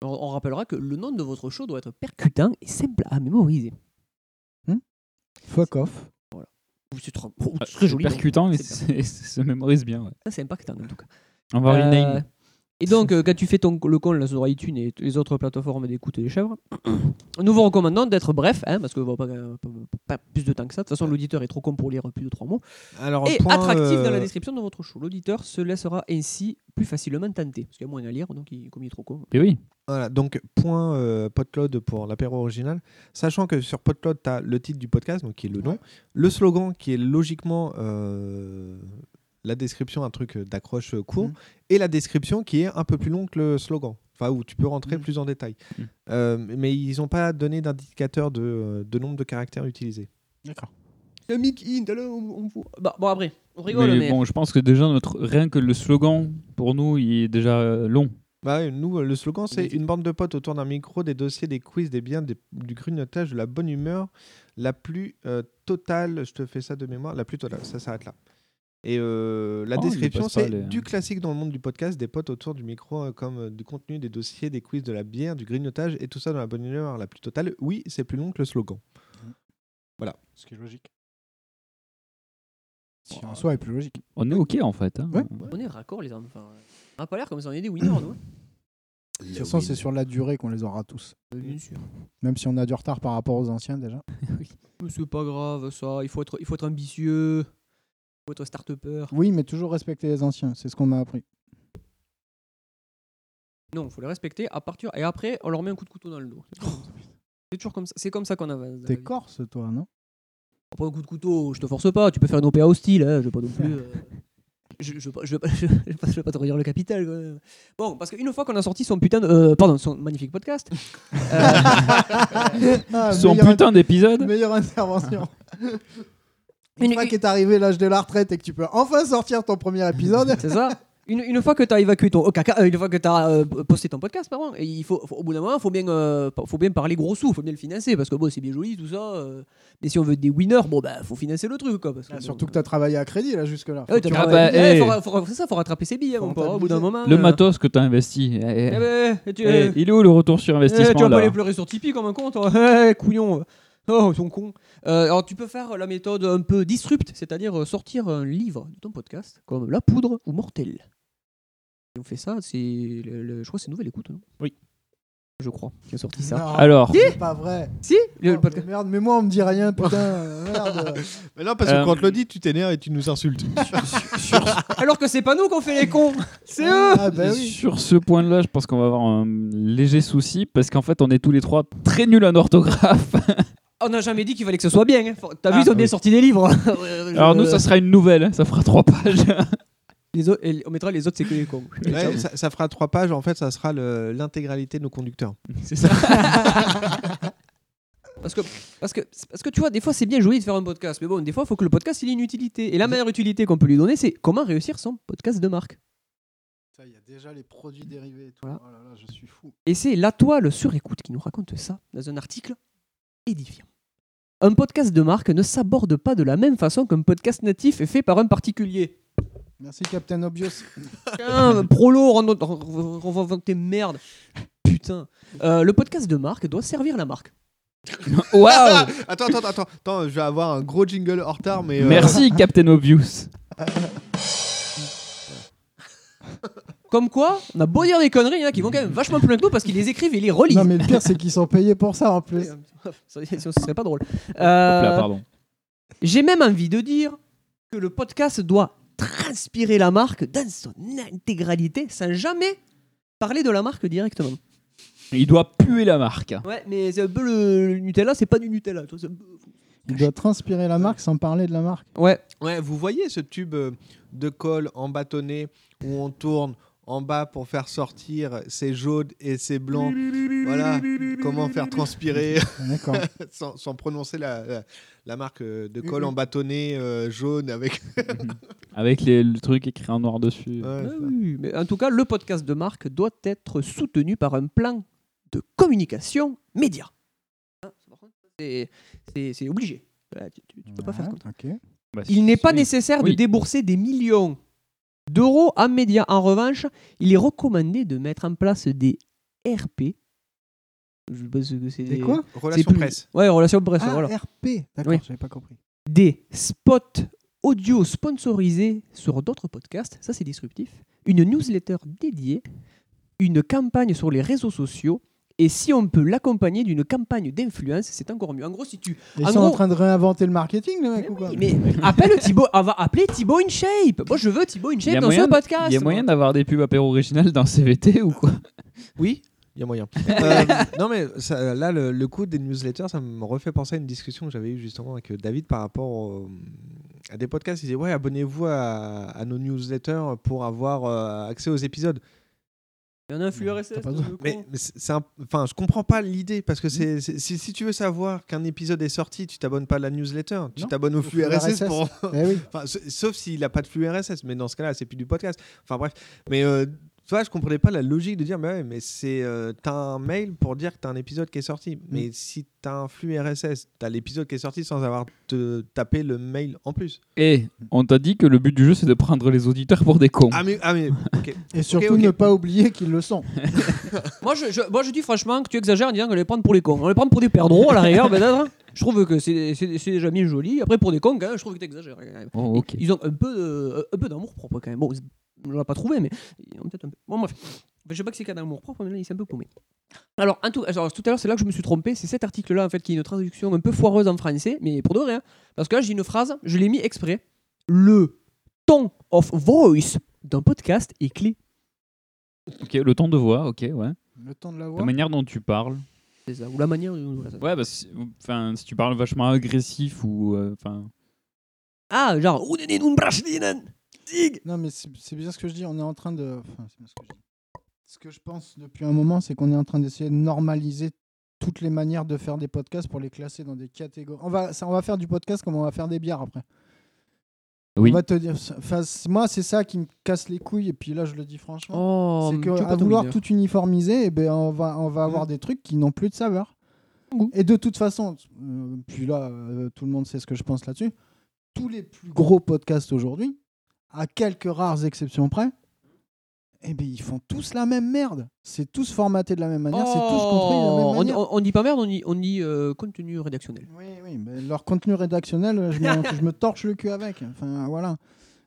Speaker 10: on, on rappellera que le nom de votre show doit être percutant et simple à mémoriser.
Speaker 11: Fuck off.
Speaker 10: Voilà. C'est trop- oh,
Speaker 8: Ah,
Speaker 10: c'est très
Speaker 8: c'est
Speaker 10: joli.
Speaker 8: percutant, mais
Speaker 10: C'est
Speaker 8: c'est- *laughs* ça se mémorise bien. ouais.
Speaker 10: Ça, c'est impactant en tout cas.
Speaker 8: On va
Speaker 10: Euh,
Speaker 8: rename.
Speaker 10: Et donc, euh, quand tu fais ton, le con là, sur iTunes et t- les autres plateformes d'écoute des chèvres, *clears throat* nous vous recommandons d'être bref, hein, parce que bon, pas, pas- pas plus de temps que ça. De toute façon, l'auditeur est trop con pour lire plus de trois mots.
Speaker 9: Alors,
Speaker 10: et
Speaker 9: point,
Speaker 10: attractif dans la
Speaker 9: euh,
Speaker 10: description de votre show. L'auditeur se laissera ainsi plus facilement tenter, parce qu'il y a moins à lire, donc il, comme il est trop con.
Speaker 8: Et oui.
Speaker 9: Voilà, donc point euh, Podcloud pour l'apéro original. Sachant que sur Podcloud, tu as le titre du podcast, donc qui est le nom, le slogan qui est logiquement euh, la description, un truc d'accroche euh, court, et la description qui est un peu plus longue que le slogan, enfin où tu peux rentrer plus en détail. Euh, mais ils n'ont pas donné d'indicateur de, de nombre de caractères utilisés.
Speaker 11: D'accord.
Speaker 10: Le mic in, t'as le- on- on- on- bah, bon, après, on rigole,
Speaker 8: mais,
Speaker 10: mais.
Speaker 8: bon, je pense que déjà, notre, rien que le slogan, pour nous, il est déjà euh, long.
Speaker 9: Bah ouais, nous, euh, le slogan, c'est une bande de potes autour d'un micro, des dossiers, des quiz, des biens, des- du grignotage, de la bonne humeur, la plus euh, totale, je te fais ça de mémoire, la plus totale, ça s'arrête là. Et euh, la
Speaker 8: Oh, il
Speaker 9: description,
Speaker 8: passe pas
Speaker 9: c'est
Speaker 8: les-
Speaker 9: du classique dans le monde du podcast, des potes autour du micro, euh, comme euh, du contenu, des dossiers, des quiz, de la bière, du grignotage, et tout ça dans la bonne humeur la plus totale. Oui, c'est plus long que le slogan. Voilà.
Speaker 11: Ce qui est logique. Qui en soi est plus logique.
Speaker 8: On est OK en fait. hein.
Speaker 10: On est raccord, les hommes. Enfin, on a pas l'air comme ça, on est des winners, nous.
Speaker 11: De toute façon, c'est sur la durée qu'on les aura tous.
Speaker 10: Bien sûr.
Speaker 11: Même si on a du retard par rapport aux anciens déjà.
Speaker 10: Mais c'est pas grave, ça. Il faut être, il faut être ambitieux. Il faut être start-upper.
Speaker 11: Oui, mais toujours respecter les anciens, c'est ce qu'on a appris.
Speaker 10: Non, faut les respecter à partir. Et après, on leur met un coup de couteau dans le dos. C'est toujours comme ça. C'est comme ça qu'on avance. dans la
Speaker 11: T'es
Speaker 10: vie.
Speaker 11: corse, toi,
Speaker 10: *laughs*
Speaker 11: non
Speaker 10: Pas un coup de couteau, je te force pas. Tu peux faire une OPA hostile, hein, je veux pas non plus. euh, Je, je, veux pas- je, veux pas- *laughs* je veux pas- je veux pas te redire le capital. quand même. Bon, parce qu'une fois qu'on a sorti son putain de. euh, pardon, son magnifique podcast. euh,
Speaker 11: *laughs* Ah,
Speaker 8: Son
Speaker 11: meilleure
Speaker 8: putain
Speaker 11: int-
Speaker 8: d'épisode.
Speaker 11: *laughs* Meilleure intervention.
Speaker 10: Ah.
Speaker 11: *laughs* Une
Speaker 10: Une-
Speaker 11: fois qu'est arrivé l'âge de la retraite et que tu peux enfin sortir ton premier
Speaker 10: *laughs*
Speaker 11: épisode.
Speaker 10: C'est ça une, une fois que tu as évacué ton. oh, caca, euh, une fois que tu as posté ton podcast, pardon, et il faut, faut- au bout d'un moment, faut bien, euh, pa- faut bien parler gros sous, faut bien le financer, parce que bon, c'est bien joli tout ça. euh, mais si on veut des winners, bon, bah, faut financer le truc, quoi. Parce que, bon,
Speaker 11: Ah, Surtout que t'as travaillé à crédit là jusque-là.
Speaker 10: Ah ouais, t'as
Speaker 11: Tu
Speaker 10: travaillé-
Speaker 11: rappelles-
Speaker 8: bah,
Speaker 10: Ouais,
Speaker 8: eh.
Speaker 10: faut ra- faut ra- C'est ça, faut rattraper ses billets, mon pauvre, au bout d'un moment.
Speaker 8: Le
Speaker 10: euh,
Speaker 8: matos que tu as investi. eh, eh.
Speaker 10: Eh ben, eh, tu-
Speaker 8: Eh,
Speaker 10: euh,
Speaker 8: il est où le retour sur
Speaker 10: eh,
Speaker 8: investissement
Speaker 10: Tu vas pas
Speaker 8: là
Speaker 10: aller pleurer sur Tipeee comme un con, toi. *laughs* Eh, couillon. Oh, ils sont cons. Euh, alors, tu peux faire la méthode un peu disrupt, c'est-à-dire euh, sortir un livre de ton podcast, comme La Poudre ou Mortel. Et on fait ça, c'est. le- le- je crois que c'est Nouvelle Écoute, non Oui. Je crois qui a sorti ça.
Speaker 11: Non,
Speaker 8: Alors.
Speaker 11: c'est pas vrai.
Speaker 10: Si
Speaker 11: le podcast. Merde, mais moi on me dit rien, putain.
Speaker 10: *laughs*
Speaker 11: euh, merde.
Speaker 9: Mais non, parce que
Speaker 8: Euh,
Speaker 9: quand on te le dit, tu t'énerves et tu nous insultes.
Speaker 10: Alors que c'est pas nous qu'on fait les cons,
Speaker 11: *laughs*
Speaker 10: c'est eux
Speaker 11: Ah bah oui.
Speaker 8: Sur ce point-là, je pense qu'on va avoir un léger souci parce qu'en fait, on est tous les trois très nuls en
Speaker 10: *laughs*
Speaker 8: orthographe.
Speaker 10: On n'a jamais dit qu'il fallait que ce soit bien. hein. Faut- T'as vu,
Speaker 8: Ah,
Speaker 10: ils ont bien
Speaker 8: oui.
Speaker 10: sorti des livres.
Speaker 8: Alors nous, ça sera une nouvelle, ça fera trois pages.
Speaker 10: Les autres- et on mettra les autres, c'est que les cons.
Speaker 9: Ouais, ça, ça fera trois pages, en fait, ça sera le- l'intégralité de nos conducteurs.
Speaker 8: C'est ça.
Speaker 10: Parce que, parce, que, parce que tu vois, des fois c'est bien joli de faire un podcast, mais bon, des fois il faut que le podcast il ait une utilité. Et la meilleure utilité qu'on peut lui donner, c'est comment réussir son podcast de marque.
Speaker 11: Putain, Il y a déjà les produits dérivés et tout.
Speaker 10: Voilà.
Speaker 11: Oh là là, je suis fou.
Speaker 10: Et c'est La Toile sur écoute qui nous raconte ça dans un article édifiant. Un podcast de marque ne s'aborde pas de la même façon qu'un podcast natif est fait par un particulier.
Speaker 11: Merci Captain Obvious.
Speaker 10: Putain, prolo, on va inventer merde. Putain. Euh, le podcast de marque doit servir la marque.
Speaker 9: Waouh *laughs* Attends, attends, attends, attends, je vais avoir un gros jingle en retard, mais. euh,
Speaker 8: Merci Captain Obvious.
Speaker 10: Comme quoi, on a beau dire des conneries, il y en a qui vont quand même vachement plus loin que nous parce qu'ils les écrivent et ils les
Speaker 11: *laughs*
Speaker 10: relisent.
Speaker 11: Non, mais le pire, c'est qu'ils sont payés pour ça en plus.
Speaker 10: Ça- ça- Ce serait pas drôle.
Speaker 8: Hop là,
Speaker 10: Euh,
Speaker 8: pardon.
Speaker 10: J'ai même envie de dire que le podcast doit transpirer la marque dans son intégralité sans jamais parler de la marque directement.
Speaker 8: Il doit puer la marque. hein,
Speaker 10: Ouais, mais c'est un peu le, le Nutella, c'est pas du Nutella. tu vois, c'est un peu-
Speaker 11: Il doit transpirer la marque sans parler de la marque.
Speaker 10: Ouais.
Speaker 9: Ouais, vous voyez ce tube euh, de colle en bâtonnet où on tourne en bas pour faire sortir ces jaunes et ces blancs. Voilà, comment faire transpirer *laughs*
Speaker 11: Ah, *laughs* D'accord.
Speaker 9: sans, sans prononcer la, la- la marque euh, de colle en bâtonnet euh, jaune avec.
Speaker 8: Avec les- le truc écrit en noir dessus.
Speaker 9: Ouais,
Speaker 10: Ah oui, mais en tout cas, le podcast de marque doit être soutenu par un plan de communication média. Hein, par contre, C'est c'est- c'est obligé. Ouais, Tu, tu- tu peux pas faire comme ça.
Speaker 11: Ok.
Speaker 8: Bah,
Speaker 10: Il n'est pas
Speaker 8: si.
Speaker 10: nécessaire
Speaker 8: Oui.
Speaker 10: de débourser des millions d'euros à médias. En revanche, il est recommandé de mettre en place des RP. Je sais pas ce que c'est.
Speaker 11: Des quoi
Speaker 10: c'est
Speaker 9: Relations
Speaker 10: plus-
Speaker 9: presse.
Speaker 10: Ouais, relations presse,
Speaker 11: Ah,
Speaker 10: voilà.
Speaker 11: RP. D'accord,
Speaker 10: Oui.
Speaker 11: j'avais pas compris.
Speaker 10: Des spots audio sponsorisés sur d'autres podcasts, ça c'est disruptif. Une newsletter dédiée, une campagne sur les réseaux sociaux. Et si on peut l'accompagner d'une campagne d'influence, c'est encore mieux. En gros, si tu.
Speaker 11: Ils
Speaker 10: en
Speaker 11: sont en
Speaker 10: gros-
Speaker 11: train de réinventer le marketing, le mec, ou quoi
Speaker 10: mais appelle Thibaut, on va appeler Thibaut InShape. Moi, je veux Thibaut
Speaker 8: Il y a
Speaker 10: InShape dans
Speaker 8: moyen,
Speaker 10: ce podcast.
Speaker 8: il y a moyen d'avoir des pubs apéro originales dans CVT ou quoi
Speaker 10: Oui.
Speaker 9: Il y a moyen. Euh, non, mais ça- là, le, le coup des newsletters, ça me refait penser à une discussion que j'avais eue justement avec euh, David par rapport au- euh, à des podcasts. Il disait Ouais, abonnez-vous à, à nos newsletters pour avoir euh, accès aux épisodes.
Speaker 10: Il y en a un flux RSS.
Speaker 11: pas
Speaker 10: dans
Speaker 11: besoin.
Speaker 10: le con.
Speaker 9: Mais, mais c'est c'est un- enfin, je comprends pas l'idée parce que c'est, c'est- si, si tu veux savoir qu'un épisode est sorti, tu t'abonnes pas à la newsletter, tu
Speaker 11: Non.
Speaker 9: t'abonnes au flux
Speaker 11: flux
Speaker 9: RSS.
Speaker 11: RSS.
Speaker 9: Pour... *laughs*
Speaker 11: Eh oui.
Speaker 9: Enfin, sa- sauf s'il a pas de flux RSS, mais dans ce cas-là, c'est plus du podcast. Enfin bref, mais euh, Tu vois, je comprenais pas la logique de dire, mais ouais, mais c'est. euh, t'as un mail pour dire que t'as un épisode qui est sorti.
Speaker 8: Mm.
Speaker 9: Mais si t'as un flux RSS, t'as l'épisode qui est sorti sans avoir te tapé le mail en plus.
Speaker 8: Et Eh, on t'a dit que le but du jeu, c'est de prendre les auditeurs pour des cons.
Speaker 9: Ah, mais. Ah, mais ok.
Speaker 11: Et surtout ne pas oublier qu'ils le sont.
Speaker 10: moi, je, je- moi, je dis franchement que tu exagères en disant qu'on les prend pour les cons. On les prend pour des perdreaux à
Speaker 8: *laughs*
Speaker 10: la rigueur, peut-être. hein. Je trouve que c'est c'est- c'est déjà bien joli. Après, pour des cons, quand même, je trouve que t'exagères. hein, quand même.
Speaker 8: Oh, ok.
Speaker 10: Ils ont un peu, de- un peu d'amour propre quand même. Bon, ils- on l'a pas trouvé, mais ils ont peut-être un peu. Bon, bref. Je sais pas que c'est qu'un amour propre, mais là, il s'est un peu paumé. Alors, en tout, alors, tout à l'heure, c'est là que je me suis trompé. C'est cet article-là, en fait, qui est une traduction un peu foireuse en français, mais pour de rien. Parce que là, j'ai une phrase, je l'ai mis exprès. Le ton of voice d'un podcast est clé.
Speaker 8: Ok, le ton de voix, ok, ouais.
Speaker 11: Le temps de la
Speaker 8: La
Speaker 11: voix.
Speaker 8: manière dont tu parles.
Speaker 10: C'est ça, ou la manière. dont- voilà, ça.
Speaker 8: Ouais, bah, si, enfin, si tu parles vachement agressif ou. euh, Enfin.
Speaker 10: Ah, genre. Oudeninoun brachdinen.
Speaker 11: Non, mais c'est c'est bien ce que je dis. On est en train de. Enfin, c'est bien ce que je dis. Ce que je pense depuis un moment, c'est qu'on est en train d'essayer de normaliser toutes les manières de faire des podcasts pour les classer dans des catégories. On va, ça, on va faire du podcast comme on va faire des bières après.
Speaker 8: Oui.
Speaker 11: On va te dire. enfin, c- moi, c'est ça qui me casse les couilles. Et puis là, je le dis franchement.
Speaker 10: Oh,
Speaker 11: c'est
Speaker 10: tu vois
Speaker 11: qu'à
Speaker 10: pas ton
Speaker 11: vouloir
Speaker 10: leader.
Speaker 11: tout uniformiser, eh ben, on, va, on va
Speaker 10: Mm.
Speaker 11: avoir des trucs qui n'ont plus de saveur. Et de toute façon, euh, puis là, euh, tout le monde sait ce que je pense là-dessus. Tous les plus gros podcasts aujourd'hui, à quelques rares exceptions près, eh ben, ils font tous la même merde. C'est tous formatés de la même manière, c'est tous construits de la même
Speaker 10: Oh, on,
Speaker 11: manière.
Speaker 10: on- on dit pas merde, on dit, on dit euh, contenu rédactionnel.
Speaker 11: Oui, mais leur contenu rédactionnel, je, m'en- je me torche le cul avec. Enfin, voilà.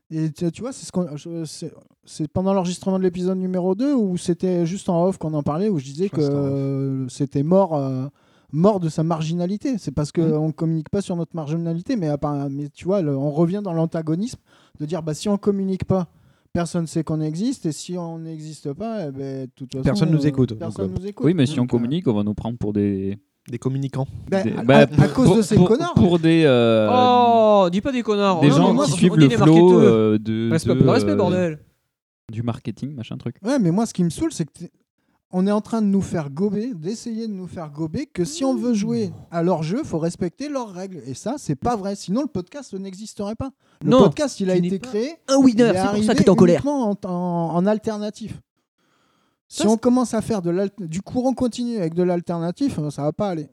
Speaker 11: Et tu, tu vois, c'est ce qu'on- je- c'est- c'est pendant l'enregistrement de l'épisode numéro 2 où c'était juste en off qu'on en parlait, où je disais que euh, c'était mort, euh, mort de sa marginalité. C'est parce
Speaker 9: Mm.
Speaker 11: qu'on ne communique pas sur notre marginalité, mais, à part- mais tu vois, le- on revient dans l'antagonisme de dire bah, si on communique pas, personne ne sait qu'on existe, et si on n'existe pas, eh ben, de toute façon,
Speaker 9: Personne nous
Speaker 11: euh,
Speaker 9: écoute.
Speaker 11: Personne
Speaker 9: Donc, euh,
Speaker 11: nous écoute.
Speaker 8: Oui, mais si on
Speaker 11: Donc, euh,
Speaker 8: communique, on va nous prendre pour *laughs* des. bah,
Speaker 9: Des communicants.
Speaker 11: Ben, à- à- à cause de ces connards.
Speaker 8: Pour des. euh,
Speaker 10: oh, dis pas des connards.
Speaker 8: des
Speaker 10: Non,
Speaker 8: gens
Speaker 10: mais moi,
Speaker 8: qui
Speaker 10: on
Speaker 8: suivent
Speaker 10: dit
Speaker 8: le
Speaker 10: des
Speaker 8: flow
Speaker 10: marketeux.
Speaker 8: euh, de.
Speaker 10: Respect,
Speaker 8: de,
Speaker 10: respect,
Speaker 8: euh,
Speaker 10: bordel.
Speaker 8: Du marketing, machin truc.
Speaker 11: Ouais, mais moi, ce qui me saoule, c'est que t'es- on est en train de nous faire gober, d'essayer de nous faire gober que si on veut jouer à leur jeu, faut respecter leurs règles. Et ça, c'est pas vrai. Sinon, le podcast n'existerait pas. Le
Speaker 10: Non,
Speaker 11: podcast, il a
Speaker 10: tu n'es
Speaker 11: été
Speaker 10: pas
Speaker 11: créé.
Speaker 10: un winner,
Speaker 11: il est
Speaker 10: c'est pour ça
Speaker 11: arrivé
Speaker 10: que t'es en colère.
Speaker 11: uniquement En, en- en alternatif. Si
Speaker 10: Ça,
Speaker 11: on
Speaker 10: c'est-
Speaker 11: commence à faire de l'alt- du courant continu avec de l'alternatif, euh, ça va pas aller.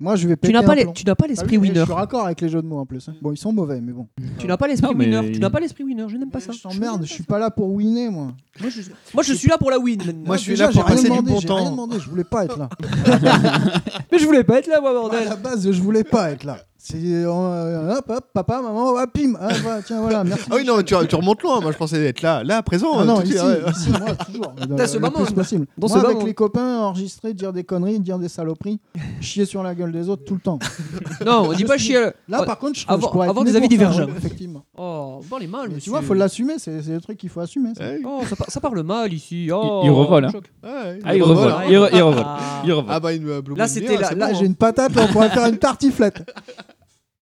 Speaker 11: Moi, je vais péter
Speaker 10: n'as
Speaker 11: un
Speaker 10: pas les-
Speaker 11: plomb.
Speaker 10: tu n'as pas
Speaker 11: T'as
Speaker 10: l'esprit
Speaker 11: vu, eh,
Speaker 10: winner.
Speaker 11: Je suis raccord avec les jeux de mots en plus. hein. Bon, ils sont mauvais, mais bon.
Speaker 10: Tu n'as pas l'esprit
Speaker 11: Non, mais-
Speaker 10: winner. Tu n'as pas l'esprit winner. Je n'aime pas ça.
Speaker 11: Je t'emmerde, je suis pas là pour winner, moi.
Speaker 10: Moi, je, moi, je suis là pour la win. maintenant.
Speaker 11: *laughs* Moi, je suis Déjà, là pour j'ai rien passer Ah, du demandé, bon j'ai temps. rien demandé, je voulais pas être là.
Speaker 10: Mais je voulais pas être là, moi, bordel.
Speaker 11: À la base, je voulais pas être là. C'est euh, hop, hop, papa, maman, hop, pim. Ah, voilà, tiens, voilà, merci.
Speaker 9: Ah oui, non, tu, tu remontes loin. Moi, je pensais être là, là, à présent.
Speaker 11: Ah
Speaker 9: euh,
Speaker 11: non,
Speaker 9: tout de
Speaker 11: ici,
Speaker 9: suite, ouais.
Speaker 11: ici, moi, toujours. Dans,
Speaker 10: Dans ce
Speaker 11: le
Speaker 10: moment,
Speaker 11: plus possible.
Speaker 10: dans
Speaker 11: moi,
Speaker 10: ce
Speaker 11: avec
Speaker 10: moment.
Speaker 11: les copains, enregistrer, dire des conneries, dire des saloperies, chier sur la gueule des autres tout le temps.
Speaker 10: Non, on dit
Speaker 11: Je
Speaker 10: pas
Speaker 11: suis-
Speaker 10: chier.
Speaker 11: Là, par contre, je, je
Speaker 10: avoir,
Speaker 11: pourrais être
Speaker 10: avoir
Speaker 11: né
Speaker 10: des avis
Speaker 11: pour ça,
Speaker 10: divergents.
Speaker 11: ouais, Effectivement.
Speaker 10: Oh, bon les mal,
Speaker 11: Mais
Speaker 10: monsieur.
Speaker 11: tu vois, faut l'assumer, c'est c'est le truc qu'il faut assumer. ça.
Speaker 10: Oh, ça, par- ça parle mal ici. Oh,
Speaker 8: il revole, hein.
Speaker 10: choc.
Speaker 8: Ah, il revole.
Speaker 10: Ah,
Speaker 8: Il re- il revole.
Speaker 10: ah.
Speaker 8: Il revole.
Speaker 9: Ah bah, une euh, Blue
Speaker 10: Là,
Speaker 9: Moon
Speaker 10: c'était
Speaker 9: Beer,
Speaker 10: la-
Speaker 9: c'est
Speaker 10: la-
Speaker 9: bon,
Speaker 10: j'ai
Speaker 9: hein.
Speaker 11: J'ai une patate, là, on pourrait faire une tartiflette.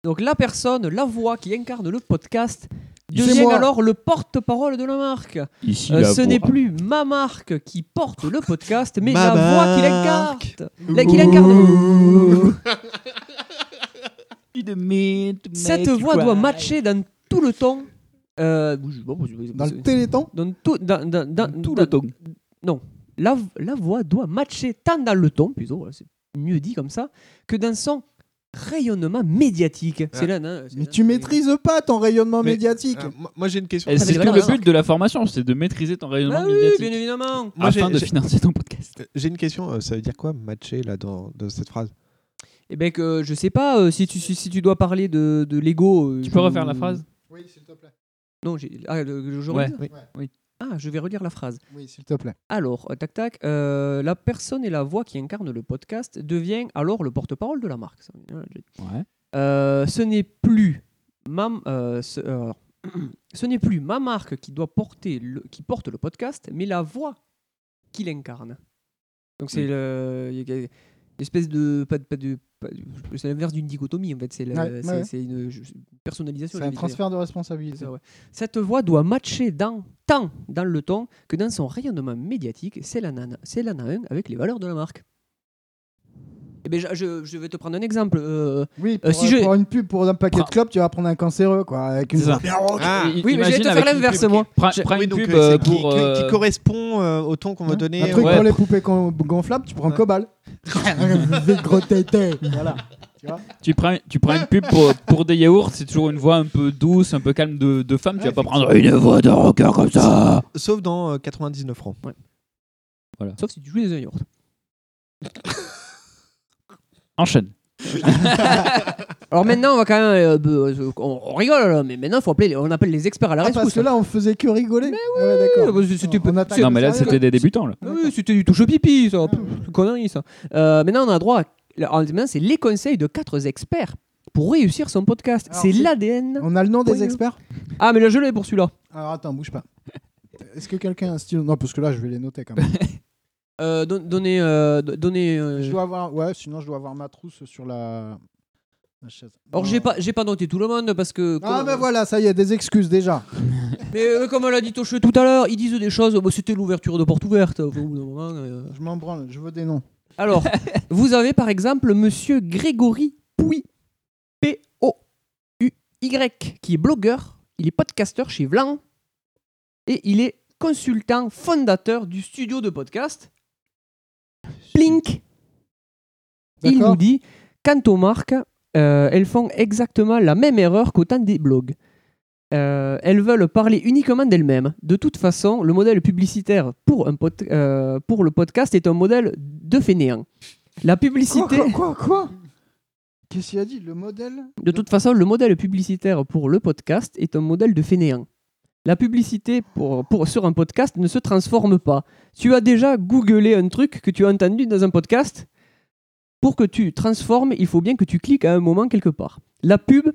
Speaker 10: Donc la personne, la voix qui incarne le podcast
Speaker 11: C'est
Speaker 10: devient
Speaker 11: moi.
Speaker 10: alors le porte-parole de la marque.
Speaker 8: Ici,
Speaker 10: Euh,
Speaker 8: la
Speaker 10: ce n'est
Speaker 8: voix.
Speaker 10: plus ma marque qui porte le podcast, mais
Speaker 8: Ma
Speaker 10: la voix qui
Speaker 8: marque.
Speaker 10: l'incarne. La qui l'incarne. Cette voix doit matcher dans tout le ton. euh,
Speaker 11: Dans le téléthon
Speaker 10: Dans tout, dans, dans- dans-
Speaker 8: le
Speaker 10: dans-
Speaker 8: ton.
Speaker 10: Non. La, la voix doit matcher tant dans le ton, plutôt, voilà, c'est mieux dit comme ça, que dans son rayonnement médiatique. C'est là, non, c'est
Speaker 11: Mais
Speaker 10: là.
Speaker 11: tu maîtrises pas ton rayonnement
Speaker 10: Mais,
Speaker 11: médiatique.
Speaker 9: euh, Moi, j'ai une question.
Speaker 8: Et C'est tout le but de la formation, c'est de maîtriser ton rayonnement
Speaker 10: Bah oui,
Speaker 8: médiatique.
Speaker 10: bien évidemment.
Speaker 9: Moi,
Speaker 8: afin
Speaker 9: j'ai-
Speaker 8: de
Speaker 9: j'ai-
Speaker 8: financer ton podcast.
Speaker 9: Euh, J'ai une question. euh, Ça veut dire quoi, matcher, là, dans dans cette phrase
Speaker 10: Eh ben que je sais pas euh, si tu si, si tu dois parler de, de Lego. euh,
Speaker 8: Tu peux refaire la phrase
Speaker 11: Oui, s'il te plaît.
Speaker 10: Non, j'ai ah, le- le- je
Speaker 8: Ouais.
Speaker 10: relise
Speaker 8: Oui.
Speaker 10: Ah, je vais relire la phrase.
Speaker 11: Oui, s'il te plaît.
Speaker 10: Alors, euh, tac tac, euh, la personne et la voix qui incarne le podcast devient alors le porte-parole de la marque. Ça, on l'a déjà dit.
Speaker 8: Ouais.
Speaker 10: Euh, ce n'est plus ma euh, ce, euh, alors, *clears throat* ce n'est plus ma marque qui doit porter le, qui porte le podcast, mais la voix qui l'incarne. Donc c'est le- il y a l'espèce de pas de, pas de- pas de- c'est l'inverse d'une dichotomie en fait, c'est la-
Speaker 11: Ouais,
Speaker 10: c'est-
Speaker 11: ouais.
Speaker 10: c'est une je-
Speaker 11: C'est
Speaker 10: personnalisation. j'ai
Speaker 11: un
Speaker 10: envie de dire.
Speaker 11: transfert de responsabilité.
Speaker 10: C'est ça, ouais. Cette voix doit matcher dans, tant dans le ton que dans son rayonnement médiatique. C'est la nana, c'est la nana 1 avec les valeurs de la marque. Eh ben, je, je- je vais te prendre un exemple. euh,
Speaker 11: Oui,
Speaker 10: euh,
Speaker 11: pour,
Speaker 10: si
Speaker 11: euh,
Speaker 10: je...
Speaker 11: pour une pub pour un paquet de clopes, tu vas prendre un cancéreux, quoi, avec une
Speaker 8: C'est ça.
Speaker 9: Oh,
Speaker 8: Ah.
Speaker 10: Oui, mais je vais
Speaker 8: Imagine
Speaker 10: te
Speaker 8: avec
Speaker 10: faire
Speaker 8: une
Speaker 10: l'inverse,
Speaker 8: pub
Speaker 10: moi.
Speaker 8: qui- prends- prends
Speaker 9: Oui,
Speaker 8: une
Speaker 9: donc,
Speaker 8: pub
Speaker 9: euh, c'est
Speaker 8: euh,
Speaker 9: qui-
Speaker 8: pour.
Speaker 9: qui, qui
Speaker 8: euh,
Speaker 9: correspond euh, au ton qu'on va donner.
Speaker 11: Un truc
Speaker 9: euh,
Speaker 11: pour les poupées con- gonflables, tu prends *laughs* Cobalt. Ah, Vite, gros tété. Voilà.
Speaker 8: Tu prends, tu prends une pub pour, pour des yaourts, c'est toujours une voix un peu douce, un peu calme de, de femme. tu vas pas prendre une voix de rocker comme ça.
Speaker 9: Sauf dans euh, 99 francs.
Speaker 8: Voilà.
Speaker 10: Sauf si tu joues les yaourts.
Speaker 8: Enchaîne.
Speaker 10: Alors maintenant, on va quand même. euh, bah, euh, on, on rigole, là, mais maintenant, faut appeler, on appelle les experts à la
Speaker 11: Ah, parce
Speaker 10: rescousse.
Speaker 11: que là, on faisait que rigoler. Mais oui, d'accord.
Speaker 10: Bah, c'était
Speaker 11: On attaque
Speaker 8: Non, mais là,
Speaker 11: le sérieux.
Speaker 8: c'était des débutants. Là.
Speaker 10: Ah Oui, c'était du touche pipi,
Speaker 11: Ah,
Speaker 10: ça. Pff, Connerie, ça. Euh, maintenant, on a droit à. alors, Maintenant, c'est les conseils de quatre experts pour réussir son podcast.
Speaker 11: Alors,
Speaker 10: C'est
Speaker 11: c'est-
Speaker 10: l'ADN.
Speaker 11: On a le nom des
Speaker 10: Point.
Speaker 11: experts
Speaker 10: Ah, mais là, je l'ai pour celui-là.
Speaker 11: Alors attends, bouge pas. Est-ce que quelqu'un a un stylo Non, parce que là, je vais les noter quand même.
Speaker 10: Euh, don- donnez. euh, do- donnez
Speaker 11: *laughs*
Speaker 10: euh,
Speaker 11: je dois avoir... Ouais, sinon, je dois avoir ma trousse sur la, la chaise.
Speaker 10: Alors, j'ai pas, j'ai pas noté tout le monde parce que.
Speaker 11: Ah,
Speaker 10: comme-
Speaker 11: bah voilà, ça y est, des excuses déjà.
Speaker 10: Mais euh, comme on l'a dit Toche tout à l'heure, ils disent des choses. Bah, c'était l'ouverture de porte ouverte. au bout d'un moment, euh.
Speaker 11: Je m'en branle, je veux des noms.
Speaker 10: Alors, vous avez par exemple Monsieur Grégory Pouy, P-O-U-Y, qui est blogueur, il est podcasteur chez Vlan, et il est consultant fondateur du studio de podcast Plink. Il
Speaker 11: D'accord.
Speaker 10: nous dit quant aux marques, euh, elles font exactement la même erreur qu'au temps des blogs. Euh, elles veulent parler uniquement d'elles-mêmes. De toute façon, le modèle publicitaire pour, un pod- euh, pour le podcast est un modèle de fainéant. La publicité.
Speaker 11: Quoi, quoi, quoi, quoi Qu'est-ce qu'il a dit Le modèle
Speaker 10: De toute façon, le modèle publicitaire pour le podcast est un modèle de fainéant. La publicité pour, pour- sur un podcast ne se transforme pas. Tu as déjà googlé un truc que tu as entendu dans un podcast Pour que tu transformes, il faut bien que tu cliques à un moment quelque part. La pub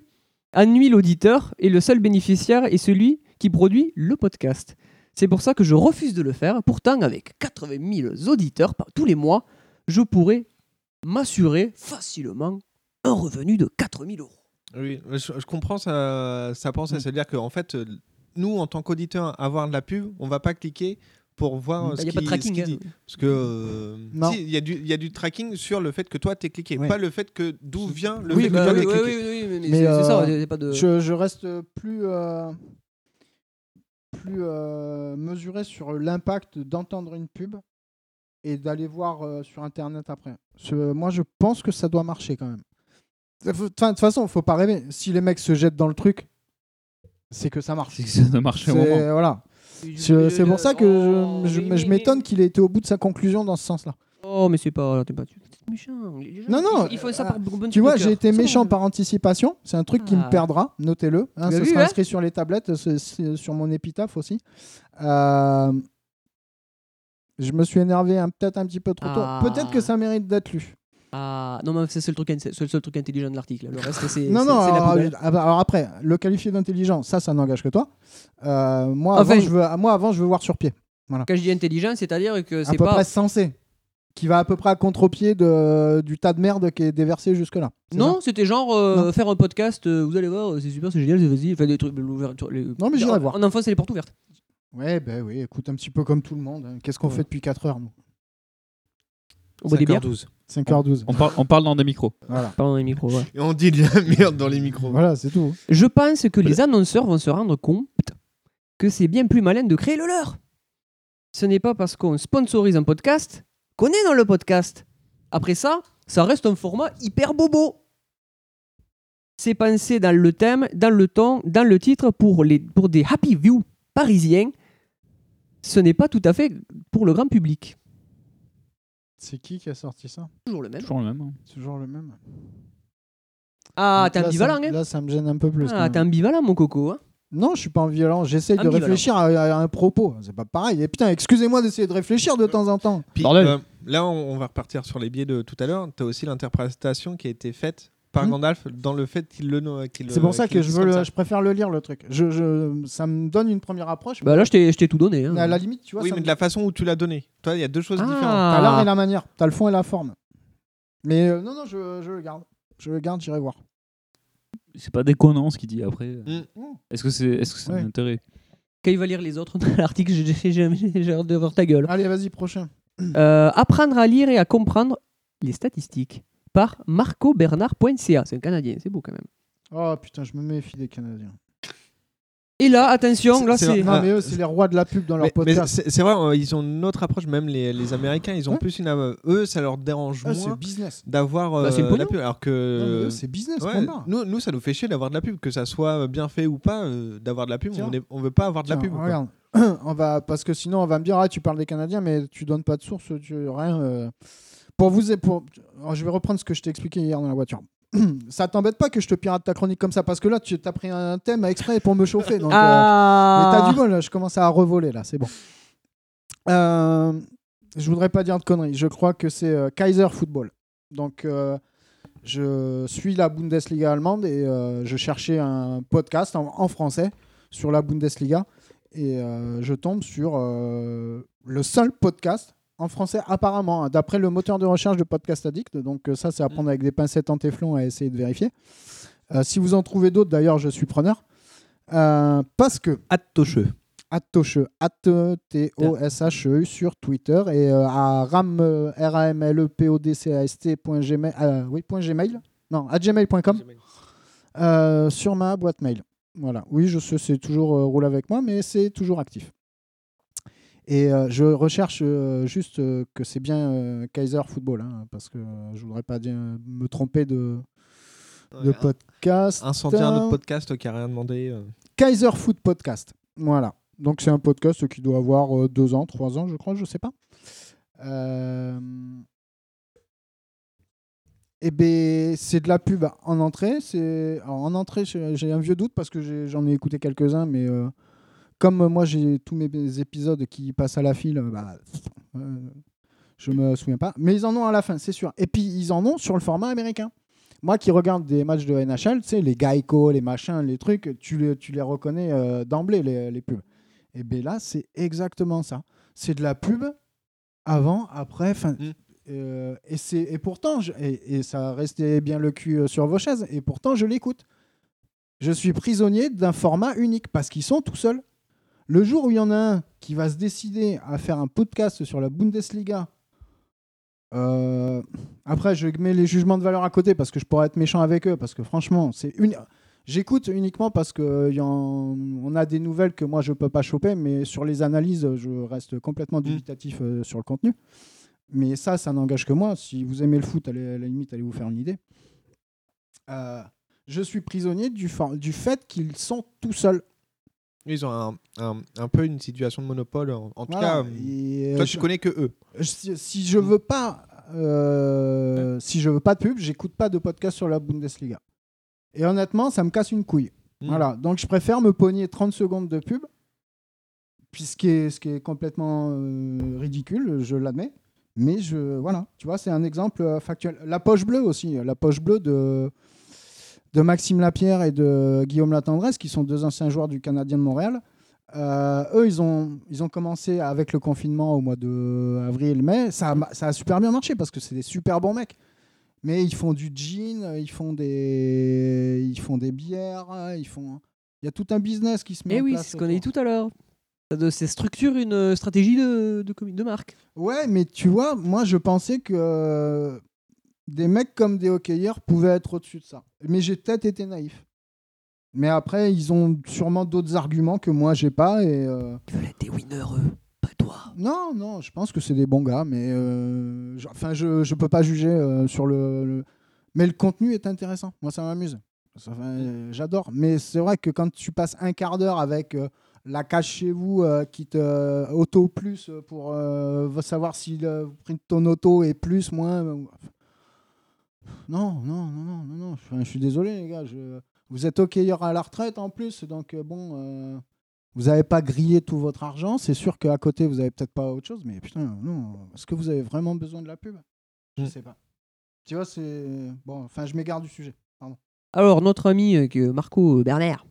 Speaker 10: ennuie l'auditeur et le seul bénéficiaire est celui qui produit le podcast. C'est pour ça que je refuse de le faire. Pourtant, avec 80 000 auditeurs par- tous les mois, je pourrais m'assurer facilement un revenu de 4 000 euros.
Speaker 9: Oui, je, je comprends ça, ça pense à se dire qu'en fait, euh, nous, en tant qu'auditeurs, avoir de la pub, on va pas cliquer pour voir
Speaker 11: Oh,
Speaker 10: Bah,
Speaker 9: euh, ce
Speaker 10: y a
Speaker 9: qu'il
Speaker 10: pas de tracking,
Speaker 9: ce qu'il
Speaker 10: hein.
Speaker 9: dit. Parce que. euh,
Speaker 11: Non.
Speaker 9: si, Il y, a du- il y a du tracking sur le fait que toi, t'es cliqué,
Speaker 11: Oui.
Speaker 9: pas le fait que d'où vient le
Speaker 10: Oui,
Speaker 9: fait
Speaker 10: bah,
Speaker 9: que toi,
Speaker 10: oui,
Speaker 9: t'es
Speaker 10: oui,
Speaker 9: cliqué.
Speaker 10: oui, oui, mais c'est- c'est ça,
Speaker 11: euh,
Speaker 10: y a pas de-
Speaker 11: je, je reste plus, euh, plus euh, mesuré sur l'impact d'entendre une pub et d'aller voir euh, sur Internet après. Parce que moi, je pense que ça doit marcher quand même. Ça faut- enfin, De toute façon, faut pas rêver. Si les mecs se jettent dans le truc, c'est que ça marche.
Speaker 8: C'est que ça doit marcher au
Speaker 11: C'est-
Speaker 8: moment.
Speaker 11: Voilà. C'est c'est pour ça que je, je- je m'étonne qu'il ait été au bout de sa conclusion dans ce sens-là.
Speaker 10: Oh, mais c'est pas. T'es pas t'es méchant. Les gens,
Speaker 11: Non, non, ah,
Speaker 10: Il, il faut ça par bonne
Speaker 11: Tu vois,
Speaker 10: cœur.
Speaker 11: j'ai été
Speaker 10: C'est bon,
Speaker 11: méchant
Speaker 10: je-
Speaker 11: par anticipation. C'est un truc qui
Speaker 10: Ah.
Speaker 11: me perdra, notez-le. hein,
Speaker 10: Tu l'as
Speaker 11: ça
Speaker 10: vu,
Speaker 11: sera
Speaker 10: hein
Speaker 11: inscrit sur les tablettes, c'est- c'est sur mon épitaphe aussi. Euh, Je me suis énervé un- peut-être un petit peu trop
Speaker 10: Ah.
Speaker 11: tôt. Peut-être que ça mérite d'être lu.
Speaker 10: Ah, non, mais c'est le seul truc, c'est le seul truc intelligent de l'article. Le reste, c'est.
Speaker 11: non,
Speaker 10: c'est-
Speaker 11: non,
Speaker 10: c'est la
Speaker 11: alors,
Speaker 10: poubelle.
Speaker 11: ah bah, alors après, le qualifier d'intelligent, ça, ça n'engage que toi. Euh, moi,
Speaker 10: Ah, Enfin,
Speaker 11: avant,
Speaker 10: je-
Speaker 11: je veux, moi, avant, je veux voir sur pied. Voilà.
Speaker 10: Quand je dis intelligent, c'est-à-dire que
Speaker 11: À
Speaker 10: c'est
Speaker 11: peu
Speaker 10: pas.
Speaker 11: près sensé. Qui va à peu près à contre-pied de- du tas de merde qui est déversé jusque-là. C'est ça
Speaker 10: Non, c'était genre euh, faire un podcast, euh, vous allez voir, euh, c'est super, c'est génial, c'est vas-y, fais des trucs, l'ouverture. les-
Speaker 11: Non, mais j'irai
Speaker 10: En-
Speaker 11: voir.
Speaker 10: En enfant, c'est les portes ouvertes.
Speaker 11: Ouais, ben oui, écoute, un petit peu comme tout le monde. hein. Qu'est-ce qu'on fait depuis 4 heures, nous
Speaker 10: On boit des bières.
Speaker 9: 5h12.
Speaker 11: 5h12.
Speaker 8: On parle, on parle dans des micros.
Speaker 11: Voilà.
Speaker 10: Pas dans les micros, ouais.
Speaker 9: Et on dit de la *laughs* merde dans les micros.
Speaker 11: Voilà, c'est tout.
Speaker 10: Je pense que les annonceurs vont se rendre compte que c'est bien plus malin de créer le leur. Ce n'est pas parce qu'on sponsorise un podcast qu'on est dans le podcast. Après ça, ça reste un format hyper bobo. C'est pensé dans le thème, dans le ton, dans le titre pour, les, pour des happy view parisiens. Ce n'est pas tout à fait pour le grand public.
Speaker 11: C'est qui qui a sorti ça
Speaker 10: Toujours le même.
Speaker 8: Toujours le même. hein.
Speaker 11: C'est Toujours le même.
Speaker 10: Ah,
Speaker 11: Donc
Speaker 10: t'es
Speaker 11: là, ça
Speaker 10: ambivalent,
Speaker 11: me-
Speaker 10: hein
Speaker 11: Là, ça me gêne un peu plus. quand
Speaker 10: Ah,
Speaker 11: même.
Speaker 10: t'es ambivalent, mon coco. hein
Speaker 11: Non, je suis pas ambivalent. J'essaye de
Speaker 10: Ambivalent.
Speaker 11: réfléchir à, à un propos. C'est pas pareil. Et putain, excusez-moi d'essayer de réfléchir de temps en temps.
Speaker 9: Puis,
Speaker 8: Bordel.
Speaker 9: euh, là, on, on va repartir sur les biais de tout à l'heure. Tu as aussi l'interprétation qui a été faite par
Speaker 11: Hmm.
Speaker 9: Gandalf dans le fait qu'il le no- qu'il le-
Speaker 11: C'est pour ça
Speaker 9: qu'il
Speaker 11: que
Speaker 9: le
Speaker 11: je,
Speaker 9: dise
Speaker 11: veux
Speaker 9: comme
Speaker 11: le-
Speaker 9: ça.
Speaker 11: je préfère le lire, le truc. Je, je- ça me donne une première approche.
Speaker 10: Bah là, je t'ai je t'ai tout donné. hein.
Speaker 11: Mais à la limite, tu vois,
Speaker 9: Oui,
Speaker 11: ça
Speaker 9: mais
Speaker 11: me-
Speaker 9: de la façon où tu l'as donné. Toi, il y a deux choses
Speaker 10: Ah.
Speaker 9: différentes.
Speaker 11: t'as l'art et la manière. T'as le fond et la forme. Mais euh, non, non, je, je le garde. Je le garde, j'irai voir.
Speaker 8: C'est pas déconnant ce qu'il dit après.
Speaker 9: Mm.
Speaker 8: Est-ce que c'est est -ce c'est
Speaker 11: Ouais.
Speaker 8: un intérêt
Speaker 10: Quand il va lire les autres dans l'article, j'ai- j'ai j'ai- j'ai hâte de voir ta gueule.
Speaker 11: Ah. Allez, vas-y, prochain.
Speaker 10: Euh, apprendre à lire et à comprendre les statistiques. par marcobernard.ca. C'est un Canadien, c'est beau quand même.
Speaker 11: Oh putain, je me méfie des Canadiens.
Speaker 10: Et là, attention, là c'est.
Speaker 11: Non, mais eux, c'est les rois de la pub dans leur
Speaker 9: Ah. Mais- mais
Speaker 11: podcast.
Speaker 9: c'est c'est vrai, euh, ils ont une autre approche, même les, les Américains, ils ont plus une. euh, Eux, ça leur dérange
Speaker 11: Ah, c'est
Speaker 9: moins
Speaker 11: business.
Speaker 9: d'avoir
Speaker 11: Bah, c'est le
Speaker 9: euh,
Speaker 11: pognon.
Speaker 9: la pub. Alors que.
Speaker 11: Non, mais eux, c'est business,
Speaker 9: euh, Ouais,
Speaker 11: point barre.
Speaker 9: nous, nous, ça nous fait chier d'avoir de la pub, que ça soit euh, bien fait ou pas, euh, d'avoir de la pub.
Speaker 11: Tiens.
Speaker 9: On, est- on veut pas avoir de la
Speaker 11: Tiens,
Speaker 9: pub. quoi.
Speaker 11: regarde. *clears throat* on va, parce que sinon, on va me dire ah, tu parles des Canadiens, mais tu donnes pas de source, tu, rien. euh. Pour vous, et pour... alors, je vais reprendre ce que je t'ai expliqué hier dans la voiture. *clears throat* ça t'embête pas que je te pirate ta chronique comme ça Parce que là, tu as pris un thème exprès pour me chauffer. Donc, euh,
Speaker 10: Ah.
Speaker 11: mais t'as du bol, là, je commence à revoler, là, c'est bon. Euh, je voudrais pas dire de conneries. Je crois que c'est euh, Kaiser Football. Donc, euh, je suis la Bundesliga allemande et euh, je cherchais un podcast en, en français sur la Bundesliga. Et euh, je tombe sur euh, le seul podcast en français, apparemment, hein, d'après le moteur de recherche de Podcast Addict. Donc, euh, ça, c'est à prendre avec des pincettes en téflon à essayer de vérifier. Euh, si vous en trouvez d'autres, d'ailleurs, je suis preneur. Euh, parce que.
Speaker 9: Atocheux.
Speaker 11: Atocheux. T-O-S-H-E E sur Twitter et euh, à ram, euh, R-A-M-L-E-P-O-D-C-A-S-T. point gmail- euh, oui, point gmail. Non, à gmail.com. Euh, sur ma boîte mail. Voilà. Oui, je sais, c'est toujours euh, roule avec moi, mais c'est toujours actif. Et euh, je recherche euh, juste euh, que c'est bien euh, Kaiser Football, hein, parce que euh, je voudrais pas dire- me tromper de,
Speaker 9: Ouais,
Speaker 11: de
Speaker 9: un-
Speaker 11: podcast.
Speaker 9: Incendier un autre podcast qui a rien demandé. euh.
Speaker 11: Kaiser Food Podcast. Voilà. Donc c'est un podcast qui doit avoir euh, deux ans, trois ans, je crois, je sais pas. Euh... Eh ben, c'est de la pub en entrée. C'est alors, en entrée, j'ai j'ai un vieux doute parce que j'ai- j'en ai, écouté quelques-uns, mais euh, comme moi j'ai tous mes épisodes qui passent à la file, euh, bah, euh, je me souviens pas. Mais ils en ont à la fin, c'est sûr. Et puis ils en ont sur le format américain. Moi qui regarde des matchs de NHL, tu sais, les Geico, les machins, les trucs, tu les, tu les reconnais euh, d'emblée, les, les pubs. Et bien là, c'est exactement ça. C'est de la pub avant, après, fin. Euh, et, c'est- et pourtant, je- et, et ça restait bien le cul euh, sur vos chaises, et pourtant je l'écoute. Je suis prisonnier d'un format unique parce qu'ils sont tout seuls. Le jour où il y en a un qui va se décider à faire un podcast sur la Bundesliga, euh, après je mets les jugements de valeur à côté parce que je pourrais être méchant avec eux parce que franchement, c'est une. J'écoute uniquement parce que y en- on a des nouvelles que moi je peux pas choper, mais sur les analyses, je reste
Speaker 9: Mm.
Speaker 11: complètement dubitatif euh, sur le contenu. Mais ça, ça n'engage que moi. Si vous aimez le foot, allez, à la limite, allez vous faire une idée. Euh, je suis prisonnier du, for- du fait qu'ils sont tout seuls.
Speaker 9: Ils ont un, un- un peu une situation de monopole. En, en tout
Speaker 11: Voilà.
Speaker 9: cas,
Speaker 11: Et,
Speaker 9: toi,
Speaker 11: euh,
Speaker 9: tu
Speaker 11: je-
Speaker 9: connais que eux.
Speaker 11: Si, si je veux pas, euh, si je veux pas de pub, j'écoute pas de podcast sur la Bundesliga. Et honnêtement, ça me casse une couille. Voilà. Donc je préfère me pogner 30 secondes de pub, puis ce qui est, ce qui est complètement euh, ridicule, je l'admets. Mais je, voilà, tu vois, c'est un exemple euh, factuel. La poche bleue aussi, la poche bleue de, de Maxime Lapierre et de Guillaume Latendresse, qui sont deux anciens joueurs du Canadien de Montréal. Euh, eux, ils ont, ils ont commencé avec le confinement au mois de avril-mai. Ça, a ma- ça a super bien marché parce que c'est des super bons mecs. Mais ils font du gin, ils font des, ils font des bières, ils font. Il y a tout un business qui se met
Speaker 10: Mais
Speaker 11: en
Speaker 10: Eh oui,
Speaker 11: place
Speaker 10: c'est ce qu'on a dit tout à l'heure. Ça de- C'est structure une euh, stratégie de, de, commu- de marque.
Speaker 11: Ouais, mais tu vois, moi je pensais que euh, des mecs comme des hockeyeurs pouvaient être au-dessus de ça. Mais j'ai peut-être été naïf. Mais après, ils ont sûrement d'autres arguments que moi j'ai pas. Et, euh, Ils veulent être des winners, eux, pas toi. Non, non, je pense que c'est des bons gars, mais euh, je- enfin, je, je peux pas juger euh, sur le, le- Mais le contenu est intéressant. Moi, ça m'amuse. Ça fait- euh, J'adore. Mais c'est vrai que quand tu passes un quart d'heure avec euh, la cache chez vous euh, qui te euh, auto plus euh, pour euh, savoir si le prix de ton auto est plus, moins. euh, Non, non, non, non, non, non. Enfin, je suis désolé, les gars. je- Vous êtes hockeyeur à la retraite en plus, donc euh, bon, euh, vous n'avez pas grillé tout votre argent. C'est sûr qu'à côté, vous n'avez peut-être pas autre chose, mais putain, non. Est-ce que vous avez vraiment besoin de la pub Je sais pas. Tu vois, c'est. Bon, enfin, je m'égare du sujet. Pardon.
Speaker 10: Alors, notre ami euh, que- Marco Bernard,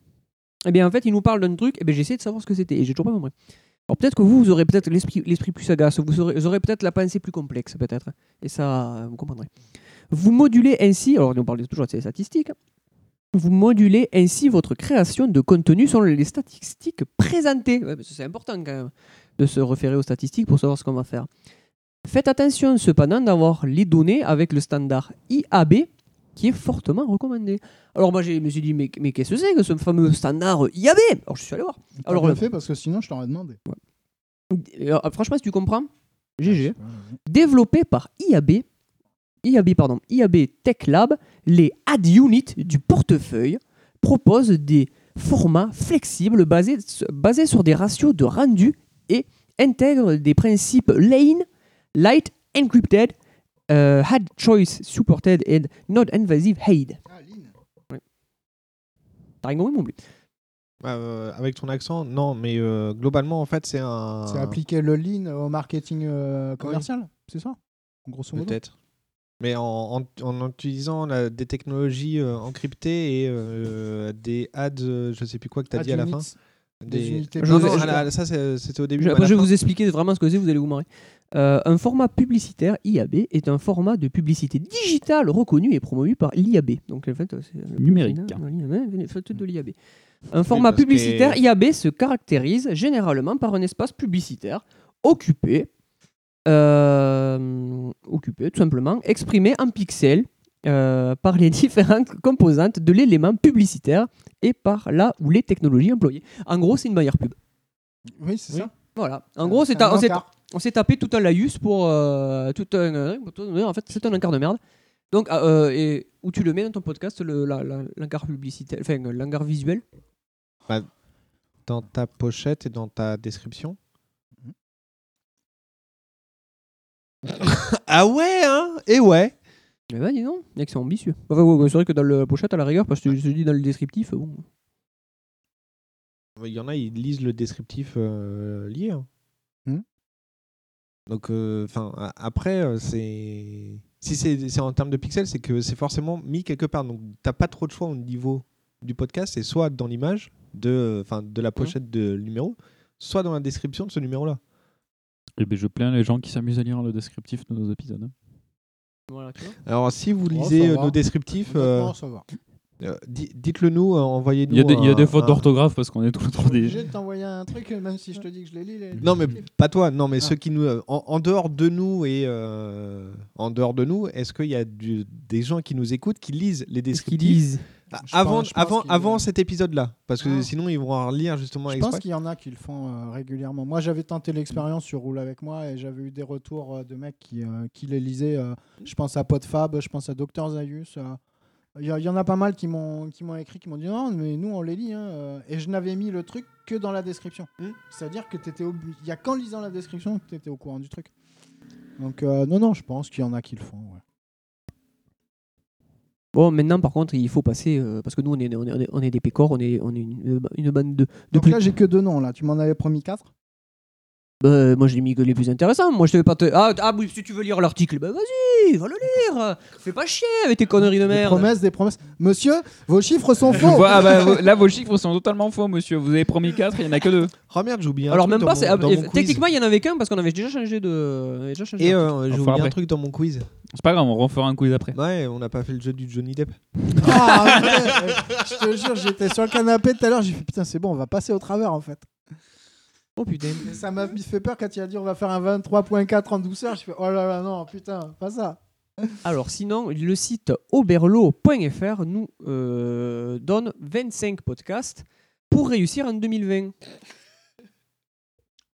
Speaker 10: eh bien, en fait, il nous parle d'un truc, eh bien, j'ai essayé de savoir ce que c'était, et j'ai toujours pas compris. Alors, peut-être que vous, vous aurez peut-être l'esprit l'esprit plus sagace, vous aurez, vous aurez peut-être la pensée plus complexe, peut-être, et ça, euh, vous comprendrez. Vous modulez ainsi, alors, on parle toujours de ces statistiques, vous modulez ainsi votre création de contenu selon les statistiques présentées. Ouais, parce que c'est important, quand même, de se référer aux statistiques pour savoir ce qu'on va faire. Faites attention cependant d'avoir les données avec le standard IAB qui est fortement recommandé. Alors moi j'ai- je me suis dit mais, mais qu'est-ce que c'est que ce fameux standard IAB Alors je suis allé voir.
Speaker 11: Alors,
Speaker 10: Alors
Speaker 11: on le fait parce que sinon je t'aurais demandé.
Speaker 10: euh, franchement, si tu comprends, GG. Développé par IAB, IAB, pardon, IAB Tech Lab, les ad units du portefeuille proposent des formats flexibles basés, basés sur des ratios de rendu et intègrent des principes Lane, Light, Encrypted, euh, Had Choice Supported et Not Invasive Hide.
Speaker 11: Ah,
Speaker 10: Ouais. T'as rien compris, mon blé
Speaker 9: Euh, avec ton accent, non, mais euh, globalement, en fait, c'est un.
Speaker 11: C'est appliquer le lean au marketing euh, commercial, c'est ça Grosso modo.
Speaker 9: Peut-être. Mais en, en- en utilisant la- des technologies euh, encryptées et euh, des ads, euh, je sais plus quoi que tu as
Speaker 10: Ad
Speaker 9: dit à la fin.
Speaker 10: units.
Speaker 9: Des,
Speaker 10: Des unités
Speaker 9: Non,
Speaker 10: de
Speaker 9: non,
Speaker 10: mesure.
Speaker 9: à la- ça c'est- euh, c'était au début.
Speaker 10: Je,
Speaker 9: mais à
Speaker 10: après,
Speaker 9: la
Speaker 10: je vais
Speaker 9: fin-
Speaker 10: vous expliquer vraiment ce que c'est, vous allez vous marrer. Euh, un format publicitaire IAB est un format de publicité digitale reconnu et promomu par l'IAB. Donc en fait, euh, c'est le
Speaker 8: Numérique.
Speaker 10: président de l'IAB, les fautes hein, de l'IAB. Un format
Speaker 8: parce que-
Speaker 10: publicitaire IAB se caractérise généralement par un espace publicitaire occupé, euh, occupé tout simplement, exprimé en pixels euh, par les *laughs* différentes composantes de l'élément publicitaire et par la ou les technologies employées. En gros, c'est une bannière pub.
Speaker 11: Oui, c'est ça.
Speaker 10: Voilà. En gros,
Speaker 11: c'est
Speaker 10: c'est un-
Speaker 11: un
Speaker 10: on s'est-
Speaker 11: encart.
Speaker 10: on s'est tapé tout un laïus pour euh, tout un. euh, tout un- en fait, c'est un encart de merde. Donc, ah, euh, et où tu le mets dans ton podcast, le- la- la- l'encart publicitaire, enfin, euh, l'encart visuel
Speaker 9: Bah, dans ta pochette et dans ta description.
Speaker 11: Mhm.
Speaker 9: *coughs* ah ouais, hein Et ouais
Speaker 10: Mais bah, dis donc, mec, c'est ambitieux. Enfin, ouais, ouais, c'est vrai que dans la pochette, à la rigueur, parce que je dis dans le descriptif, bon.
Speaker 9: Il y en a, ils lisent le descriptif euh, lié. hein.
Speaker 11: Hmm.
Speaker 9: Donc, euh, enfin, après, euh, c'est. Si c'est c'est en termes de pixels, c'est que c'est forcément mis quelque part. Donc, t'as pas trop de choix au niveau du podcast. C'est soit dans l'image de, 'fin, de
Speaker 8: Hmm.
Speaker 9: la pochette de numéro, soit dans la description de ce numéro-là.
Speaker 8: Et ben, je plains les gens qui s'amusent à lire le descriptif de nos épisodes. hein.
Speaker 9: Alors, si vous
Speaker 8: Oh,
Speaker 9: lisez
Speaker 8: ça
Speaker 9: euh,
Speaker 8: va.
Speaker 9: nos descriptifs,
Speaker 8: Honnêtement,
Speaker 9: euh,
Speaker 8: ça va.
Speaker 9: euh, di- dites-le nous, euh, envoyez-nous.
Speaker 8: Il y a des, il y a des
Speaker 9: un-
Speaker 8: fautes
Speaker 9: un-
Speaker 8: d'orthographe parce qu'on est tous les trois des.
Speaker 11: *laughs* Obligé de t'envoyer un truc, même si je te dis que je l'ai lu. les-
Speaker 9: Non, mais pas toi. Non, mais
Speaker 11: Ah.
Speaker 9: ceux qui nous, euh, en, en dehors de nous et euh, en dehors de nous, est-ce qu'il y a du- des gens qui nous écoutent qui lisent les descriptifs
Speaker 10: lisent.
Speaker 9: Ah,
Speaker 11: Je
Speaker 9: avant,
Speaker 11: pense- je pense
Speaker 9: avant,
Speaker 11: qu'ils-
Speaker 9: avant cet épisode-là, parce que sinon ils vont en lire justement.
Speaker 11: Je
Speaker 9: exprès.
Speaker 11: pense qu'il y en a qui le font euh, régulièrement. Moi, j'avais tenté l'expérience sur Roule avec moi et j'avais eu des retours euh, de mecs qui, euh, qui les lisaient. euh, je pense à Podfab, je pense à Docteur Zayus. euh. Il y, a- il y en a pas mal qui m'ont qui m'ont écrit, qui m'ont dit non, mais nous on les lit. hein, euh. Et je n'avais mis le truc que dans la description.
Speaker 10: Hmm.
Speaker 11: C'est-à-dire que t'étais obli- Il y a qu'en lisant la description que tu étais au courant du truc. Donc, euh, non, non, je pense qu'il y en a qui le font. ouais.
Speaker 10: Bon, maintenant, par contre, il faut passer. euh, parce que nous, on est, on est, on est des pécores, on est, on est une, euh, une bande de. de
Speaker 11: Donc là, j'ai que deux noms là. Tu m'en avais promis quatre.
Speaker 10: Bah, moi, j'ai mis que les plus intéressants. Moi, je te vais pas te. Ah, t- ah oui, si tu veux lire l'article, bah vas-y, va le lire. Fais pas chier avec tes conneries de
Speaker 11: Des
Speaker 10: merde.
Speaker 11: promesses, des promesses. Monsieur, vos chiffres sont
Speaker 8: *laughs* Je
Speaker 11: faux.
Speaker 8: vois- ah bah, vos- là, vos chiffres sont totalement faux, monsieur. Vous avez promis 4, il n'y en a que 2.
Speaker 9: Oh merde, j'ai oublié
Speaker 10: Alors, même pas, c'est-
Speaker 8: c'est
Speaker 10: ah, eff- techniquement, il y en avait qu'un parce qu'on avait déjà changé de. on avait déjà changé
Speaker 9: Et
Speaker 10: d'article.
Speaker 9: euh, j'ai
Speaker 8: Enfin,
Speaker 9: oublié un
Speaker 8: après.
Speaker 9: truc dans mon quiz.
Speaker 8: C'est pas grave, on refera un quiz après.
Speaker 9: Ouais, on n'a pas fait le jeu du Johnny Depp.
Speaker 11: Ah, ouais, je te jure, j'étais sur le canapé tout à l'heure, j'ai fait putain, c'est bon, on va passer au travers en fait.
Speaker 10: Oh putain.
Speaker 11: ça m'a fait peur quand il a dit on va faire un 23.4 en douceur. Je fais oh là là, non, putain, pas ça.
Speaker 10: Alors, sinon, le site oberlo.fr nous euh, donne 25 podcasts pour réussir en 2020.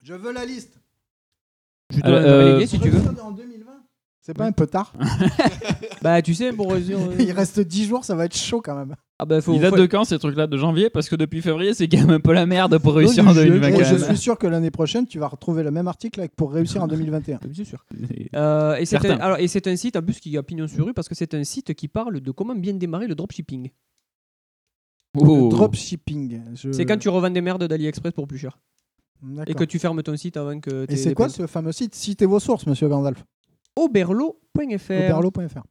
Speaker 11: Je veux la liste.
Speaker 10: Je te
Speaker 8: Alors,
Speaker 10: la- je te la
Speaker 8: euh,
Speaker 10: déléguer si tu
Speaker 8: *laughs*
Speaker 10: veux.
Speaker 11: En 2020 C'est pas un peu tard
Speaker 10: Bah, tu sais, pour réussir. euh,
Speaker 11: Il reste 10 jours, ça va être chaud quand même.
Speaker 10: Ah bah, faut.
Speaker 8: Il date
Speaker 10: faut-
Speaker 8: de quand ces trucs-là De janvier Parce que depuis février, c'est quand même un peu la merde pour réussir
Speaker 11: Non,
Speaker 8: en
Speaker 11: du jeu,
Speaker 8: 2020.
Speaker 11: mais
Speaker 8: quand
Speaker 11: Je
Speaker 8: même.
Speaker 11: suis sûr que l'année prochaine, tu vas retrouver le même article avec pour réussir en 2021.
Speaker 10: Bien Ah, sûr. Euh, et c'est un,
Speaker 8: Certain.
Speaker 10: alors, et c'est un site en plus qui a pignon sur rue parce que c'est un site qui parle de comment bien démarrer le dropshipping.
Speaker 8: Euh. Oh.
Speaker 11: Le dropshipping. je-
Speaker 10: C'est quand tu revends des merdes d'AliExpress pour plus cher.
Speaker 11: D'accord.
Speaker 10: Et que tu fermes ton site avant que.
Speaker 11: Et c'est quoi ce fameux site Citez vos sources, monsieur Gandalf.
Speaker 10: Oberlo.fr.
Speaker 11: Oberlo.fr.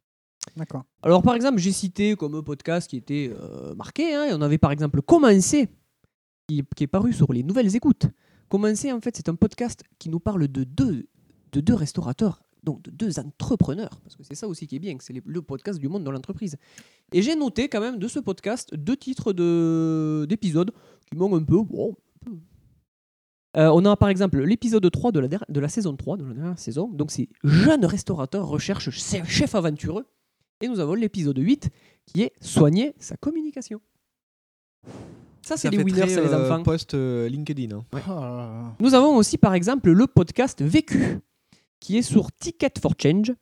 Speaker 11: D'accord.
Speaker 10: Alors par exemple, j'ai cité comme podcast qui était euh, marqué, hein, et on avait par exemple commencé, qui, qui est paru sur les nouvelles écoutes. Commencé, en fait, c'est un podcast qui nous parle de deux, de deux restaurateurs, donc de deux entrepreneurs, parce que c'est ça aussi qui est bien, que c'est les- le podcast du monde dans l'entreprise. Et j'ai noté quand même de ce podcast deux titres de- d'épisodes qui m'ont un peu, bon, Euh, on a par exemple l'épisode 3 de la, der- de la saison 3, de la dernière saison. Donc c'est jeune restaurateur recherche ch- chef aventureux. Et nous avons l'épisode 8 qui est soigner sa communication. Ça, c'est
Speaker 9: Ça
Speaker 10: les
Speaker 9: fait
Speaker 10: winners,
Speaker 9: très,
Speaker 10: c'est les
Speaker 9: euh,
Speaker 10: enfants.
Speaker 9: Post euh, LinkedIn. hein.
Speaker 11: Oh
Speaker 10: Nous avons aussi par exemple le podcast Vécu, qui est sur Ticket for Change.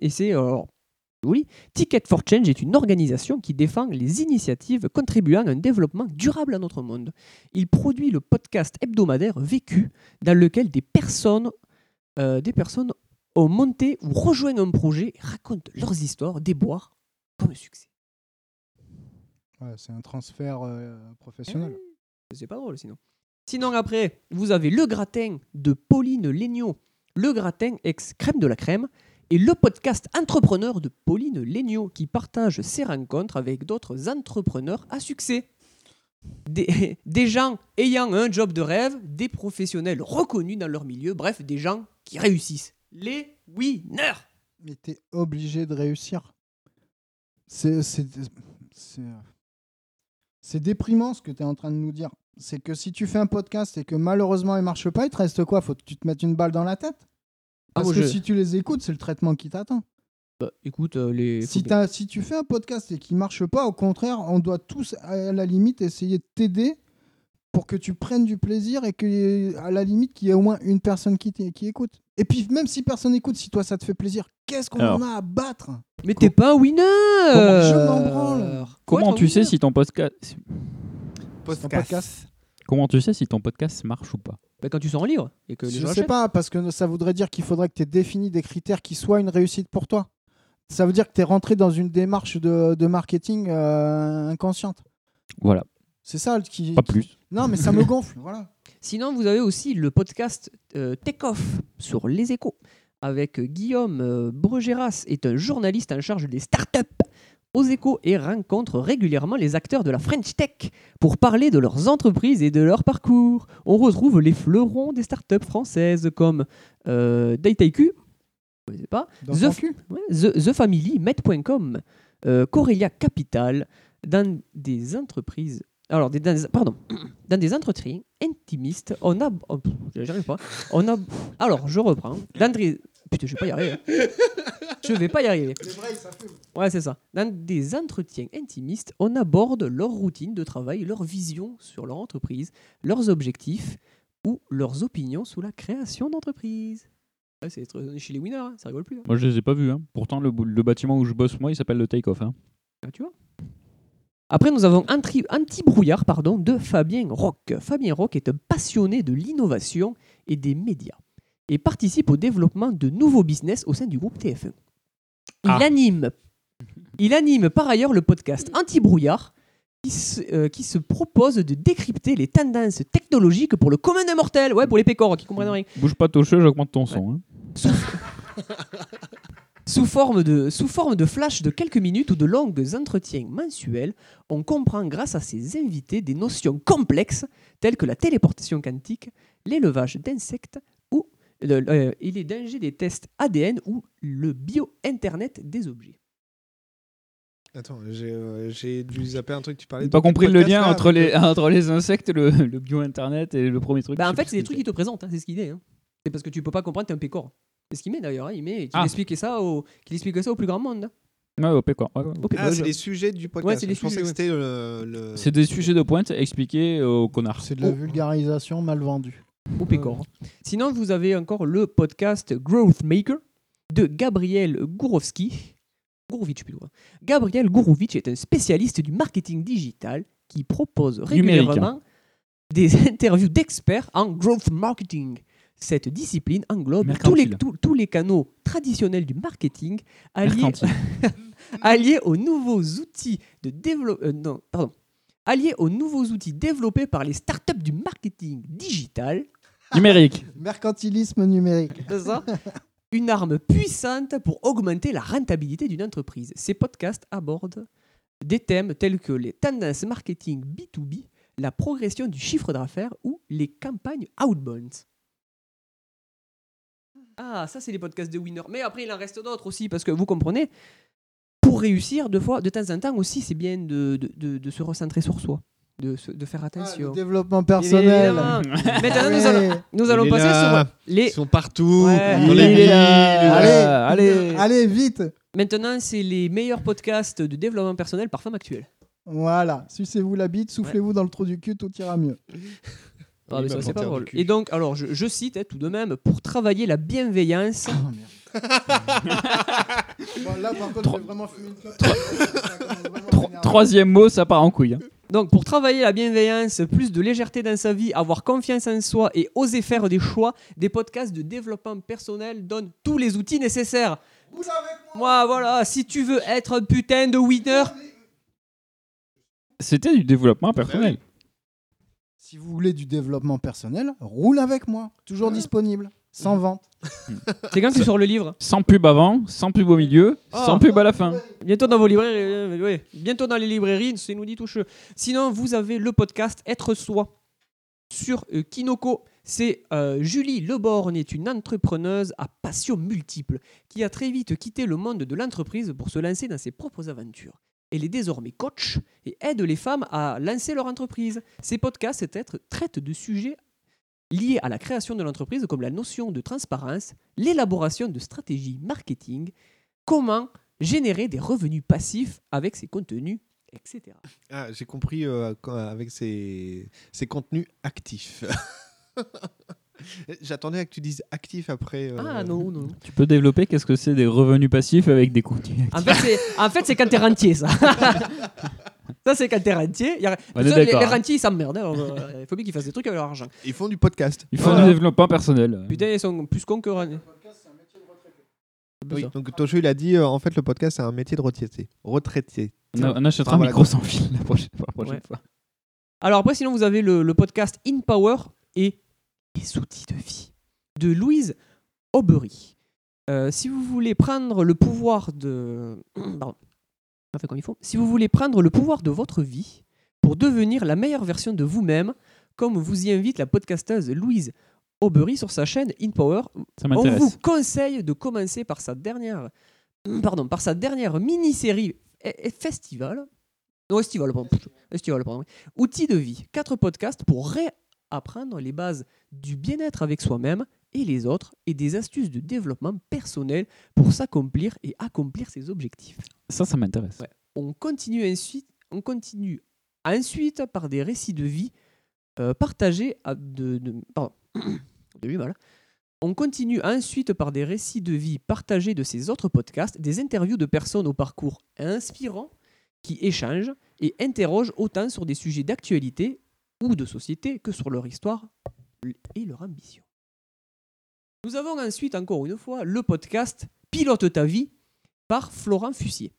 Speaker 10: Et c'est. euh, alors, oui, Ticket for Change est une organisation qui défend les initiatives contribuant à un développement durable à notre monde. Il produit le podcast hebdomadaire Vécu, dans lequel des personnes, euh, des personnes ont monté ou rejoint un projet, racontent leurs histoires, déboires comme un succès.
Speaker 11: Ouais, c'est un transfert euh, professionnel.
Speaker 10: Mmh. C'est pas drôle sinon. Sinon, après, vous avez le gratin de Pauline Léniaud, le gratin ex-crème de la crème, et le podcast Entrepreneur de Pauline Léniaud, qui partage ses rencontres avec d'autres entrepreneurs à succès. Des, *laughs* des gens ayant un job de rêve, des professionnels reconnus dans leur milieu, bref, des gens qui réussissent. Les winners
Speaker 11: Mais t'es obligé de réussir. C'est, c'est, c'est, c'est déprimant ce que tu es en train de nous dire. C'est que si tu fais un podcast et que malheureusement il marche pas, il te reste quoi Faut que tu te mettes une balle dans la tête
Speaker 10: Ah,
Speaker 11: Parce
Speaker 10: moi,
Speaker 11: que
Speaker 10: je-
Speaker 11: si tu les écoutes, c'est le traitement qui t'attend.
Speaker 10: Bah, écoute, euh, les.
Speaker 11: Si, t'as- si tu fais un podcast et qu'il marche pas, au contraire, on doit tous, à la limite, essayer de t'aider pour que tu prennes du plaisir et que, à la limite, qu'il y ait au moins une personne qui, t'é- qui écoute. Et puis, même si personne écoute, si toi ça te fait plaisir, qu'est-ce qu'on
Speaker 8: Alors.
Speaker 11: en a à battre
Speaker 10: Mais t'es pas un winner
Speaker 11: Je m'en branle
Speaker 8: Comment tu sais si ton podcast
Speaker 11: podcast.
Speaker 8: Comment tu sais si ton podcast marche ou pas
Speaker 10: Bah, Quand tu sors en livre et que les
Speaker 11: Je
Speaker 10: gens
Speaker 11: sais
Speaker 10: achètent.
Speaker 11: pas, parce que ça voudrait dire qu'il faudrait que tu aies défini des critères qui soient une réussite pour toi. Ça veut dire que tu es rentré dans une démarche de, de marketing euh, inconsciente.
Speaker 8: Voilà.
Speaker 11: C'est ça le- qui.
Speaker 8: Pas plus.
Speaker 11: Non, mais ça me gonfle. Voilà.
Speaker 10: Sinon, vous avez aussi le podcast euh, Take Off sur Les Échos avec Guillaume euh, Bregeras, est un journaliste en charge des startups aux Échos et rencontre régulièrement les acteurs de la French Tech pour parler de leurs entreprises et de leur parcours. On retrouve les fleurons des startups françaises comme euh, DataIQ, vous connaissez pas,
Speaker 11: Dans
Speaker 10: The,
Speaker 11: ton cul.
Speaker 10: ouais, The, The Family, Met.com, euh, Corelia Capital, dans des entreprises. Alors, des, dans des- pardon, *clears throat* dans des entretiens intimistes, on a. oh, pff, J'arrive pas. On a. Alors, je reprends. Dans des- Putain, je vais pas y arriver. hein. Je vais pas y arriver. Ouais, c'est ça. Dans des entretiens intimistes, on aborde leur routine de travail, leur vision sur leur entreprise, leurs objectifs ou leurs opinions sous la création d'entreprise. Ouais, c'est tr- chez les winners, hein, ça rigole plus. hein.
Speaker 8: Moi, je les ai pas vus. hein. Pourtant, le, bou- le bâtiment où je bosse, moi, il s'appelle le Takeoff. Hein.
Speaker 10: Ah, tu vois Après, nous avons Antri- Anti-Brouillard pardon, de Fabien Roch. Fabien Roch est un passionné de l'innovation et des médias et participe au développement de nouveaux business au sein du groupe TF1. Il, anime, il anime par ailleurs le podcast Anti-Brouillard qui se, euh, qui se propose de décrypter les tendances technologiques pour le commun des mortels, ouais, pour les pécores qui comprennent rien.
Speaker 8: Bouge pas ton cheveu, j'augmente ton son. hein.
Speaker 10: Sous forme, de, sous forme de flash de quelques minutes ou de longues entretiens mensuels, on comprend grâce à ses invités des notions complexes telles que la téléportation quantique, l'élevage d'insectes ou le- euh, le- et les dangers des tests ADN ou le bio-internet des objets.
Speaker 9: Attends, j'ai euh, j'ai dû zapper un truc. Tu parlais.
Speaker 8: J'ai
Speaker 9: de
Speaker 8: pas
Speaker 9: ton
Speaker 8: compris le
Speaker 9: podcast, Ah,
Speaker 8: lien
Speaker 9: là,
Speaker 8: entre
Speaker 9: avec
Speaker 8: les, *laughs*
Speaker 10: *laughs*
Speaker 9: le-
Speaker 8: entre les insectes, le, le bio-internet et le premier truc.
Speaker 10: Bah, en
Speaker 8: je sais
Speaker 10: fait,
Speaker 8: plus
Speaker 10: c'est des
Speaker 8: ce que
Speaker 10: trucs qu'il te présente, hein, c'est ce qu'il est. hein. C'est parce que tu peux pas comprendre, t'es un pécor. C'est ce qu'il met d'ailleurs, hein, il met qu'il
Speaker 8: Ah.
Speaker 10: expliquait ça au, qu'il expliquait ça au plus grand monde. hein.
Speaker 8: c'est. Ouais, au pécor, ouais, ouais.
Speaker 11: Euh,
Speaker 10: Au pécor,
Speaker 9: Ah,
Speaker 10: je-
Speaker 9: c'est les sujets du podcast.
Speaker 10: Ouais, c'est les
Speaker 9: Je pensais
Speaker 10: sujets,
Speaker 9: que
Speaker 10: ouais.
Speaker 9: c'était le. le-
Speaker 8: C'est des sujets de pointe expliqués aux connards.
Speaker 11: C'est de la vulgarisation mal vendue.
Speaker 10: au pécor. Sinon, vous avez encore le podcast Growth Maker de Gabriel Gourovski. Gourovitch plutôt. hein. Gabriel Gourovitch est un spécialiste du marketing digital qui propose
Speaker 8: Numérique,
Speaker 10: régulièrement des *laughs* interviews d'experts en growth marketing. Cette discipline englobe tous les,
Speaker 8: Mercantile.
Speaker 10: tous- tous les canaux traditionnels du marketing alliés, *laughs* alliés aux nouveaux outils de développement. non, pardon. Alliés aux nouveaux outils développés par les startups du marketing digital.
Speaker 8: Numérique.
Speaker 11: Mercantilisme numérique.
Speaker 10: C'est ça Une arme puissante pour augmenter la rentabilité d'une entreprise. Ces podcasts abordent des thèmes tels que les tendances marketing B2B, la progression du chiffre d'affaires ou les campagnes outbound. Ah, ça, c'est les podcasts de Winner. Mais après, il en reste d'autres aussi, parce que vous comprenez, pour réussir, deux fois, de temps en temps aussi, c'est bien de, de- de- de se recentrer sur soi. de, se- de faire attention.
Speaker 11: Ah, développement
Speaker 10: Il est
Speaker 11: personnel.
Speaker 10: là. Maintenant, nous
Speaker 11: Ouais.
Speaker 10: allons, nous allons
Speaker 11: Il est
Speaker 10: passer
Speaker 11: là.
Speaker 10: sur les.
Speaker 9: Ils sont partout.
Speaker 10: Ouais.
Speaker 9: Dans les
Speaker 10: Il est là. Ah,
Speaker 9: villes.
Speaker 8: Euh,
Speaker 10: Allez,
Speaker 11: Allez. Allez, vite.
Speaker 10: Maintenant, c'est les meilleurs podcasts de développement personnel par femme actuelle.
Speaker 11: Voilà, sucez-vous la bite, soufflez-vous dans le trou du cul, tout ira mieux.
Speaker 10: Ah, mais ça, c'est pas drôle.
Speaker 11: cul.
Speaker 10: Et donc, alors, je, je cite hein, tout de même pour travailler la bienveillance.
Speaker 8: Oh,
Speaker 11: *laughs* Bon, là, par contre,
Speaker 10: Tro-
Speaker 11: j'ai vraiment fumé une clope.
Speaker 8: Troisième mot, ça part en couille. hein.
Speaker 10: Donc, pour travailler la bienveillance, plus de légèreté dans sa vie, avoir confiance en soi et oser faire des choix, des podcasts de développement personnel donnent tous les outils nécessaires. Moi, voilà, si tu veux être un putain de winner, *laughs*
Speaker 8: C'était du développement personnel.
Speaker 11: Si vous voulez du développement personnel, roule avec moi. Toujours disponible, sans vente.
Speaker 10: C'est quand tu sors le livre
Speaker 8: Sans pub avant, sans pub au milieu,
Speaker 10: Ah.
Speaker 8: sans pub à la fin.
Speaker 10: Bientôt dans vos librairies, euh, ouais, bientôt dans les librairies, c'est nous dit toucheux. Sinon, vous avez le podcast Être soi sur euh, Kinoko. C'est euh, Julie Leborgne est une entrepreneuse à passion multiple qui a très vite quitté le monde de l'entreprise pour se lancer dans ses propres aventures. Elle est désormais coach et aide les femmes à lancer leur entreprise. Ses podcasts être, traitent de sujets liés à la création de l'entreprise comme la notion de transparence, l'élaboration de stratégies marketing, comment générer des revenus passifs avec ses contenus, etc.
Speaker 9: Ah, j'ai compris euh, quand- avec ces, ces contenus actifs. *laughs* J'attendais que tu dises actif après. euh,
Speaker 10: Ah non, non.
Speaker 8: Tu peux développer qu'est-ce que c'est des revenus passifs avec des contenus.
Speaker 10: En fait, c'est, en fait, c'est quand t'es rentier, *laughs* ça. ça, c'est quand t'es rentier. Il y a-
Speaker 8: On est
Speaker 10: Ça, les, les
Speaker 8: d'accord, hein.
Speaker 10: rentiers, ils s'emmerdent. hein. Euh, Il faut bien qu'ils fassent des trucs avec leur argent.
Speaker 9: Ils font du podcast.
Speaker 8: Ils font du développement personnel.
Speaker 10: Putain, ils sont plus cons que rentiers.
Speaker 9: Oui, donc Toshio, il a dit euh, en fait, le podcast, c'est un métier de retraité. retraité.
Speaker 8: On, a- on achètera
Speaker 9: Ah,
Speaker 8: un
Speaker 9: voilà,
Speaker 8: micro
Speaker 9: quoi.
Speaker 8: sans fil la prochaine, pour la prochaine
Speaker 10: Ouais.
Speaker 8: fois.
Speaker 10: Alors après, sinon, vous avez le, le podcast In Power et Les outils de vie de Louise Aubery. Euh, si vous voulez prendre le pouvoir de... *clears throat* Pardon. Pas fait comme il faut. Si vous voulez prendre le pouvoir de votre vie pour devenir la meilleure version de vous-même, comme vous y invite la podcasteuse Louise Aubery sur sa chaîne In Power,
Speaker 8: Ça
Speaker 10: on
Speaker 8: m'intéresse.
Speaker 10: vous conseille de commencer par sa dernière, *clears throat* pardon, par sa dernière mini-série et- et festival. Non, estival, pardon. Estival, pardon. Outils de vie. Quatre podcasts pour réapprendre les bases du bien-être avec soi-même et les autres et des astuces de développement personnel pour s'accomplir et accomplir ses objectifs.
Speaker 8: Ça, ça m'intéresse.
Speaker 10: Ouais. On continue ensuite, on continue ensuite par des récits de vie euh, partagés à de, de pardon, *coughs* j'ai eu mal. On continue ensuite par des récits de vie partagés de ces autres podcasts, des interviews de personnes au parcours inspirant qui échangent et interrogent autant sur des sujets d'actualité ou de société que sur leur histoire et leur ambition. Nous avons ensuite, encore une fois, le podcast Pilote ta vie par Florent Fussier.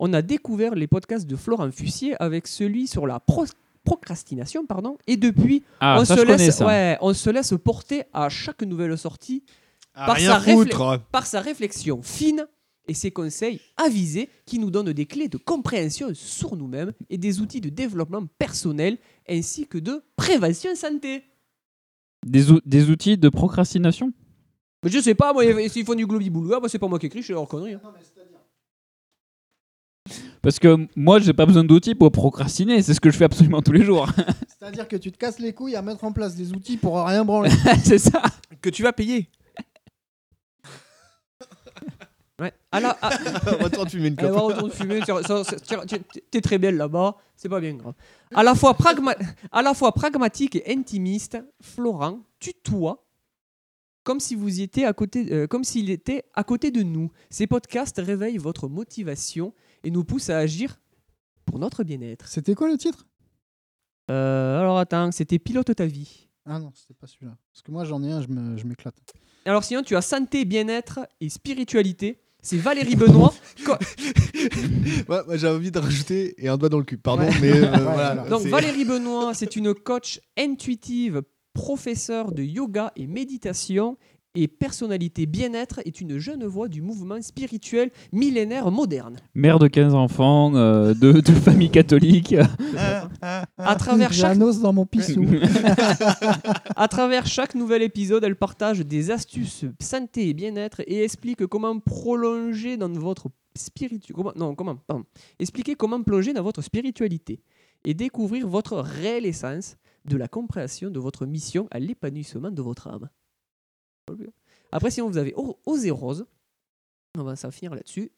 Speaker 10: On a découvert les podcasts de Florent Fussier avec celui sur la pro- procrastination, pardon, et depuis,
Speaker 8: Ah,
Speaker 10: on,
Speaker 8: ça,
Speaker 10: se
Speaker 8: je connais
Speaker 10: laisse,
Speaker 8: ça.
Speaker 10: ouais, on se laisse porter à chaque nouvelle sortie
Speaker 9: À
Speaker 10: par
Speaker 9: rien
Speaker 10: sa, réfle-
Speaker 9: foutre. *laughs*
Speaker 10: par sa réflexion fine et ses conseils avisés qui nous donnent des clés de compréhension sur nous-mêmes et des outils de développement personnel ainsi que de prévention santé.
Speaker 8: Des, ou- des outils de procrastination
Speaker 10: Mais je sais pas, moi, s'ils font du globi boulga, moi c'est pas moi qui écris, je suis leur connerie. hein.
Speaker 8: Parce que moi, j'ai pas besoin d'outils pour procrastiner. C'est ce que je fais absolument tous les jours. *laughs*
Speaker 11: C'est-à-dire que tu te casses les couilles à mettre en place des outils pour rien branler.
Speaker 8: c'est ça.
Speaker 10: Que tu vas payer. Ouais. Ah À la, à-
Speaker 9: Retourne fumer une
Speaker 10: Eh ouais,
Speaker 9: clope.
Speaker 10: retourne fumer, tiens, ça, c'est- tiens, tiens, T'es très belle là-bas, c'est pas bien grave. À la, fois pragma- à la fois pragmatique et intimiste, Florent tutoie comme si vous y étiez à côté, euh, comme s'il était à côté de nous. Ces podcasts réveillent votre motivation et nous poussent à agir pour notre bien-être.
Speaker 11: *laughs* C'était quoi le titre
Speaker 10: Euh, alors attends, c'était Pilote ta vie.
Speaker 11: Ah non, c'était pas celui-là. Parce que moi, j'en ai un, je me- je m'éclate.
Speaker 10: Alors sinon, tu as santé, bien-être et spiritualité. C'est Valérie Benoît. Co-
Speaker 9: Ouais, ouais, J'avais envie de rajouter et un doigt dans le cul, pardon.
Speaker 10: Ah, Ouais.
Speaker 9: Mais, euh,
Speaker 10: Ouais,
Speaker 9: voilà,
Speaker 10: Donc
Speaker 9: c'est-
Speaker 10: Valérie Benoît, c'est une coach intuitive, professeure de yoga et méditation et personnalité bien-être est une jeune voix du mouvement spirituel millénaire moderne.
Speaker 8: Mère de 15 enfants, euh, de, de famille catholique. *laughs*
Speaker 10: à travers
Speaker 11: J'ai
Speaker 10: chaque
Speaker 11: un os dans mon pissou.
Speaker 10: À travers chaque nouvel épisode, elle partage des astuces santé et bien-être et explique comment prolonger dans votre spiritualité. Non, comment Pardon. Expliquez comment plonger dans votre spiritualité et découvrir votre réelle essence de la compréhension de votre mission à l'épanouissement de votre âme. Après, sinon, vous avez O- Osez Rose. On va s'en finir là-dessus.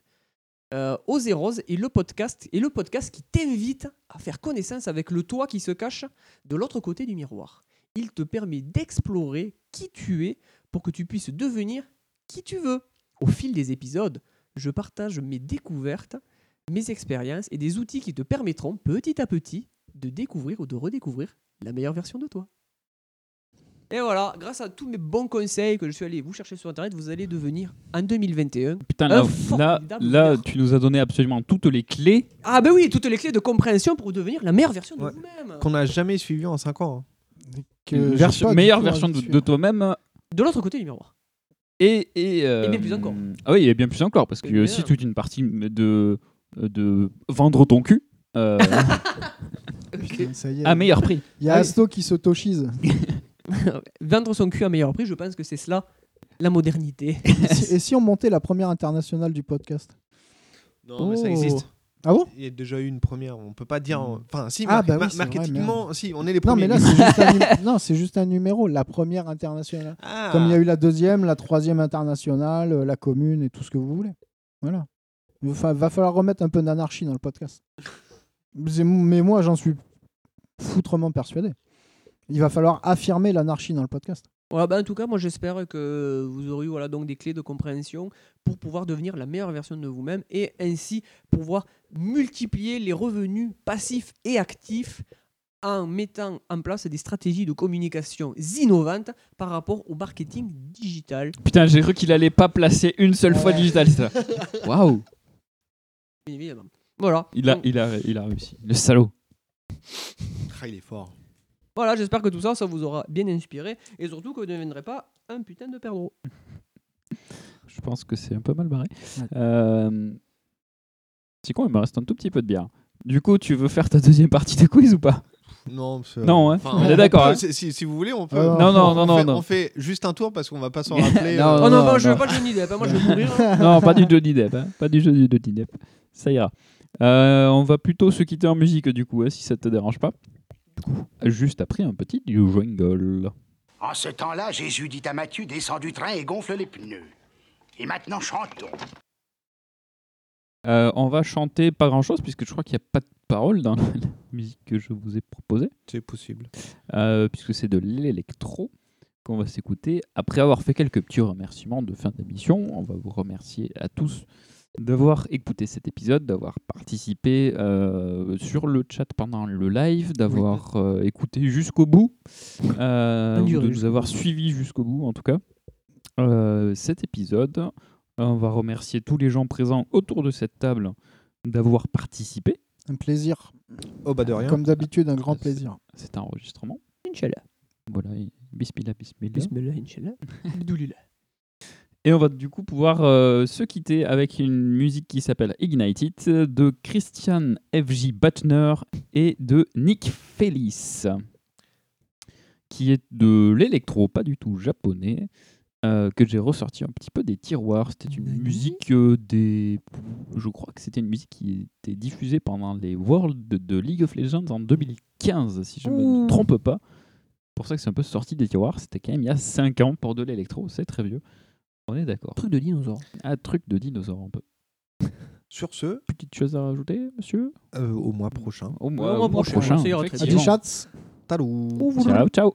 Speaker 10: Euh, Osez Rose est le podcast et le podcast qui t'invite à faire connaissance avec le toi qui se cache de l'autre côté du miroir. Il te permet d'explorer qui tu es pour que tu puisses devenir qui tu veux. Au fil des épisodes, je partage mes découvertes, mes expériences et des outils qui te permettront petit à petit de découvrir ou de redécouvrir la meilleure version de toi. Et voilà, grâce à tous mes bons conseils que je suis allé vous chercher sur internet, vous allez devenir en 2021.
Speaker 8: Putain,
Speaker 10: un
Speaker 8: là, là,
Speaker 10: formidable
Speaker 8: là, tu nous as donné absolument toutes les clés.
Speaker 10: Ah ben oui, toutes les clés de compréhension pour devenir la meilleure version de
Speaker 9: Ouais.
Speaker 10: vous-même.
Speaker 9: Qu'on n'a jamais suivi en 5 ans. hein.
Speaker 8: Une version- meilleure version de, de toi-même.
Speaker 10: De l'autre côté du miroir.
Speaker 8: Et, et, euh,
Speaker 10: Et bien plus encore.
Speaker 8: Ah oui, et bien plus encore, parce que
Speaker 10: bien.
Speaker 8: aussi toute une partie de, de vendre ton cul.
Speaker 10: *laughs*
Speaker 8: euh,
Speaker 11: Putain, ça y est.
Speaker 8: à meilleur prix.
Speaker 11: Il y a
Speaker 10: Ah oui.
Speaker 11: Asto qui s'autochise.
Speaker 8: *laughs*
Speaker 10: Vendre son cul à meilleur prix, je pense que c'est cela, la modernité.
Speaker 11: Et si- Et si on montait la première internationale du podcast
Speaker 9: Non, mais ça existe.
Speaker 11: Ah bon
Speaker 9: Il y a déjà eu une première. On peut pas dire. Enfin, si,
Speaker 11: Ah,
Speaker 9: mar-
Speaker 11: bah oui,
Speaker 9: mar-
Speaker 11: c'est vrai,
Speaker 9: marketingement,
Speaker 11: merde.
Speaker 9: si, on est les
Speaker 11: Non,
Speaker 9: premiers.
Speaker 11: mais là, c'est juste, un nu- non, c'est juste un numéro, la première internationale.
Speaker 9: Ah.
Speaker 11: Comme il y a eu la deuxième, la troisième internationale, euh, la commune et tout ce que vous voulez. Voilà. Enfin, va falloir remettre un peu d'anarchie dans le podcast. C'est- Mais moi, j'en suis foutrement persuadé. Il va falloir affirmer l'anarchie dans
Speaker 9: *laughs*
Speaker 11: le podcast.
Speaker 10: Ouais, bah, en tout cas, moi j'espère que vous aurez eu voilà, donc des clés de compréhension pour pouvoir devenir la meilleure version de vous-même et ainsi pouvoir multiplier les revenus passifs et actifs en mettant en place des stratégies de communication innovantes par rapport au marketing digital.
Speaker 8: Putain, j'ai cru qu'il allait pas placer une seule fois
Speaker 10: Ouais.
Speaker 8: digital. ça. Waouh!
Speaker 10: Bien évidemment. Voilà.
Speaker 8: Il
Speaker 10: *laughs*
Speaker 8: a, il, a, il a réussi. Le salaud.
Speaker 9: Ah, il est fort.
Speaker 10: Voilà, j'espère que tout ça, ça vous aura bien inspiré et surtout que vous ne deviendrez pas un putain de perdreau.
Speaker 8: Oh Je pense que c'est un peu mal barré. Euh, C'est con, il me reste un tout petit peu de bière. Du coup, tu veux faire ta deuxième partie de quiz ou pas?
Speaker 9: Non, c'est-
Speaker 8: Non, hein.
Speaker 9: Enfin,
Speaker 8: on est d'accord.
Speaker 9: peut,
Speaker 8: hein.
Speaker 9: Si, si- si vous voulez, on peut.
Speaker 11: Euh,
Speaker 8: Non, non, non,
Speaker 9: on
Speaker 8: non,
Speaker 9: fait,
Speaker 8: non.
Speaker 9: On fait juste un tour parce qu'on va
Speaker 8: *laughs*
Speaker 9: pas s'en rappeler.
Speaker 8: Non,
Speaker 9: euh.
Speaker 8: non, non,
Speaker 10: Ah
Speaker 8: non.
Speaker 10: hein,
Speaker 8: non, pas du
Speaker 9: tout.
Speaker 8: Johnny Depp. hein. Pas du Johnny Johnny Depp. Ça ira. Euh, on va plutôt se quitter en musique, du coup, hein, si ça te dérange pas. Du coup, juste après un petit jingle.
Speaker 4: Ah,
Speaker 16: En ce temps-là, Jésus dit à Matthieu, descend du train et gonfle les pneus. Et maintenant, chantons.
Speaker 8: Euh, on va chanter pas grand chose puisque je crois qu'il n'y a pas de parole dans *laughs* la musique que je vous ai proposée.
Speaker 9: C'est possible.
Speaker 8: Euh, puisque c'est de l'électro qu'on va s'écouter. Après avoir fait quelques petits remerciements de fin d'émission, on va vous remercier à tous d'avoir écouté cet épisode, d'avoir participé euh, sur le chat pendant le live, d'avoir euh, écouté jusqu'au bout, euh,
Speaker 10: Bonne
Speaker 8: ou
Speaker 10: durée
Speaker 8: de nous
Speaker 10: jusqu'au
Speaker 8: avoir
Speaker 10: bout.
Speaker 8: suivis jusqu'au bout en tout cas. Euh, cet épisode, on va remercier tous les gens présents autour de cette table d'avoir participé.
Speaker 11: Un plaisir.
Speaker 9: Oh, bah de rien.
Speaker 11: Comme d'habitude, un grand plaisir.
Speaker 8: C'est un enregistrement.
Speaker 10: Inch'Allah.
Speaker 8: Voilà, et bismillah, bismillah.
Speaker 10: Bismillah, Inch'Allah. Bidoulilah.
Speaker 8: Et on va du coup pouvoir euh, se quitter avec une musique qui s'appelle Ignite It de Christian F.J. Butner et de Nick Felice, qui est de l'électro, pas du tout japonais, euh, que j'ai ressorti un petit peu des tiroirs. C'était une musique euh, des. Je crois que c'était une musique qui était diffusée pendant les Worlds de, de League of Legends en 2015, si je ne
Speaker 10: Ouh.
Speaker 8: me trompe pas. pour ça que c'est un peu sorti des tiroirs. C'était quand même il y a 5 ans pour de l'électro, c'est très vieux. On est d'accord.
Speaker 10: Truc de dinosaure.
Speaker 8: Un truc de dinosaure un peu.
Speaker 9: Sur ce, euh,
Speaker 8: petite chose à rajouter, monsieur
Speaker 9: au mois prochain.
Speaker 8: Au mois, au mois prochain.
Speaker 11: Adieu, chats.
Speaker 9: Talou.
Speaker 8: Ciao, ciao.